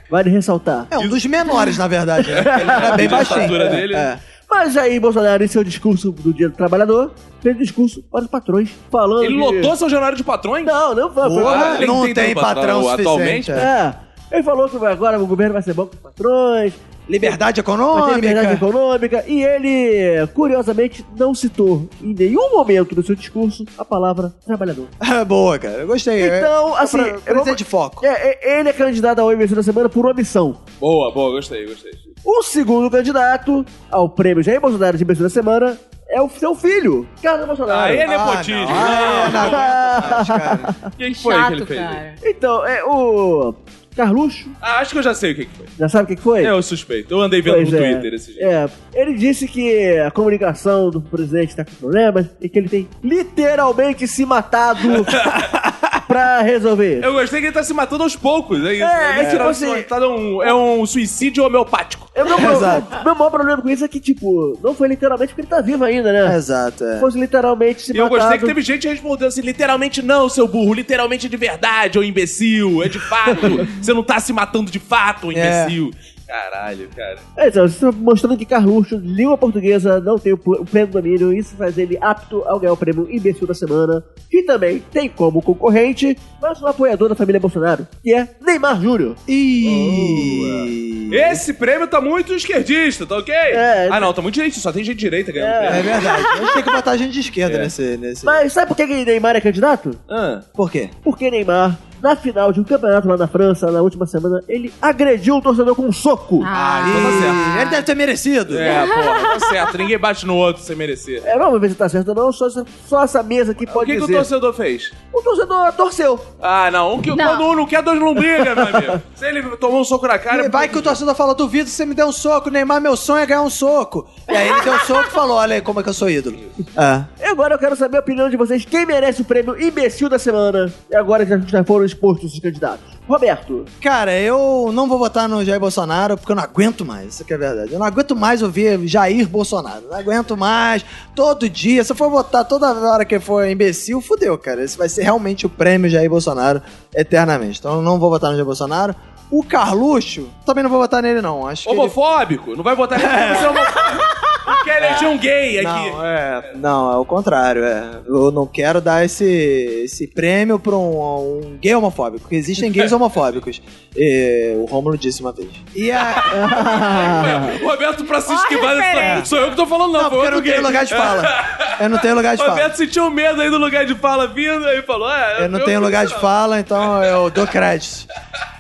S2: vale ressaltar.
S4: É um dos menores, na verdade. Né? Ele era bem
S3: A
S4: baixinho.
S3: estatura dele.
S4: É.
S2: Mas aí, Bolsonaro, em seu discurso do Dia do Trabalhador, fez discurso para os patrões, falando.
S3: Ele
S2: de-
S3: lotou São Januário de patrões?
S2: Não, não foi. foi-
S4: Porra,
S3: nem
S4: não
S3: tem
S4: tem,
S3: tanto
S4: patrão
S3: patrão
S4: suficiente.
S3: atualmente.
S4: é.
S2: É. Ele falou que agora o governo vai ser bom com os patrões,
S4: Liberdade
S2: vai ter
S4: econômica.
S2: liberdade econômica, e ele, curiosamente, não citou em nenhum momento do seu discurso a palavra trabalhador.
S4: Boa, cara. Eu gostei. É,
S2: Então, assim,
S4: Pra,
S2: eu vou-
S4: presidente de foco.
S2: É, é, ele é candidato ao imbecil da semana por omissão.
S3: Boa, boa, gostei, gostei.
S2: O segundo candidato ao prêmio Jair Bolsonaro de imbecil da semana é o seu filho, Carlos Bolsonaro.
S3: Aí é
S4: Ah,
S3: nepotismo.
S4: não. Ah, não aguento mais, cara.
S3: O que, que foi que ele
S5: Chato,
S3: fez?
S5: cara.
S2: Então, é o Carluxo,
S3: Ah, acho que eu já sei o que, que foi.
S2: já sabe o que que foi?
S3: É, eu suspeito. Eu andei vendo
S2: Pois
S3: no
S2: é.
S3: Twitter esse jeito.
S2: É, ele disse que a comunicação do presidente está com problemas e que ele tem literalmente se matado pra resolver.
S3: Eu gostei que ele tá se matando aos poucos, é isso.
S2: É,
S3: Ele
S2: é
S3: tirou-
S2: tipo assim-
S3: tá dando um- é um suicídio homeopático.
S2: Eu, meu, meu,
S4: Exato.
S2: meu maior problema com isso é que, tipo, não foi literalmente porque ele tá vivo ainda, né?
S4: Exato, é.
S2: Se fosse literalmente se
S3: E eu
S2: matado...
S3: gostei que teve gente respondendo assim, literalmente não, seu burro, literalmente de verdade, ô imbecil, é de fato. Você não tá se matando de fato, ô imbecil. Caralho, cara.
S2: É, então, isso mostrando que Carluxo, língua portuguesa, não tem o pl- o pleno domínio, isso faz ele apto a ganhar o prêmio Imbecil da Semana, que também tem como concorrente, mas um apoiador da família Bolsonaro, que é Neymar Júnior.
S4: Ih.
S3: Esse prêmio tá muito esquerdista, tá ok?
S2: É,
S3: ah, não, tá muito direito, só tem gente direita ganhando
S2: É.
S4: É
S3: prêmio.
S4: verdade. A gente tem que botar gente de esquerda
S3: É.
S4: nesse, nesse.
S2: Mas sabe por que que Neymar é candidato?
S3: Ah,
S4: Por quê?
S2: Porque Neymar, na final de um campeonato lá na França, na última semana, ele agrediu o torcedor com um soco.
S5: Ah,
S3: então tá
S4: Ih,
S3: certo.
S4: Ele deve ter merecido.
S3: é, porra, tá certo. Ninguém bate no outro sem merecer.
S2: É, vamos ver se tá certo ou não, só, essa- só essa mesa aqui
S3: O
S2: pode
S3: que, que o
S2: dizer.
S3: torcedor fez?
S2: o torcedor torceu.
S3: Ah, não. Um que,
S5: Não.
S3: Quando um não quer, dois não briga, meu amigo. Se ele tomou um soco na cara...
S4: E Vai que o torcedor fala, duvido se você me der um soco, Neymar, meu sonho é ganhar um soco. E aí ele deu um soco e falou, olha aí como é que eu sou ídolo. Ah.
S2: E agora eu quero saber a opinião de vocês. Quem merece o prêmio imbecil da semana? E agora que já- já foram expostos os candidatos. Roberto.
S4: Cara, eu não vou votar no Jair Bolsonaro porque eu não aguento mais, isso que é verdade. Eu não aguento mais ouvir Jair Bolsonaro, não aguento mais. Todo dia, se eu for votar toda hora que for imbecil, fudeu, cara. Esse vai ser realmente o prêmio Jair Bolsonaro eternamente. Então eu não vou votar no Jair Bolsonaro. O Carluxo, também não vou votar nele não, acho que... ele-
S3: Homofóbico? Não vai botar nem porque você é homofóbico. Porque ele é um gay aqui.
S4: Não, é, não, é o contrário. É. Eu não quero dar esse, esse prêmio pra um, um gay homofóbico, porque existem gays homofóbicos. É, o Rômulo disse uma vez. E a,
S3: O Roberto, pra se esquivar dessa.
S5: referência.
S3: Sou eu que tô falando, não.
S4: não,
S3: foi
S4: porque eu
S3: outro
S4: não tenho
S3: gay.
S4: lugar de fala. Eu não tenho lugar de
S3: O
S4: fala.
S3: Roberto sentiu um medo aí do lugar de fala vindo e falou: ah,
S4: Eu não tenho lugar de fala, então eu dou crédito.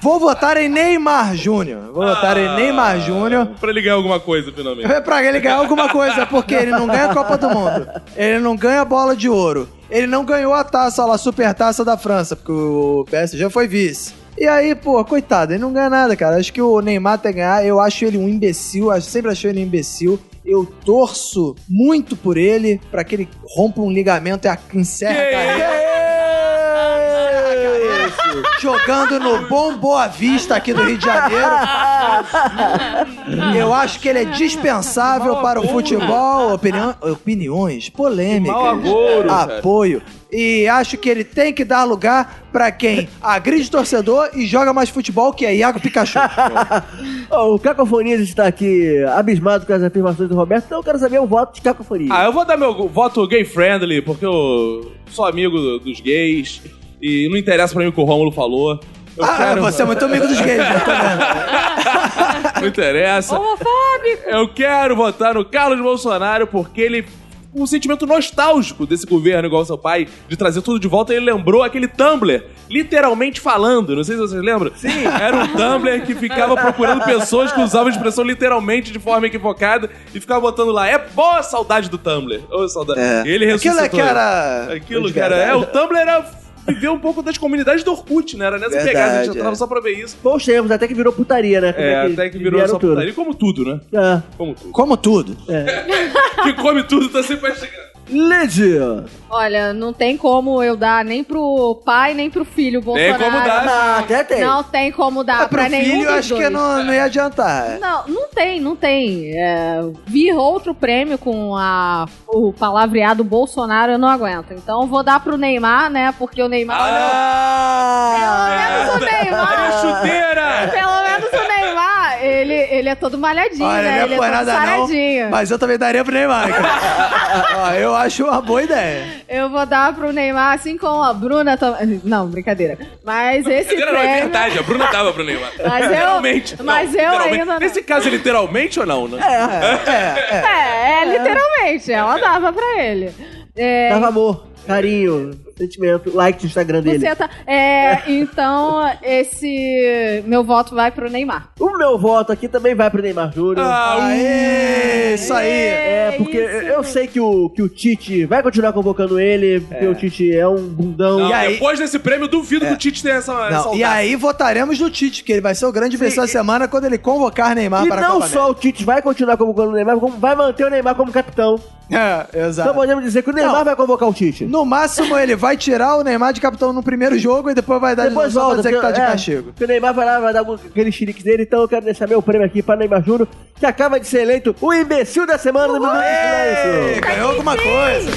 S4: Vou votar em Neymar Júnior. Vou votar em Neymar Júnior.
S3: Pra ele ganhar alguma coisa, finalmente.
S4: É pra ele ganhar alguma coisa, porque ele não ganha a Copa do Mundo. Ele não ganha a bola de ouro. Ele não ganhou a taça lá, a super taça da França, porque o PSG foi vice. E aí, pô, coitado, ele não ganha nada, cara. Acho que o Neymar tem que ganhar. Eu acho ele um imbecil, eu sempre achei ele um imbecil. Eu torço muito por ele, pra que ele rompa um ligamento e a- encerre a
S3: Que
S4: carreira.
S3: isso?
S4: jogando no Bom Boa Vista aqui do Rio de Janeiro. Eu acho que ele é dispensável para o futebol, opinião- opiniões, polêmicas,
S3: Que mau agouro, cara.
S4: apoio. E acho que ele tem que dar lugar para quem agride torcedor e joga mais futebol, que é Iago Pikachu.
S2: Ó, Oh, o Cacofonias está aqui abismado com as afirmações do Roberto, então eu quero saber o voto de Cacofonias.
S3: Ah, eu vou dar meu voto gay friendly, porque eu sou amigo dos gays e não interessa pra mim o que o Rômulo falou. Eu
S4: Ah,
S3: quero...
S4: você é muito amigo dos gays, né? Tá vendo?
S3: Não interessa.
S5: Homofóbico!
S3: Eu quero votar no Carlos Bolsonaro porque ele. Um sentimento nostálgico desse governo, igual seu pai, de trazer tudo de volta, ele lembrou aquele Tumblr, literalmente falando. Não sei se vocês lembram. Sim. Era um Tumblr que ficava procurando pessoas que usavam a expressão literalmente de forma equivocada e ficava botando lá. É boa a saudade do Tumblr. Ô, saudade.
S4: É.
S3: Ele ressuscitou.
S4: Aquilo é que era.
S3: Aquilo
S4: de
S3: que era. É,
S4: verdade.
S3: o Tumblr era viver um pouco das comunidades do Orkut, né? Era nessa
S4: Verdade,
S3: pegada. A gente entrava
S4: é.
S3: só pra ver isso.
S2: Bons tempos, até que virou putaria, né? Como
S3: É,
S2: eles
S3: até que virou
S2: vieram
S3: essa
S2: tudo.
S3: putaria. Como tudo, né?
S2: É.
S3: Como tudo.
S4: Como tudo.
S3: que come tudo tá sempre mastigando.
S2: Lady!
S5: Olha, não tem como eu dar nem pro pai, nem pro filho
S3: Tem
S5: Bolsonaro.
S3: como dar.
S2: Ah, até tem.
S5: Não tem como dar
S4: Ah, pro
S5: pra nenhum
S4: filho,
S5: dos
S4: acho que
S5: dois.
S4: não, não ia adiantar.
S5: Não, não tem, não tem. É, vir outro prêmio com a, o palavreado Bolsonaro, eu não aguento. Então vou dar pro Neymar, né? Porque o Neymar.
S4: Ah,
S5: Pelo menos o
S3: Olha a
S5: Neymar.
S3: Ah, chuteira!
S5: Pelo menos o Neymar, ele, ele é todo malhadinho,
S4: Olha,
S5: né?
S4: não
S5: Ele
S4: é
S5: é
S4: por
S5: todo
S4: nada não,
S5: saradinho.
S4: mas eu também daria pro Neymar. cara. Ó, eu acho uma boa ideia.
S5: Eu vou dar pro Neymar, assim como a Bruna também. Não, brincadeira. Mas esse
S3: Não, não, é
S5: prêmio.
S3: verdade, a Bruna tava pro Neymar.
S5: Mas eu-
S3: literalmente. Não,
S5: mas eu
S3: literalmente.
S5: ainda não.
S3: Nesse caso, é literalmente ou não, né?
S4: É, é, é.
S5: É, é, literalmente, ela dava pra ele. É,
S2: Dava amor, carinho, sentimento, like no Instagram dele.
S5: você tá- é, então, esse. Meu voto vai pro Neymar.
S2: O meu voto aqui também vai pro Neymar Júnior.
S3: Ah,
S4: Aê, isso aí.
S2: É, porque
S5: isso.
S2: eu sei que o, que o Tite vai continuar convocando ele, porque o Tite é um bundão.
S3: Não,
S4: E aí- É.
S3: Depois desse prêmio, eu duvido que o Tite tenha essa. essa
S4: Não, e
S3: audácia.
S4: aí votaremos no Tite, que ele vai ser o grande vencedor da semana quando ele convocar Neymar
S2: E
S4: para a
S2: não
S4: Copa
S2: só o Tite vai continuar convocando o Neymar, como vai manter o Neymar como capitão.
S4: América. É, exato.
S2: Então podemos dizer que o Neymar
S4: Não.
S2: vai convocar o Tite.
S4: No máximo, ele vai tirar o Neymar de capitão no primeiro jogo e depois vai dar
S2: Depois
S4: de novo
S2: volta,
S4: só pra dizer que tá de
S2: porque- é,
S4: castigo.
S2: porque o Neymar vai lá, vai dar algum- aquele chilique dele, então eu quero deixar meu prêmio aqui para Neymar Júnior, que acaba de ser eleito o imbecil da semana do Minuto de
S4: Ei,
S2: Silêncio.
S4: ganhou alguma coisa.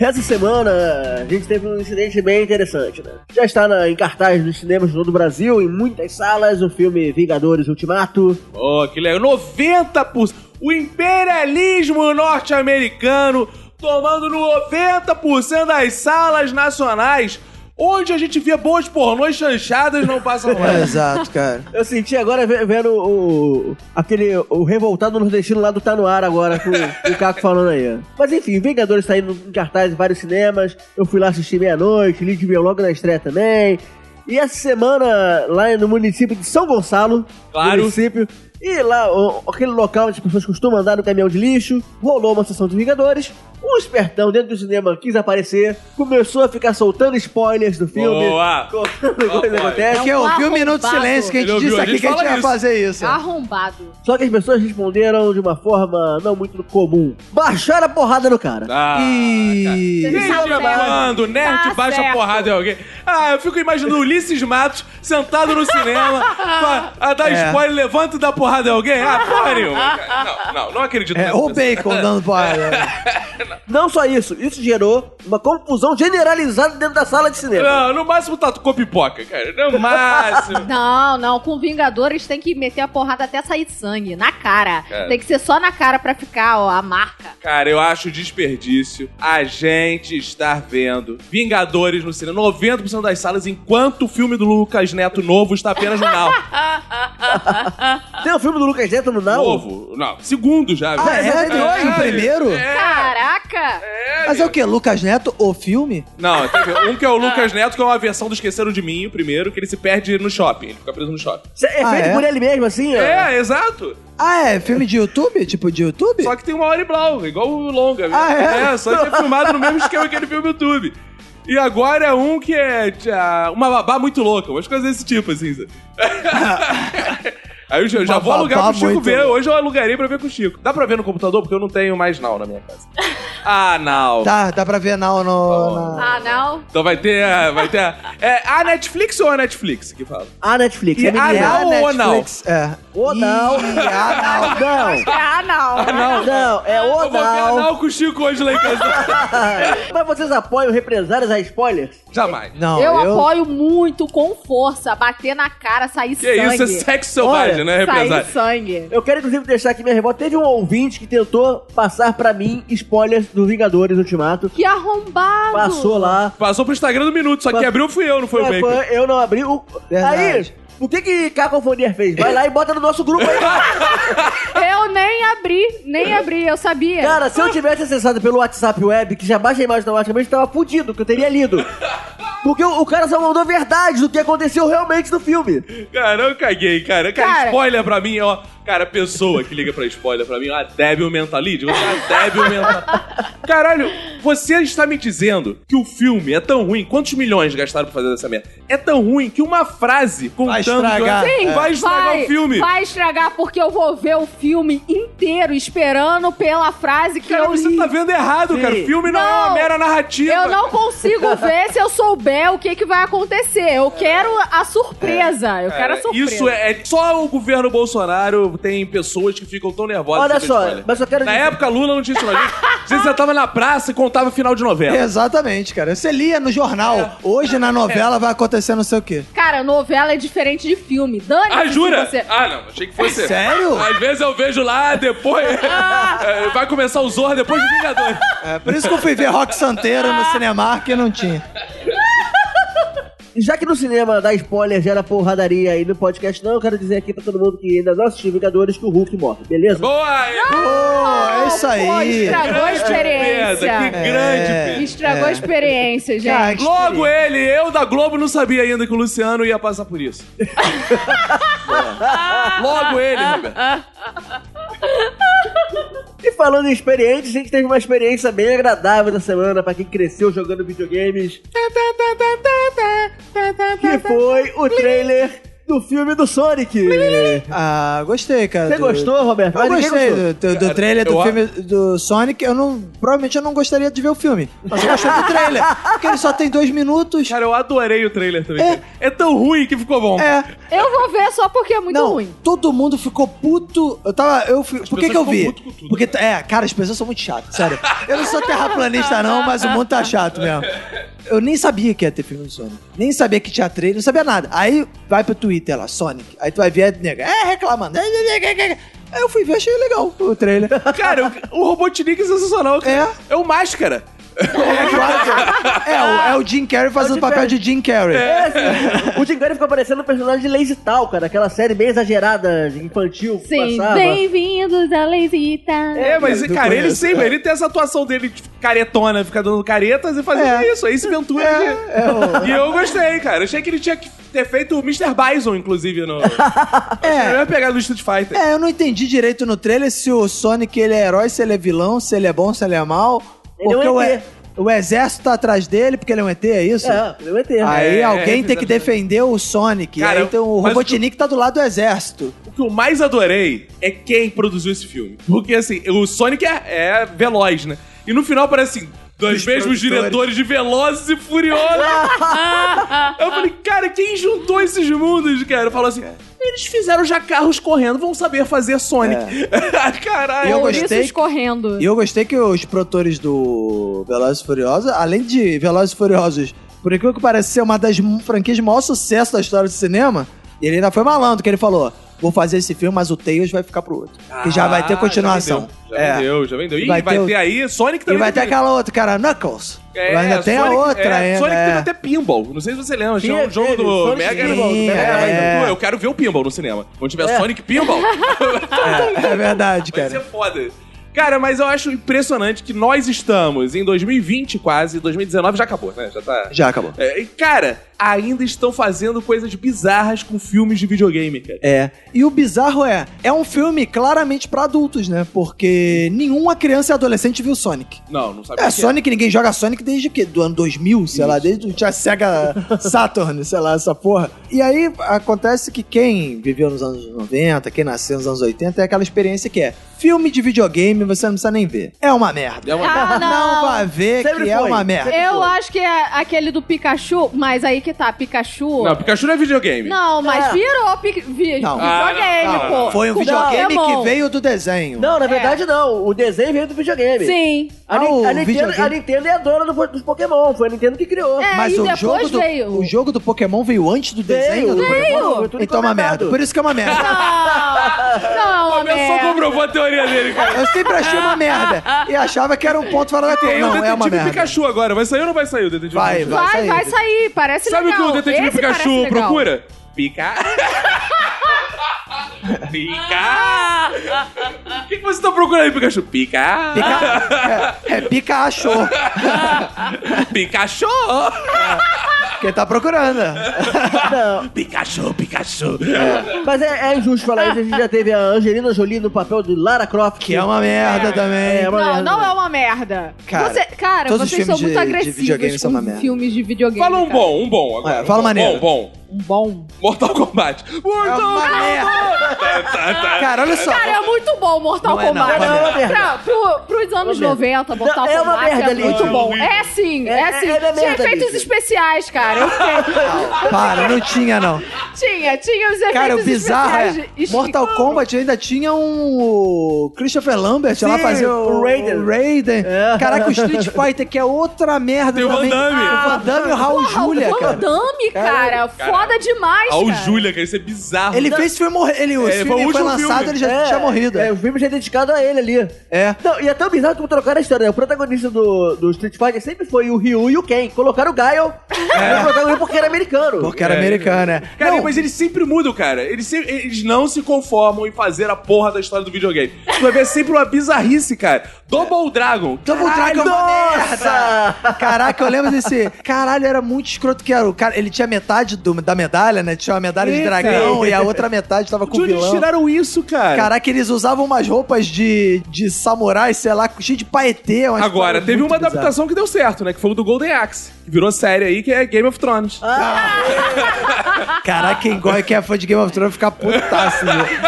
S2: Essa semana a gente teve um incidente bem interessante, né? Já está na- em cartaz nos cinemas de todo o Brasil, em muitas salas, o filme Vingadores Ultimato.
S3: Oh, que legal. 90%. O imperialismo norte-americano tomando 90% das salas nacionais. Onde a gente via boas pornôs chanchadas não passam
S4: É,
S3: mais.
S4: exato, cara.
S2: Eu senti agora ve- vendo o, o- aquele o revoltado nordestino lá do Tá No Ar agora, com o Caco falando aí. ó. Mas enfim, Vingadores tá indo em cartaz em vários cinemas. Eu fui lá assistir meia-noite, li de ver logo na estreia também. E essa semana, lá no município de São Gonçalo,
S3: Claro.
S2: município, e lá, o- aquele local onde as pessoas costumam andar no caminhão de lixo, rolou uma sessão de Vingadores. Um espertão dentro do cinema quis aparecer, começou a ficar soltando spoilers do filme.
S3: Boa.
S2: Contando coisa que
S3: Boa.
S2: acontece.
S4: Porque eu vi o
S5: arrombado.
S4: Minuto de Silêncio que a
S3: Ele
S4: gente
S3: ouviu,
S4: disse
S3: a
S4: aqui
S3: gente
S4: que a gente
S3: fala
S4: ia
S3: isso.
S4: fazer isso.
S5: Ah, Arrombado.
S2: Só que as pessoas responderam de uma forma não muito comum. Baixaram a porrada no cara.
S3: Ah,
S4: E-
S5: cara. Tá certo.
S3: Desde quando o nerd
S5: Tá
S3: né? baixa
S5: certo.
S3: porrada em alguém? Ah, eu fico imaginando o Ulisses Matos sentado no cinema pra- a dar
S4: É.
S3: spoiler, levanta e dá porrada em alguém? Ah, porra nenhuma. Não, não, não acredito.
S4: É,
S3: nessa
S4: o
S3: pessoa.
S4: Bacon dando porrada.
S2: Não só isso, isso gerou uma confusão generalizada dentro da sala de cinema.
S3: Não, no máximo tá com pipoca, cara. No máximo.
S5: Não, não, com Vingadores tem que meter a porrada até sair sangue, na cara.
S3: Cara.
S5: Tem que ser só na cara pra ficar, ó, a marca.
S3: Cara, eu acho desperdício a gente estar vendo Vingadores no cinema, 90% das salas, enquanto o filme do Lucas Neto novo está apenas no Now.
S2: Tem o filme do Lucas Neto no Now?
S3: Ah. Novo? Não, segundo já. é.
S4: Ah, é? Teve outro primeiro?
S5: Caraca!
S4: Mas é o quê? Lucas Neto, o filme?
S3: Não, teve um que é o Lucas Neto, que é uma versão do Esqueceram de Mim, o primeiro, que ele se perde no shopping. Ele fica preso no shopping.
S2: Cê- É
S4: Ah,
S2: feito
S4: é?
S2: por ele mesmo, assim? ó.
S3: É, exato.
S4: Ah, é filme de YouTube? Tipo de YouTube?
S3: Só que tem uma hora e blau, igual o longa.
S4: Ah, é?
S3: só que é filmado no mesmo esquema que ele filme no YouTube. E agora é um que é tchá, uma babá muito louca, umas coisas desse tipo, assim. sabe? Aí eu já, já
S4: Uma
S3: vou alugar
S4: babá
S3: pro Chico
S4: muito-
S3: ver. Hoje eu alugarei pra ver com o Chico. Dá pra ver no computador? Porque eu não tenho mais Now na minha casa. Ah, Now.
S4: Tá, dá pra ver não no. na-
S5: Ah, não?
S3: Então vai ter a. Vai ter a. É a Netflix ou a Netflix que fala?
S2: A Netflix,
S3: E
S2: é
S3: a
S2: menina.
S3: Now- Anal ou
S4: Netflix, É.
S2: Onal.
S4: Ih, anal.
S2: Não,
S5: Ah, não.
S3: Não.
S2: não, é
S3: Eu vou ver a
S2: Onal.
S3: Now com o Chico hoje lá em casa.
S2: Mas vocês apoiam represárias a spoilers?
S3: Jamais.
S4: Não,
S5: eu, apoio muito com força, bater na cara, sair
S3: Que
S5: sangue.
S3: isso, é sexo selvagem,
S2: Olha,
S3: né,
S5: Sair
S3: represário?
S5: sangue.
S2: Eu quero, inclusive, deixar aqui minha revolta. Teve um ouvinte que tentou passar pra mim spoilers do Vingadores Ultimato.
S5: Que arrombado.
S2: Passou lá.
S3: Passou pro Instagram do Minuto, só que
S2: Passou.
S3: abriu fui eu, não foi o
S2: É,
S3: Bacon.
S2: foi- eu não abri o...
S4: Verdade.
S2: Aí, o que que Cacofonia fez? Vai lá e bota no nosso grupo aí.
S5: Eu nem abri, nem abri, eu sabia.
S2: Cara, se eu tivesse acessado pelo WhatsApp Web, que já baixa a imagem automaticamente, eu tava fudido, que eu teria lido. Porque o, o cara só mandou verdade do que aconteceu realmente no filme.
S3: Cara, eu caguei, cara. Cara,
S5: Cara.
S3: spoiler pra mim, ó. Cara, pessoa que liga pra spoiler pra mim, ó, débil mentalide. Você é uma débil mental. Caralho, você está me dizendo que o filme é tão ruim. Quantos milhões gastaram pra fazer essa merda? É tão ruim que uma frase contando.
S4: estragar.
S5: Sim,
S3: É. vai estragar o filme.
S5: É. Vai estragar porque eu vou ver o filme inteiro esperando pela frase que
S3: Cara,
S5: eu
S3: você
S5: li.
S3: tá vendo errado,
S2: Sim.
S3: cara. O filme não, é uma
S5: Não.
S3: mera narrativa.
S5: Eu não consigo ver se eu souber o que, que vai acontecer. Eu quero a surpresa. Eu quero
S3: Cara,
S5: a surpresa.
S3: Isso é, é- Só o governo Bolsonaro tem pessoas que ficam tão nervosas.
S2: Olha
S3: com
S2: só,
S3: spoiler.
S2: mas eu quero
S3: Na
S2: dizer-
S3: época, Lula não tinha isso, não. A gente- a gente sentava na praça e contava final de novela.
S2: É.
S4: Exatamente, cara. Você lia no jornal.
S3: É.
S4: Hoje na novela vai acontecer não sei o quê.
S5: Cara, novela é diferente de filme. Dani,
S3: Ah, jura?
S5: Você...
S3: Ah, não, achei que fosse.
S4: Sério?
S3: Às vezes eu vejo lá, depois. É, vai começar o Zorro depois de Vingadores.
S4: É, por isso que eu fui ver Rock Santeiro no Cinemark e não tinha.
S2: E já que no cinema dá spoiler, gera porradaria aí no podcast, não, eu quero dizer aqui pra todo mundo que ainda não assistiu Vingadores que o Hulk morre, beleza?
S3: Boa! é.
S4: Pô, é isso
S5: Pô,
S4: aí.
S5: estragou a
S3: Perda, que
S5: experiência.
S3: grande
S4: É.
S3: perda.
S5: Estragou a experiência, gente.
S4: Cara, que
S3: Logo ele, eu da Globo não sabia ainda que o Luciano ia passar por isso. Boa. Logo ele, Roberto.
S2: E falando em experiências, a gente teve uma experiência bem agradável da semana pra quem cresceu jogando videogames.
S4: é
S2: Que foi o trailer do filme do Sonic. Você
S4: Ah, gostei, cara. do-
S2: gostou, Roberto?
S4: Eu
S2: Mas ninguém
S4: gostei
S2: gostou.
S4: do, do- do
S3: Cara,
S4: trailer do
S3: eu a-
S4: filme do Sonic. Eu não, provavelmente eu não gostaria de ver o filme. Mas eu gostei do trailer. Porque ele só tem dois minutos.
S3: Cara, eu adorei o trailer também.
S4: É.
S3: É, tão ruim que ficou bom.
S4: É,
S5: Eu vou ver só porque é muito
S4: não,
S5: ruim.
S4: todo mundo ficou puto. Eu tava. Eu fui, por que,
S3: pessoas
S4: que eu
S3: ficam
S4: vi?
S3: puto com tudo,
S4: Porque, é, cara, as pessoas são muito chatas, sério. Eu não sou terraplanista, não, mas o mundo tá chato mesmo. Eu nem sabia que ia ter filme do Sonic. Nem sabia que tinha trailer, não sabia nada. Aí vai pro Twitter lá, Sonic. Aí tu vai ver a nega, é, reclamando. Aí eu fui ver, achei legal o trailer.
S3: Cara, o, o Robotnik é sensacional. Cara. É. É o Máscara.
S4: É, quase. É, o, é o Jim Carrey fazendo o
S2: Jim
S4: papel
S2: Carrey.
S4: de Jim Carrey.
S2: É, assim, o Jim Carrey ficou parecendo um personagem de Lazy Tal, cara. Aquela série bem exagerada, de infantil, que
S5: Sim,
S2: passava.
S5: bem-vindos à Leisita.
S3: É, mas,
S4: eu
S3: cara, ele
S4: conheço. é.
S3: sempre, ele tem essa atuação dele de caretona, ficar dando caretas e fazendo
S4: É.
S3: isso, aí se ventura.
S4: É, é o-
S3: E eu gostei, cara. Eu achei que ele tinha que ter feito o Mr. Bison, inclusive, no. Eu
S4: É.
S3: ia pegar do Street Fighter.
S4: É, eu não entendi direito no trailer se o Sonic ele é herói, se ele é vilão, se ele é bom, se ele é mal.
S2: Ele é um
S4: Porque o,
S2: ET.
S4: o exército tá atrás dele, porque ele é um ET, é isso?
S2: É, eu entendo.
S4: Aí
S3: É,
S4: alguém
S3: é,
S4: tem que
S3: exatamente.
S4: defender o Sonic.
S3: Cara,
S4: aí tem o
S3: mas
S4: Robotnik tá do lado do exército.
S3: O que eu mais adorei é quem produziu esse filme. Porque, assim, o Sonic é, é veloz, né? E no final parece assim. Dos
S4: Os
S3: mesmos
S4: produtores.
S3: diretores de Velozes e Furiosos.
S5: Ah,
S3: eu falei, cara, quem juntou esses mundos, cara? Falou assim, eles fizeram já carros correndo, vão saber fazer Sonic. Caralho.
S4: É. Eu
S5: Por
S4: gostei-
S5: isso escorrendo.
S4: E eu gostei que os produtores do Velozes e Furiosos, além de Velozes e Furiosos, por incrível que pareça ser uma das m- franquias de maior sucesso da história do cinema, ele ainda foi malandro, que ele falou, vou fazer esse filme, mas o Tails vai ficar pro outro. que já
S3: Ah,
S4: vai ter continuação. É.
S3: Já vendeu, já vendeu. Já vendeu. E vai,
S4: Vai ter
S3: ter,
S4: o-
S3: aí Sonic
S4: E
S3: também.
S4: vai ter
S3: teve-
S4: aquela outra, cara, Knuckles.
S3: É,
S4: ainda tem a
S3: Sonic-
S4: outra
S3: é,
S4: ainda.
S3: Sonic teve
S4: é.
S3: até Pinball. Não sei se você lembra. Tinha um
S2: Teve,
S3: jogo
S2: teve,
S3: do
S2: Sonic
S3: Mega...
S2: Pinball,
S4: Sim,
S3: É,
S4: é.
S3: mas, pô, eu quero ver o Pinball no cinema. Quando tiver Sonic Pinball, um
S4: É verdade,
S3: vai
S4: cara.
S3: ser foda. Cara, mas eu acho impressionante que nós estamos em 2020 quase, 2019 já acabou, né? Já tá...
S4: Já acabou.
S3: É, e, cara, ainda estão fazendo coisas bizarras com filmes de videogame, cara.
S4: É. E o bizarro é, é um filme claramente pra adultos, né? Porque nenhuma criança e adolescente viu Sonic.
S3: Não, não sabe o
S4: É,
S3: que é.
S4: Sonic, ninguém joga Sonic desde o quê? Do ano 2000, sei lá, desde o tinha Sega Saturn, sei lá, essa porra. E aí acontece que quem viveu nos anos 90, quem nasceu nos anos 80, é aquela experiência que é filme de videogame, você não precisa nem ver. É uma merda.
S3: É uma-
S5: Ah,
S4: Não vai ver
S2: Sempre
S4: que é
S2: foi.
S4: uma merda.
S5: Eu acho que é aquele do Pikachu, mas aí que tá, Pikachu.
S3: Não, Pikachu não é videogame.
S5: Não, mas
S2: É.
S5: virou pi- vi-
S4: Não.
S5: videogame,
S3: Ah, não, não,
S5: pô.
S3: não.
S4: Foi um
S5: Com
S4: videogame
S5: Pokémon.
S4: que veio do desenho.
S2: Não, na verdade não. O desenho veio do videogame.
S5: Sim.
S2: A,
S4: é. Ah,
S2: Nin-
S4: o
S2: a Nintendo,
S4: videogame.
S2: a Nintendo é a dona do- dos Pokémon. Foi a Nintendo que criou.
S5: É,
S4: Mas
S5: e
S4: o
S5: depois
S4: jogo, do,
S5: veio.
S4: o jogo do Pokémon veio antes do desenho do Pokémon.
S2: Veio. Tudo
S4: Então é uma merda.
S2: encomendado.
S4: Por isso que é uma merda.
S3: É.
S5: Não, não,
S3: Meu só
S5: merda.
S3: comprovou a teoria dele, cara.
S4: Eu sempre achei uma merda. E achava que era um ponto fora da curva.
S3: Tem o
S4: Não, é uma
S3: Detetive
S4: merda.
S3: Pikachu agora. Vai sair ou não vai sair o Detetive
S4: Vai,
S3: Pikachu?
S5: Vai, vai sair.
S4: Vai sair.
S5: Parece
S3: Sabe o que
S5: legal.
S3: o Detetive
S5: Esse parece
S3: Pikachu
S5: legal.
S3: procura? Pica. Pica. O que, que você tá procurando aí, Pikachu? Pica.
S4: Pica- É, é Pikachu.
S3: Pikachu.
S4: Quem tá procurando.
S2: Não,
S3: Pikachu, Pikachu.
S2: mas é, é injusto falar isso. A gente já teve a Angelina Jolie no papel de Lara Croft.
S4: Que é uma merda também.
S2: É uma
S5: Não,
S2: merda.
S5: não é uma merda.
S4: Cara,
S5: Você- cara
S4: todos os filmes
S5: vocês são
S4: de-
S5: muito
S4: de
S5: agressivos
S4: videogame são
S5: com
S4: uma merda.
S5: filmes de videogame.
S3: Fala um
S5: cara.
S3: bom, um bom agora.
S4: É, fala
S3: um
S4: maneiro.
S3: Bom, bom.
S5: Um bom.
S3: Mortal Kombat.
S4: É
S3: Mortal
S4: uma merda.
S3: Kombat.
S4: Cara, olha só.
S5: Cara, é muito bom Mortal
S4: Não é não,
S5: Kombat.
S4: é
S2: uma merda.
S5: pra, pro, pros anos
S2: Uma merda.
S5: 90, Mortal
S2: Não, é uma
S5: Kombat
S2: merda,
S5: é
S2: Liz.
S5: muito
S2: Não,
S5: bom.
S3: Liz.
S5: É sim,
S2: É-
S5: é sim.
S2: é- ela é
S5: Tinha
S2: merda,
S5: efeitos
S2: Liz.
S5: especiais, cara. Eu fiquei...
S4: Para, não tinha não.
S5: tinha, tinha os efeitos
S4: Cara, o bizarro
S5: especiais.
S4: é.
S5: de-
S4: Mortal Kombat ainda tinha um. Christopher Lambert lá
S2: Sim,
S4: fazia
S2: o Raiden.
S4: o Raiden.
S2: É.
S4: Caraca, o Street Fighter, que é outra merda
S3: Tem o Van
S4: também.
S3: Damme.
S4: O Van Damme e é o Raul
S5: Porra,
S4: Julia,
S5: o Van
S4: cara. É.
S5: Damme, cara. Foda demais,
S3: Olha o
S5: cara.
S3: Júlia, cara. Isso é bizarro.
S4: Ele fez filme morrer. Ele, o
S3: É,
S4: filme
S3: foi o
S4: foi,
S3: último
S4: lançado,
S3: filme.
S4: ele já
S2: É,
S4: tinha morrido.
S2: É, o filme já é dedicado a ele ali.
S4: É.
S2: Não, e é tão bizarro como trocaram a história, né? O protagonista do, do Street Fighter sempre foi o Ryu e o Ken. Colocaram o Gaio é. protagonista porque era americano.
S4: Porque era
S3: É.
S4: americano, é.
S3: Cara,
S4: Não,
S3: mas eles sempre mudam, cara. Eles, se- eles não se conformam em fazer a porra da história do videogame. Tu vai ver é sempre uma bizarrice, cara. Double Dragon.
S4: Double Dragon é uma merda! Caraca, eu lembro desse. Caralho, era muito escroto que era. O cara, ele tinha metade do- da medalha, né? Tinha uma medalha de
S3: Eita.
S4: dragão e a outra metade tava
S3: De
S4: com
S3: onde eles
S4: vilão.
S3: tiraram isso, cara?
S4: Caraca, eles usavam umas roupas de, de samurai, sei lá, cheio de paetê. umas
S3: Agora,
S4: coisas
S3: teve
S4: muito
S3: uma
S4: bizarras.
S3: adaptação que deu certo, né? Que foi o do Golden Axe. Que virou série aí, que é Game of Thrones.
S4: Ah, Caraca, quem gosta quem é fã de Game of Thrones ficar putaço, né?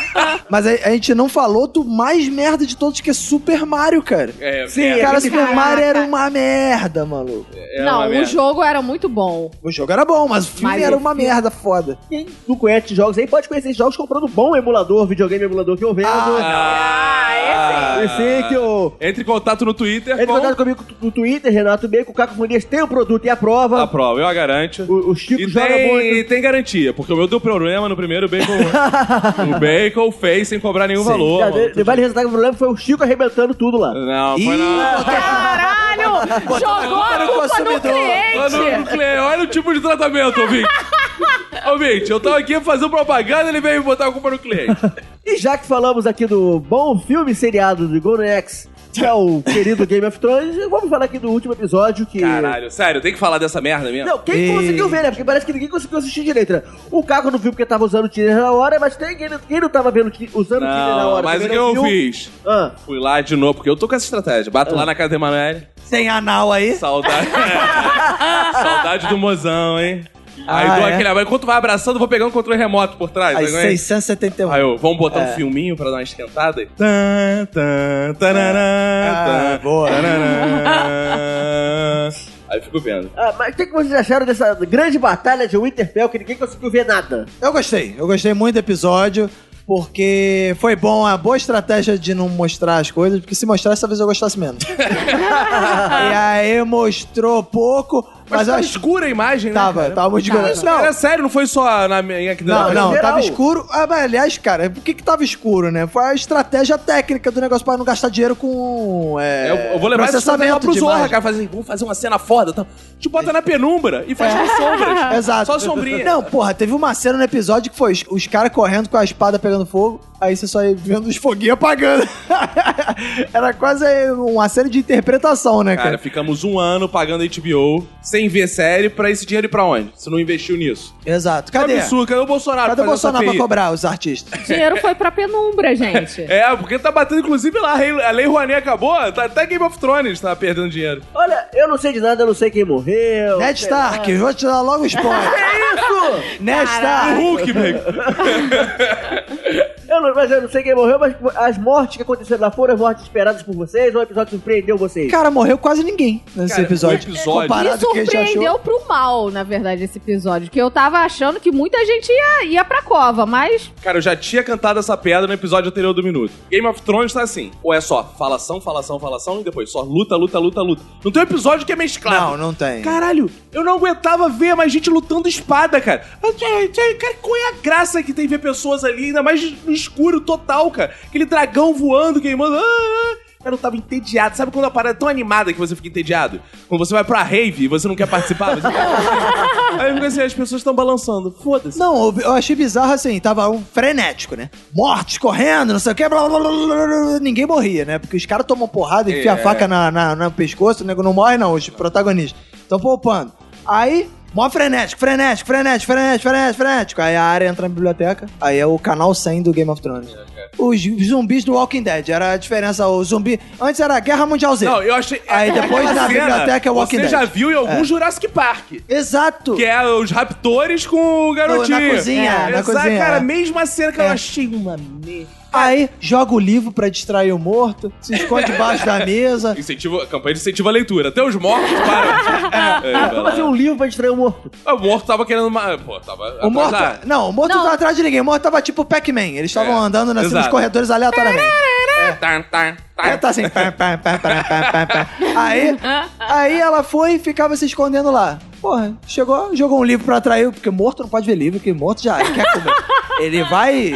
S4: Mas a, a gente não falou do mais merda de todos, que é Super Mario, cara.
S3: É,
S2: Sim,
S3: é,
S4: Cara,
S2: aquele
S4: Super
S5: caraca.
S4: Mario era uma merda, maluco.
S3: é uma
S5: Não, o
S3: merda.
S5: jogo era muito bom.
S4: O jogo era bom, mas o filme
S5: Mas
S4: era
S5: o
S4: uma
S5: filme-
S4: merda foda.
S2: Quem não conhece esses jogos aí pode conhecer esses jogos comprando um bom emulador, videogame emulador que eu vendo.
S3: Ah,
S2: e sim que eu...
S3: Entre em contato no Twitter
S2: Entre em
S3: com...
S2: contato comigo no Twitter, Renato B, com o Cacofonias tem o produto e a prova.
S3: A prova, eu a garanto.
S2: O, o Chico
S3: E
S2: joga
S3: tem, e
S2: muito.
S3: tem garantia, porque o meu deu problema no primeiro, o Bacon, o Bacon fez sem cobrar nenhum valor.
S2: Já,
S3: mano.
S2: de- vale ressaltar que o problema foi o Chico arrebentando tudo lá.
S3: Não, foi
S4: Ih,
S3: não.
S5: Caralho! Jogou
S4: culpa
S5: a
S4: no
S5: culpa no
S4: consumidor.
S3: Olha o
S5: cliente!
S3: Nuclear, olha o tipo de tratamento, ouvinte. ouvinte, eu tava aqui fazendo propaganda ele veio me botar a culpa no cliente.
S2: E já que falamos aqui do bom filme seriado de Golden Axe, que é o querido Game of Thrones, vamos falar aqui do último episódio que...
S3: Caralho, sério, tem que falar dessa merda mesmo?
S2: Não, quem
S4: E-
S2: conseguiu ver, né? Porque parece que ninguém conseguiu assistir direito, né? O Caco não viu porque tava usando o Tinder na hora, mas tem quem, quem não tava vendo, ti- usando o Tinder na
S3: Não,
S2: hora.
S3: mas o que
S2: também
S3: eu
S2: não viu.
S3: fiz?
S2: Ah,
S3: Fui lá de novo, porque eu tô com essa estratégia. Bato lá na casa da Emanuele.
S4: Sem anal aí.
S3: Saudade. Saudade do mozão, hein? Aí
S4: Ah,
S3: dou
S4: é?
S3: aquele abraço. Enquanto vai abraçando, eu vou pegar um controle remoto por trás.
S4: Aí,
S3: sabe como é?
S4: 671.
S3: Aí eu, vamos
S4: É.
S3: botar um filminho pra dar uma esquentada? Tan, tan, tarará,
S4: Ah,
S3: tan,
S4: boa.
S3: tarará. Aí eu fico vendo.
S2: ah, mas o que que vocês acharam dessa grande batalha de Winterfell que ninguém conseguiu ver nada?
S4: Eu gostei, eu gostei muito do episódio, porque foi bom, a boa estratégia de não mostrar as coisas, porque se mostrasse, talvez eu gostasse menos. e aí mostrou pouco,
S3: Mas,
S4: mas, eu
S3: tava
S4: acho
S3: escura a imagem, né?
S4: Tava,
S3: cara?
S4: tava muito escura.
S3: Isso,
S4: Não.
S3: Era sério, não foi só na minha aqui
S4: Não,
S3: da-
S4: não,
S2: geral.
S4: tava escuro. Ah, mas, aliás, cara, por que que tava escuro, né? Foi a estratégia técnica do negócio pra não gastar dinheiro com. É,
S3: Eu, eu vou levar essa cena lá
S4: processamento
S3: pro
S4: de
S3: Zorra,
S4: imagem.
S3: cara. Fazer, vamos fazer uma cena foda. Tá? Te bota na penumbra e faz com sombras.
S4: É. Exato.
S3: Só sombrinha.
S4: Não, porra, teve uma cena no episódio que foi os, os caras correndo com a espada pegando fogo, aí você só ia vendo os foguinhos apagando. Era quase uma série de interpretação, né,
S3: Cara,
S4: cara?
S3: ficamos um ano pagando HBO sem ver série pra esse dinheiro ir pra onde? Se não investiu nisso.
S4: Exato.
S3: É um
S4: Cadê?
S3: absurdo, cadê o Bolsonaro?
S4: Cadê o
S3: pra fazer essa
S4: Bolsonaro pra
S3: PI?
S4: cobrar os artistas?
S5: dinheiro foi pra penumbra, gente.
S3: É, porque tá batendo, inclusive, lá. a Lei- A Lei Rouanet acabou. Tá, até Game of Thrones tá perdendo dinheiro.
S2: Olha, eu não sei de nada, eu não sei quem morreu.
S4: Ned
S2: sei lá.
S4: Stark, vou te dar logo um spoiler.
S2: Isso!
S4: Ned
S3: O
S4: Stark.
S3: Hulk, nego.
S2: Eu não, mas eu não sei quem morreu, mas as mortes que aconteceram lá foram as mortes esperadas por vocês ou o episódio surpreendeu vocês?
S4: Cara, morreu quase ninguém nesse
S3: Cara,
S4: episódio.
S3: o episódio-
S5: Me
S4: Comparado com o que a gente achou.
S5: surpreendeu pro mal, na verdade, esse episódio. Que eu tava achando que muita gente ia, ia pra cova, mas
S3: Cara, eu já tinha cantado essa piada no episódio anterior do Minuto. Game of Thrones tá assim. Ou é só falação, falação, falação e depois só luta, luta, luta, luta. Não tem um episódio que é mesclado.
S4: Não, não tem.
S3: Caralho, eu não aguentava ver mais gente lutando espada, cara. Mas, gente, Cara, qual é a graça que tem ver pessoas ali, ainda mais no escuro total, cara? Aquele dragão voando, queimando. Ah, ah. Cara, eu tava entediado. Sabe quando a parada é tão animada que você fica entediado? Quando você vai pra rave e você não quer participar? Você... Aí fica assim, as pessoas estão balançando. Foda-se.
S4: Não, eu- eu achei bizarro assim, tava um frenético, né? Mortes correndo, não sei o que, blá, blá, blá, blá, blá, blá, ninguém morria, né? Porque os caras tomam porrada, enfia a
S3: É.
S4: faca na, na, no pescoço, o nego não morre não, os protagonistas. Estão poupando. Aí, mó frenético, frenético, frenético, frenético, frenético, frenético. Aí a área entra na biblioteca, aí é o canal 100 do Game of Thrones.
S3: É,
S4: Os zumbis do Walking Dead, era a diferença, o zumbi... Antes era Guerra Mundial Z.
S3: Não, eu achei.
S4: Aí depois
S3: aquela
S4: na
S3: cena,
S4: biblioteca é Walking
S3: Você
S4: Dead. É.
S3: já viu em algum Jurassic Park.
S4: Exato!
S3: Que é os raptores com o garotinho.
S4: Na cozinha,
S3: é.
S4: na
S3: Exato,
S4: cozinha,
S3: cara,
S4: é.
S3: mesma cena que eu
S4: É.
S3: achei uma merda.
S4: Aí joga o livro pra distrair o morto, se esconde debaixo da mesa,
S3: Incentivo, campanha de incentivo à leitura. Até os mortos param. É, vai
S2: Como assim
S3: lá.
S2: um livro pra distrair o morto?
S3: o morto tava querendo uma. ah, Pô, tava.
S4: O morto.
S3: atrasado.
S4: Não, o morto não
S5: Não.
S4: tava atrás de ninguém. O morto tava tipo Pac-Man. Eles estavam
S3: É,
S4: andando assim, nos
S3: exato.
S4: corredores aleatoriamente.
S3: Tá, tá, tá.
S4: Aí tá assim. pá, pá, pá, pá, pá, pá, pá. Aí, aí ela foi e ficava se escondendo lá. Porra, chegou, jogou um livro pra atrair, porque morto não pode ver livro, porque morto já ele quer comer. Ele vai.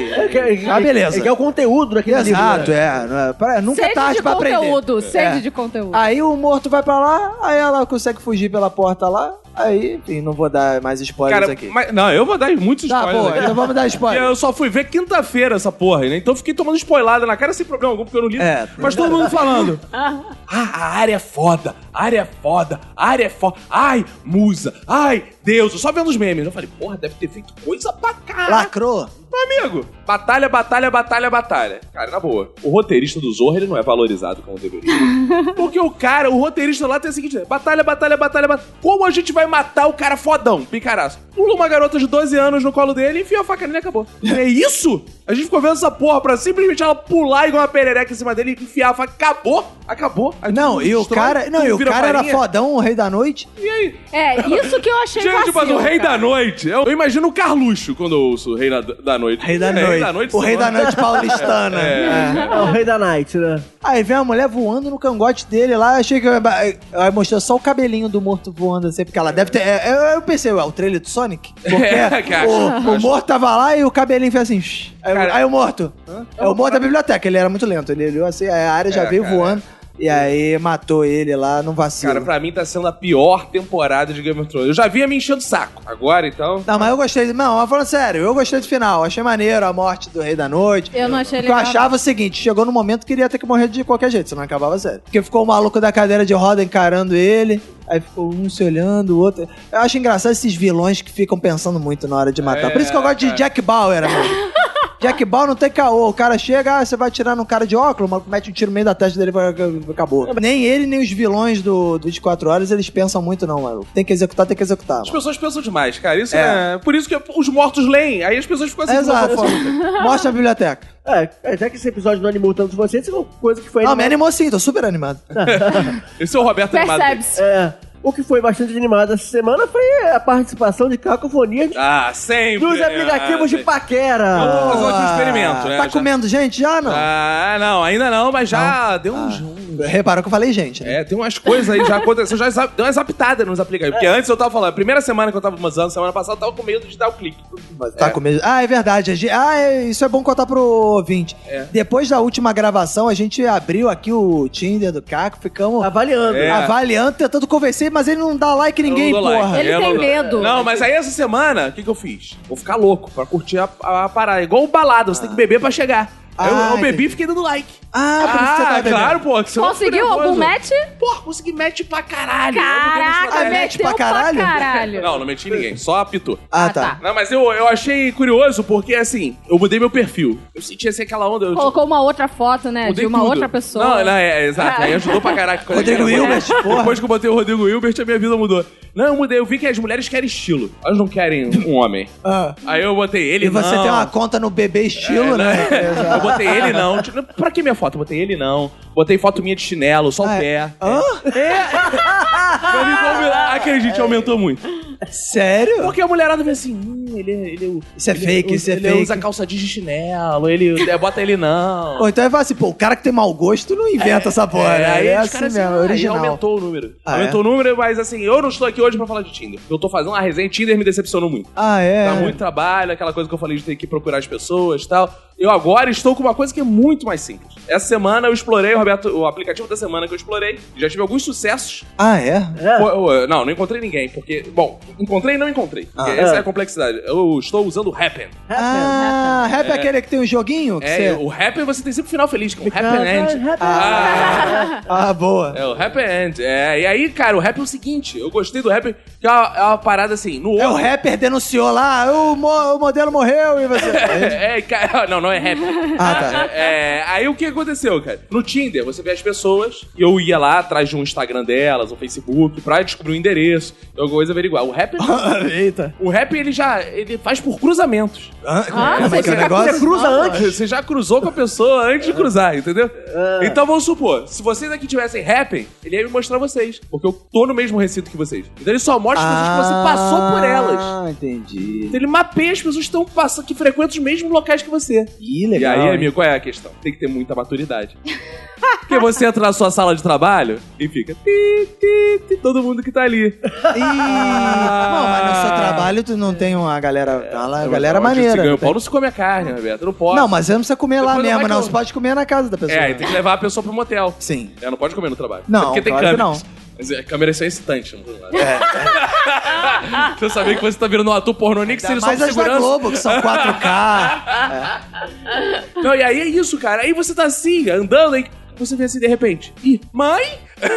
S4: Ah, beleza.
S2: É Que é o conteúdo daquele
S4: Exato,
S2: livro. né?
S4: é. não é- pra- Nunca é
S5: sede
S4: tarde
S5: de
S4: pra aprender.
S5: conteúdo, sede
S4: É.
S5: de conteúdo.
S4: Aí o morto vai pra lá, aí ela consegue fugir pela porta lá. Aí, enfim, não vou dar mais spoilers
S3: Cara,
S4: aqui.
S3: mas- não, eu vou dar muitos
S4: Tá,
S3: spoilers.
S4: boa,
S3: aqui.
S4: então vamos dar
S3: Porque
S4: spoiler.
S3: Eu só fui ver quinta-feira essa porra, né? Então eu fiquei tomando spoilada na cara sem problema algum, porque eu não li.
S4: É.
S3: mas todo mundo falando. ah, a área é foda, a área é foda, a área é foda. Ai, musa, ai, Deus. Eu só vendo os memes. Eu falei, porra, deve ter feito coisa pra caralho.
S4: Lacrou.
S3: Meu amigo, batalha, batalha, batalha, batalha. Cara, na boa, o roteirista do Zorro, ele não é valorizado como deveria. Porque o cara, o roteirista lá tem o seguinte, né? batalha, batalha, batalha, batalha. Como a gente vai matar o cara fodão, picaraço? Pula uma garota de 12 anos no colo dele, enfia a faca nele e acabou. É isso? A gente ficou vendo essa porra pra simplesmente ela pular igual uma perereca em cima dele e enfiar a faca. Acabou, acabou. Aí
S4: Não,
S3: tudo
S4: e o
S3: destrói,
S4: cara, não,
S3: tudo
S4: e o
S3: vira
S4: cara era
S3: farinha.
S4: fodão, o rei da noite.
S3: E aí?
S5: É, isso que eu achei
S3: Gente, mas
S5: vacilo,
S3: o Rei
S5: cara.
S3: da Noite. Eu eu imagino o Carluxo quando eu ouço o É, Rei da, da Noite.
S4: O rei da
S3: noite. né?
S4: noite paulistana. É.
S2: É o rei da night, né?
S4: Aí vem a mulher voando no cangote dele lá, achei que. Aí mostrou só o cabelinho do morto voando assim, porque ela deve ter. é, é, Eu pensei, ué, o trailer do Sonic? Porque
S3: É, cara.
S4: o, o morto tava lá e o cabelinho fez assim. shh. Aí, o-
S3: Cara.
S4: aí o morto. É o morto da biblioteca, ele era muito lento. Ele olhou assim, aí a área já
S3: É,
S4: veio
S3: cara.
S4: voando. E aí matou ele lá, não vacilo.
S3: Cara, pra mim tá sendo a pior temporada de Game of Thrones. Eu já vinha me enchendo o saco. Agora, então...
S4: Não, mas eu gostei. Não, mas falando sério, eu gostei do final. Achei maneiro a morte do Rei da Noite.
S5: Eu não achei
S4: Porque eu
S5: legal.
S4: achava é o seguinte: chegou no momento que ele ia ter que morrer de qualquer jeito, senão acabava sério. Porque ficou o maluco da cadeira de roda encarando ele. Aí ficou um se olhando, o outro. Eu acho engraçado esses vilões que ficam pensando muito na hora de matar.
S3: É,
S4: Por isso que eu gosto de
S3: cara.
S4: Jack Bauer, amigo. Jack Bauer não tem caô. O cara chega, ah, você vai atirar num cara de óculos, o maluco mete um tiro no meio da testa dele e acabou. Nem ele, nem os vilões do, do 24 Horas, eles pensam muito, não, mano. Tem que executar, tem que executar.
S3: As
S5: Tipo,
S4: mano.
S3: pessoas pensam demais, cara. Isso é...
S4: É.
S3: Por isso que os mortos leem. Aí as pessoas ficam assim...
S4: Exato.
S3: "Pô,
S4: Mostra a biblioteca.
S2: É, já que esse episódio não animou tanto vocês, isso é uma coisa que foi
S4: Não, me
S2: animada.
S4: animou sim, tô super animado.
S3: Esse é o Roberto Animado.
S5: Percebe-se.
S2: É, o que foi bastante animado essa semana foi a participação de cacofonia de-
S3: Ah, sempre.
S2: dos aplicativos
S3: Ah,
S2: de
S3: Vamos
S2: paquera.
S3: fazer outro experimento, né?
S4: Tá
S3: Já-
S4: comendo gente já, não?
S3: Ah, não. Ainda não, mas já deu uns... um-
S4: Reparou que eu falei gente, né?
S3: É, tem umas coisas aí já aconteceu, já zap- deu umas aptadas nos aplicativos. Porque antes eu tava falando, a primeira semana que eu tava usando, semana passada, eu tava com medo de dar o clique.
S4: Tá comendo... Ah, é verdade. a gente- Ah, é- isso é bom contar pro ouvinte.
S3: É.
S4: Depois da última gravação, a gente abriu aqui o Tinder do Caco, ficamos
S2: Avaliando.
S3: É.
S4: avaliando, tentando convencer, mas ele não dá like em ninguém,
S3: Eu não dou
S4: porra.
S3: like.
S5: Ele
S3: Eu
S5: tem
S3: não dou-
S5: medo.
S3: Não, mas aí essa semana, o que, que eu fiz? Vou ficar louco pra curtir a, a parada. Igual o balada, você um tem que beber pra chegar. eu, eu
S4: Ah,
S3: bebi e fiquei dando like.
S4: Ah, por isso que você tava bebendo.
S3: claro, pô. que senão eu fico
S5: Conseguiu algum
S3: nervoso.
S5: match?
S3: Porra, consegui match pra caralho. Eu não dei match pra
S5: Caraca,
S4: Ah,
S3: caralho.
S4: mete
S5: meteu pra
S4: pra
S5: caralho.
S4: caralho?
S3: Não, não meti ninguém, só apitou.
S4: Ah,
S5: Ah, tá.
S4: tá.
S3: Não, mas eu, eu achei curioso porque, assim, eu mudei meu perfil. Eu senti assim aquela onda. Eu,
S5: Colocou uma outra foto, né?
S3: mudei
S5: de uma
S3: tudo.
S5: outra pessoa.
S3: Não, não, é, é, exato. Aí ajudou pra caraca. quando
S4: Rodrigo
S3: eu era
S4: Hilbert,
S3: moleque.
S4: porra.
S3: Depois que eu botei o Rodrigo Hilbert, a minha vida mudou. Não, eu mudei. Eu vi que as mulheres querem estilo. Elas não querem um homem.
S4: Ah.
S3: Aí eu botei ele
S4: E você
S3: não. É,
S4: tem uma conta no bebê estilo, né?
S3: Eu botei ele não. Tipo, Pra que minha foto? Eu botei ele não. Botei foto minha de chinelo, só o
S4: Ah,
S3: pé.
S4: é. Hã?
S3: Eu me convido-
S4: É.
S3: Acredite, aumentou muito.
S4: Sério?
S3: Porque a mulherada vê assim, hum, ele, ele,
S4: Isso é
S3: ele
S4: fake, isso
S3: usa,
S4: é
S3: ele
S4: fake.
S3: usa calça jeans de chinelo, ele é, bota ele não.
S4: Ou então ele fala assim, pô, o cara que tem mau gosto não inventa essa porra,
S3: É,
S4: né?
S3: aí
S4: é
S3: os
S4: assim
S3: caras,
S4: mesmo,
S3: ah, aí
S4: original.
S3: aumentou o número.
S4: Ah,
S3: aumentou o número, mas assim, eu não estou aqui hoje pra falar de Tinder. Eu tô fazendo uma resenha, Tinder me decepcionou muito.
S4: Ah, é?
S3: Dá Tá muito trabalho, aquela coisa que eu falei de ter que procurar as pessoas e tal. Eu agora estou com uma coisa que é muito mais simples. Essa semana eu explorei, Roberto, o aplicativo da semana que eu explorei, já tive alguns sucessos.
S4: Ah, é?
S2: É.
S3: Pô, eu- eu- não, não encontrei ninguém, porque. Bom, encontrei e não encontrei. Porque
S4: Ah.
S3: essa é.
S2: É.
S3: a complexidade. Eu estou usando o Happn.
S4: Ah, rap é aquele que tem um joguinho? Que
S3: É,
S4: você...
S3: o Happn você tem sempre o final feliz, que é o
S2: Because
S3: Happy
S2: I
S3: End.
S2: happen-
S3: Ah,
S4: Ah, boa.
S3: é o Happy End. É, e aí, cara, o rap é o seguinte, eu gostei do rap, que é uma, é uma parada assim, no
S4: É, o
S3: Orkut-
S4: rapper denunciou lá, "Ah, o, mo- o modelo morreu e você...
S3: É, é, cara, não, não é rap.
S4: Ah, tá.
S3: É, aí o que aconteceu, cara? No Tinder, você vê as pessoas, e eu ia lá atrás de um Instagram delas, um Facebook, pra descobrir o endereço, alguma coisa averiguar. O rap, não.
S4: Eita.
S3: o rap ele já ele faz por cruzamentos.
S4: Ah, como
S5: você
S4: é que é o
S5: fica-
S4: negócio?
S2: Você cruza antes.
S3: Você já cruzou com a pessoa antes de cruzar, entendeu?
S4: É.
S3: Então vamos supor, se vocês aqui tivessem rap, ele ia me mostrar vocês, porque eu tô no mesmo recinto que vocês. Então ele só mostra as pessoas que você passou por elas.
S4: Ah, entendi.
S3: Então ele mapeia as pessoas que estão passando, que frequentam os mesmos locais que você.
S4: Ih,
S3: E
S4: legal.
S3: aí,
S4: hein?
S3: amigo, qual é a questão? Tem que ter muita maturidade. Porque você entra na sua sala de trabalho e fica. Ti, ti, ti, todo mundo que tá ali.
S4: Ih,
S3: Ah.
S4: Bom, mas no seu trabalho tu não tem uma galera.
S3: É,
S4: Uma Ah, galera
S3: Onde Se
S4: maneira. né?
S3: ganha o pau, não se come a carne, Roberto. Não pode.
S4: Não, mas você não precisa comer lá
S3: Depois não
S4: mesmo,
S3: vai
S4: não.
S3: que eu-
S4: Você pode comer na casa da pessoa. né?
S3: É, aí tem que levar a pessoa pro motel.
S4: tá Sim.
S3: É, não pode comer no trabalho.
S4: Não,
S3: É porque tem
S4: claro que
S3: câmeras. Mas é, câmeras são excitantes, não tem nada. Você sabia que você tá virando um ator pornô, nem que seja
S4: É, Ainda
S3: só
S4: mais
S3: de
S4: as da
S3: segurança.
S4: Globo, que são 4K.
S3: Não, e aí é isso, cara. Aí você tá assim, andando, aí você vê assim de repente. Ih, mãe?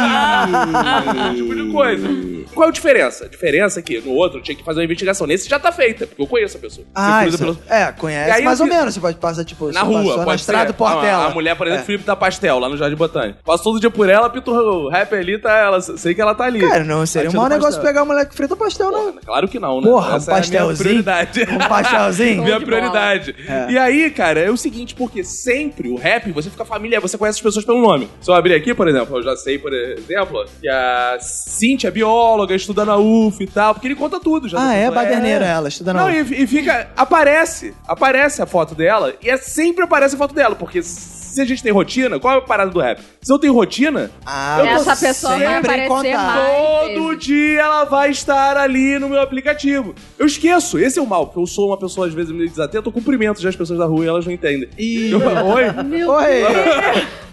S3: Esse tipo de coisa. Qual a diferença? A diferença é que no outro eu tinha que fazer uma investigação. Nesse já tá feita, porque eu conheço a pessoa. Você
S4: ah,
S3: cruza
S4: isso.
S3: pelo-
S4: É,
S3: E
S4: conhece
S3: aí
S4: mais
S3: eu
S4: ou
S3: vi-
S4: menos. Você pode passar, tipo,
S3: Na
S4: você
S3: rua,
S4: passou
S3: pode
S4: na estrada
S3: ser.
S4: do Portela.
S3: Ah, A mulher, por exemplo,
S4: É.
S3: Felipe da Pastel, lá no Jardim Botânico. Passo todo dia por ela, pinto o rap ali, tá ela. Sei que ela tá ali.
S4: Cara, não seria um
S3: Partido
S4: mau negócio
S3: pastel.
S4: pegar o moleque que frita pastel, não.
S3: Claro que não, né?
S4: Porra, um
S3: Essa é a minha
S4: pastelzinho.
S3: prioridade.
S4: Um pastelzinho?
S3: Minha
S5: de bola.
S3: prioridade.
S4: É.
S3: E aí, cara, é o seguinte, porque sempre o rap, você fica familiar, você conhece as pessoas pelo nome. Se eu abrir aqui, por exemplo, eu já sei, por exemplo, que a Cintia é bióloga, estuda na UF e tal, porque ele conta tudo já.
S4: Ah,
S3: da
S4: é
S3: pessoa.
S4: baderneira ela, estuda na
S3: Não,
S4: UF.
S3: e, e fica. Aparece. Aparece a foto dela. E é sempre aparece a foto dela. Porque se a gente tem rotina, qual é a parada do rap? Se eu tenho rotina,
S4: Ah,
S3: Eu tô
S5: Essa pessoa vai
S4: sempre em
S5: aparecer
S4: contato.
S5: mais. Ai,
S3: todo
S5: mesmo.
S3: dia ela vai estar ali no meu aplicativo. Eu esqueço, esse é o mal, porque eu sou uma pessoa às vezes meio desatenta, eu cumprimento já as pessoas da rua e elas não entendem.
S4: Ih.
S3: Eu, oi?
S5: Meu
S4: Oi,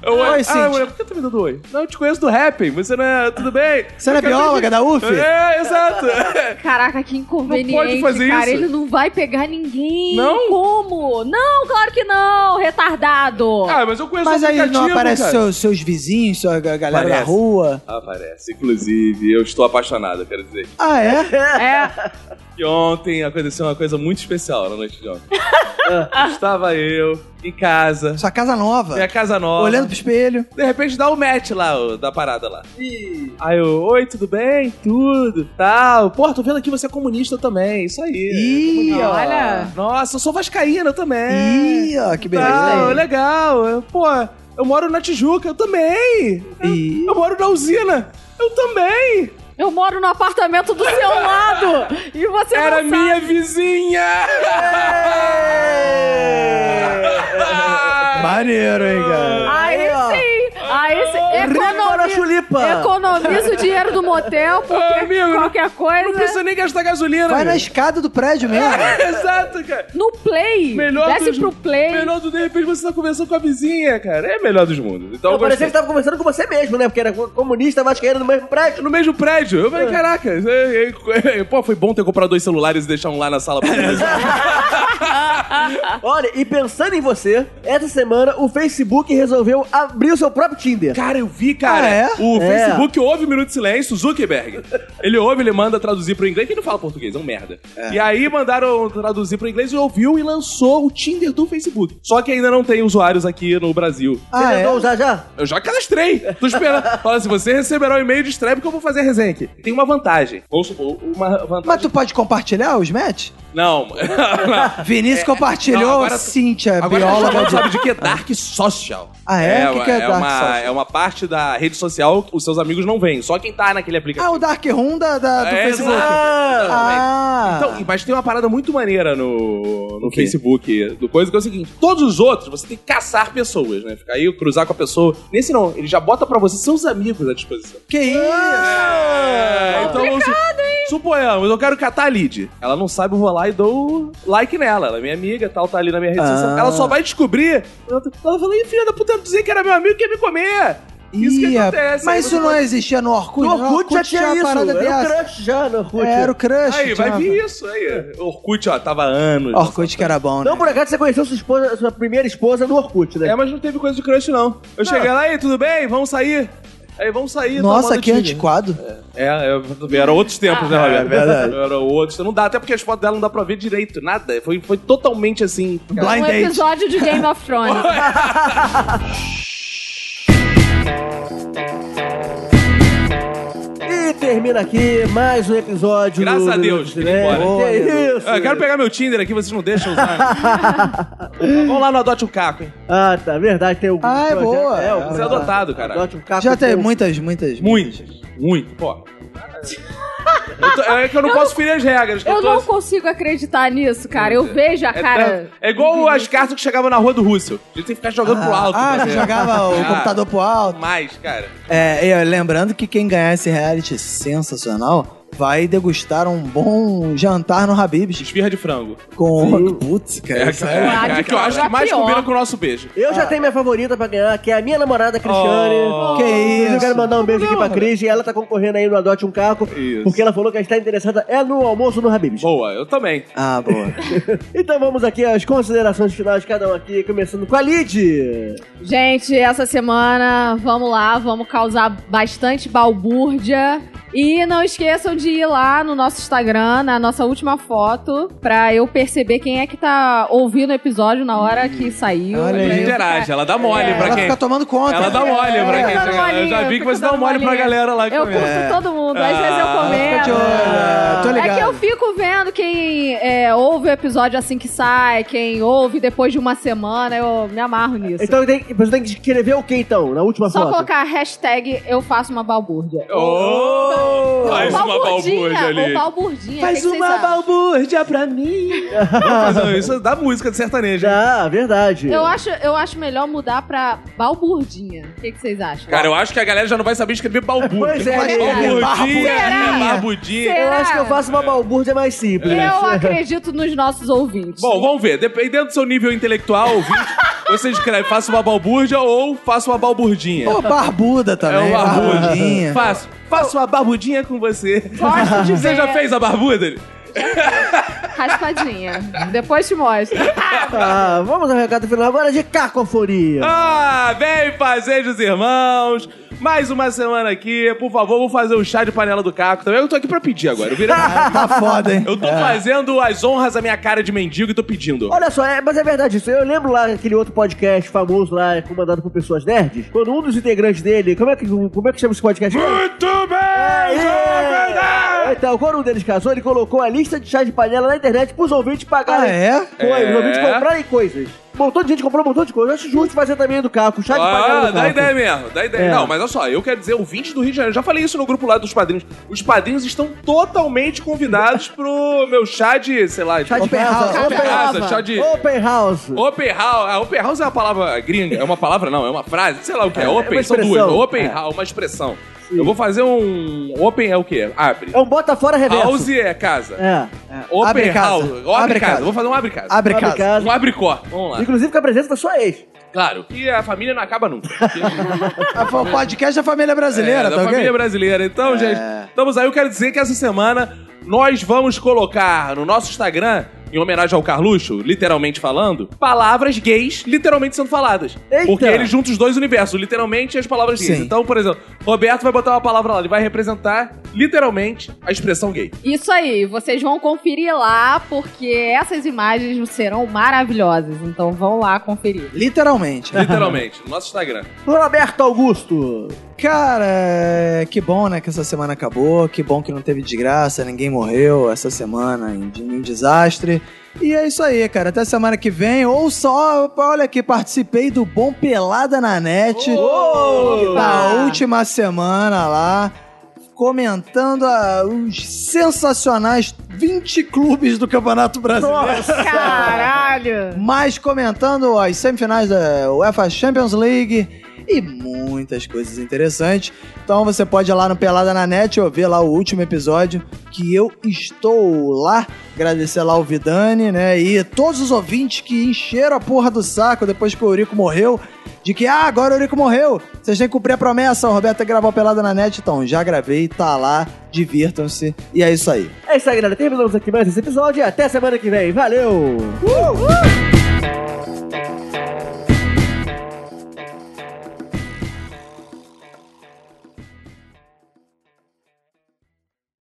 S3: Eu,
S4: Oi,
S3: ah,
S4: Cintia.
S3: mulher, por que tá me dando oi? Não, eu te conheço do rap, você não é. Tudo bem?
S4: você não é
S3: Eu quero
S4: bióloga da UF?
S3: É, exato.
S5: Caraca, que inconveniente,
S3: Não pode fazer
S5: cara.
S3: isso.
S5: Ele não vai pegar ninguém.
S3: Não?
S5: Como? Não, claro que não, retardado.
S3: Ah, mas eu conheço
S4: Mas
S3: o
S4: aí
S3: aplicativo,
S4: não aparece
S3: cara.
S4: seus, seus vizinhos, sua ga- galera da
S3: Aparece.
S4: rua.
S3: Aparece, inclusive, eu estou apaixonado, quero dizer.
S4: Ah, é?
S5: É,
S3: E ontem aconteceu uma coisa muito especial na noite de ontem.
S4: Ah.
S3: Ah. Estava eu em casa,
S4: Sua casa nova.
S3: minha É casa nova.
S4: Olhando pro espelho.
S3: De repente dá o match lá, ó, da parada lá. Aí eu, oi, tudo bem? Tudo, tal. Pô, tô vendo aqui você é comunista também, isso aí.
S4: Ih, ó.
S5: olha.
S3: Nossa, eu sou vascaína também.
S4: Ih, ó, que beleza.
S3: Tal,
S4: hein?
S3: legal. Eu, Pô, eu moro na Tijuca, eu também.
S4: Ih.
S3: Eu moro na usina, eu também.
S5: Eu moro no apartamento do seu lado. E você
S3: Era
S5: não sabe.
S3: minha vizinha.
S4: É. Maneiro, hein, cara.
S5: Aí sim. Aí sim.
S2: Rimora
S5: Economiza,
S2: Chulipa!
S5: economiza o dinheiro do motel, porque
S3: Ô, amigo, não-
S5: qualquer
S3: Não
S5: coisa.
S3: precisa nem gastar gasolina.
S4: Vai na
S3: amigo.
S4: escada do prédio mesmo.
S3: É. Exato, cara.
S5: No play.
S3: Melhor
S5: desce
S3: dos-
S5: pro play.
S3: Melhor do de repente você tá conversando com a vizinha, cara. É melhor dos mundos. Então eu
S2: Eu parecia
S3: gostei.
S2: que você tava conversando com você mesmo, né? Porque era comunista, vascaíno no mesmo prédio.
S3: No mesmo prédio. Eu falei, caraca, é, é, é, pô, foi bom ter comprado dois celulares e deixar um lá na sala pra conversar.
S4: Ah.
S2: Olha, e pensando em você, essa semana o Facebook resolveu abrir o seu próprio Tinder.
S3: Cara, eu vi, cara.
S4: Ah, é?
S3: O
S2: É.
S3: Facebook ouve o Minuto de Silêncio, Zuckerberg. Ele ouve, ele manda traduzir pro inglês, que ele não fala português, é um merda. E aí mandaram traduzir pro inglês e ouviu e lançou o Tinder do Facebook. Só que ainda não tem usuários aqui no Brasil.
S2: Você
S4: Ah,
S2: tentou
S4: é?
S2: usar já?
S3: Eu já cadastrei. Tô esperando. Fala assim, você receberá o e-mail de estreia porque eu vou fazer a resenha aqui. Tem uma vantagem. Ou supor, uma
S4: Mas
S3: vantagem.
S4: tu pode compartilhar os match?
S3: Não. não.
S4: Vinícius
S3: Ah, é. não,
S4: compartilhou,
S3: agora tu-
S4: Cíntia,
S3: Agora a
S4: bióloga
S3: gente
S4: de...
S3: sabe de que é Dark Social.
S4: Ah, é? O que que é Dark
S3: uma,
S4: Social?
S3: É uma parte da rede social que os seus amigos não veem. Só quem tá naquele aplicativo.
S4: Ah, o Dark Room da, da- do
S3: É,
S4: Facebook.
S3: exato.
S4: Ah,
S3: Então, mas tem uma parada muito maneira no, no
S2: quê?
S3: Facebook do coisa, que é o seguinte: todos os outros você tem que caçar pessoas, né? Ficar aí, cruzar com a pessoa. Nesse não, ele já bota pra você seus amigos à disposição.
S4: que isso?
S3: É, então vamos su- Suponhamos, eu quero catar a lead. Ela não sabe, eu vou lá e dou like nela. Ela é minha amiga, tal, tá ali na minha rede
S4: Ah.
S3: social. Ela só vai descobrir. Ela tá- ela fala, "Ih, filha da puta, eu dizer que era meu amigo que ia me comer. Isso que
S4: Ih,
S3: acontece.
S4: Mas
S3: Aí você
S4: isso não existia no Orkut?
S2: No
S4: não.
S2: Orkut já tinha
S4: uma
S2: isso.
S4: parada
S2: Era o
S4: dessa. É,
S2: crush já no Orkut.
S4: Era o crush.
S3: Aí,
S4: tinha
S3: vai
S4: uma-
S3: vir isso aí. Orkut, ó, tava há anos.
S4: Orkut que era bom, né?
S2: Então, por acaso, você conheceu sua esposa, sua primeira esposa no Orkut, né?
S3: É, mas não teve coisa de crush, não. Eu cheguei lá, aí, tudo bem? Vamos sair? Aí, vamos sair.
S4: Nossa,
S3: tomando
S4: que
S3: Tinder.
S4: antiquado.
S3: É, eu- tudo bem, eram outros tempos, né,
S4: É
S3: Roberto?
S4: verdade.
S3: Era outros. Não dá, até porque as fotos dela não dá pra ver direito, nada. Foi, foi totalmente assim. cara.
S5: Um episódio de Game of Thrones.
S2: E termina aqui mais um episódio.
S3: Graças
S2: do-
S3: a
S2: do-
S3: Deus,
S2: do-
S3: que ele embora.
S2: Que é isso?
S3: Ah, eu quero pegar meu Tinder aqui, vocês não deixam usar. Vamos lá no Adote um Caco, hein?
S2: Ah, tá, verdade, tem o.
S4: Ah, é
S2: projeto-
S4: boa.
S2: É, o
S4: Você
S3: Você é
S2: projeto-
S3: adotado, cara.
S2: Adote um caco
S4: Já
S2: com-
S4: teve muitas, muitas.
S3: Ah, Muito, muito, pô. Eu tô- é que eu não posso ferir as regras. que
S5: Eu
S3: tô
S5: não
S3: assim.
S5: consigo acreditar nisso, cara. Eu vejo a
S3: É
S5: cara.
S3: tanto- É, igual as cartas que chegavam na rua do Russell. A gente tem que ficar jogando pro alto.
S4: Ah, você
S3: né?
S4: jogava o
S3: Ah.
S4: computador pro alto.
S3: Mais, cara.
S4: É, e, ó, lembrando que quem ganhar esse reality sensacional vai degustar um bom jantar no Habib's
S3: Espirra de frango.
S4: com... Putz, cara. isso é-
S5: Ah, de
S3: que eu acho
S5: cara,
S3: que mais
S5: pior.
S3: combina com o nosso beijo.
S2: Eu já tenho minha favorita pra ganhar, que é a minha namorada, Cristiane.
S3: Oh.
S4: Que
S2: Inclusive, Eu
S4: isso.
S2: quero mandar um beijo aqui pra Cris
S4: né?
S2: e ela tá concorrendo aí no Adote um Caco,
S3: Isso.
S2: porque ela falou que ela está interessada é no almoço no Habib's.
S3: Boa, eu também.
S4: Ah, boa.
S2: Então vamos aqui às considerações finais de cada um aqui, começando com a Lid.
S5: Gente, essa semana, vamos lá, vamos causar bastante balbúrdia. E não esqueçam de ir lá no nosso Instagram, na nossa última foto, pra eu perceber quem é que tá ouvindo o episódio na hora que saiu.
S4: Olha
S5: pra
S4: aí.
S5: eu ficar-
S3: Interage, ela dá
S5: É.
S3: mole pra
S4: Ela
S3: quem.
S4: fica tomando conta. né?
S3: Ela dá um mole pra quem.
S5: Eu dou
S3: chega- Eu já
S5: molinha,
S3: vi
S5: eu
S3: que você
S5: fico
S3: dá um mole
S5: dando
S3: pra
S5: molinha.
S3: galera lá. que
S5: Eu
S3: comenta.
S5: curto todo mundo, às vezes eu
S4: Fica
S3: Ah,
S4: de
S5: comento.
S4: olho,
S3: né?
S4: é, Tô ligado.
S5: É que eu fico vendo quem é, ouve o episódio assim que sai, quem ouve depois de uma semana, eu me amarro nisso.
S2: Então tem, você tem que escrever o que então, na última
S5: Só
S2: foto?
S5: colocar a hashtag eu faço uma balbúrdia.
S3: Oh, faz uma balbúrdia
S5: Ou
S3: ali.
S5: balburdinha.
S4: Faz
S5: o que que
S4: uma
S5: vocês acham?
S4: balbúrdia pra mim.
S3: Mas, Isso dá música de sertanejo. hein?
S2: Já, verdade.
S5: Eu acho, eu acho melhor mudar pra balburdinha. O que, que vocês acham?
S3: Cara, eu acho que a galera já não vai saber escrever balbúrdia.
S2: Pois é,
S3: balbudinha.
S4: Barbudinha.
S3: é
S5: né? Será?
S3: barbudinha.
S2: Eu acho que eu faço uma balbúrdia mais simples.
S5: eu acredito nos nossos ouvintes.
S3: assim. Bom, vamos ver. Dependendo do seu nível intelectual, ouvinte, você escreve faça uma balbúrdia ou faça uma balburdinha.
S4: Pô, barbuda
S3: É
S4: também.
S3: um barbudo.
S4: barbudinha.
S3: Faço. Faço uma barbudinha com você.
S5: Gosto de
S3: Você
S5: ver.
S3: já fez a barbuda?
S5: Raspadinha. Depois te mostro.
S2: Ah, vamos ao recado final agora de cacofonia.
S3: Ah, vem fazejos irmãos. Mais uma semana aqui. Por favor, vou fazer o chá de panela do Caco também. Eu tô aqui pra pedir agora. Eu, virei-
S4: Tá foda, hein?
S3: Eu tô fazendo as honras à minha cara de mendigo e tô pedindo.
S2: É. Olha só, é- mas é verdade isso. Eu lembro lá aquele outro podcast famoso lá, é comandado por pessoas nerds, quando um dos integrantes dele. Como é que, como é que chama esse podcast?
S3: Muito bem,
S2: É, Então, quando um deles casou, ele colocou a lista de chá de panela na internet pros ouvintes
S4: Ah,
S2: pagarem.
S4: é?
S2: Foi,
S3: É.
S2: os ouvintes comprarem coisas. Um montão de gente comprou um montão de coisas. Eu acho justo fazer também do Caco, chá de panela.
S3: Ah,
S2: do
S3: dá
S2: Caco.
S3: ideia mesmo, dá ideia.
S2: É.
S3: Não, mas olha só, eu quero dizer, ouvintes do Rio de Janeiro, eu já falei isso no grupo lá dos padrinhos. Os padrinhos estão totalmente convidados pro meu chá de, sei lá,
S2: Chá de
S4: Open
S2: house.
S4: house,
S2: Open
S3: open house,
S2: house.
S3: chá de-
S2: Open house.
S3: Open house. Ah, open house é uma palavra gringa. É uma palavra, não, é uma frase. Sei lá o que é. open
S2: uma
S3: são duas.
S2: expressão.
S3: Open
S2: É.
S3: house, uma expressão. Eu vou fazer um. Open é o quê? Abre.
S2: É um bota fora reverso.
S3: House é casa.
S2: É.
S3: Open
S4: Abre casa.
S3: house. Abre,
S4: Abre
S3: casa.
S4: casa.
S3: Vou fazer um abre casa.
S4: Abre
S2: Abre
S4: casa.
S2: casa.
S3: Um abricó. Vamos lá.
S2: Inclusive com a presença da sua ex.
S3: Claro. E a família não acaba nunca.
S4: Ah, foi o podcast da família brasileira,
S3: É, da
S4: tá ok? É.
S3: família brasileira. Então, gente, estamos aí. Eu quero dizer que essa semana nós vamos colocar no nosso Instagram em homenagem ao Carluxo, literalmente falando, palavras gays literalmente sendo faladas.
S2: Eita!
S3: Porque ele junta os dois universos, literalmente e as palavras gays.
S4: Sim.
S3: Então, por exemplo, Roberto vai botar uma palavra lá, ele vai representar literalmente a expressão gay.
S5: Isso aí, vocês vão conferir lá, porque essas imagens serão maravilhosas. Então vão lá conferir.
S4: Literalmente.
S3: Literalmente, no nosso Instagram.
S2: Roberto Augusto.
S4: Cara, é, que bom, né, que essa semana acabou, que bom que não teve desgraça, ninguém morreu essa semana em de- nenhum desastre. E é isso aí, cara. Até semana que vem. Ou só, olha aqui, participei do Bom Pelada na Net na última semana lá, comentando a- os sensacionais 20 clubes do Campeonato Brasileiro.
S5: Caralho!
S4: Mas comentando as semifinais da UEFA Champions League e muitas coisas interessantes. Então você pode ir lá no Pelada na Net ouvir lá o último episódio que eu estou lá. Agradecer lá o Vidani, né? E todos os ouvintes que encheram a porra do saco depois que o Eurico morreu. De que, ah, agora o Eurico morreu. Vocês têm que cumprir a promessa. O Roberto gravou Pelada na Net. Então, já gravei, tá lá. Divirtam-se. E é isso aí.
S2: É isso aí, galera. Terminamos aqui mais esse episódio e até semana que vem. Valeu!
S4: Uh!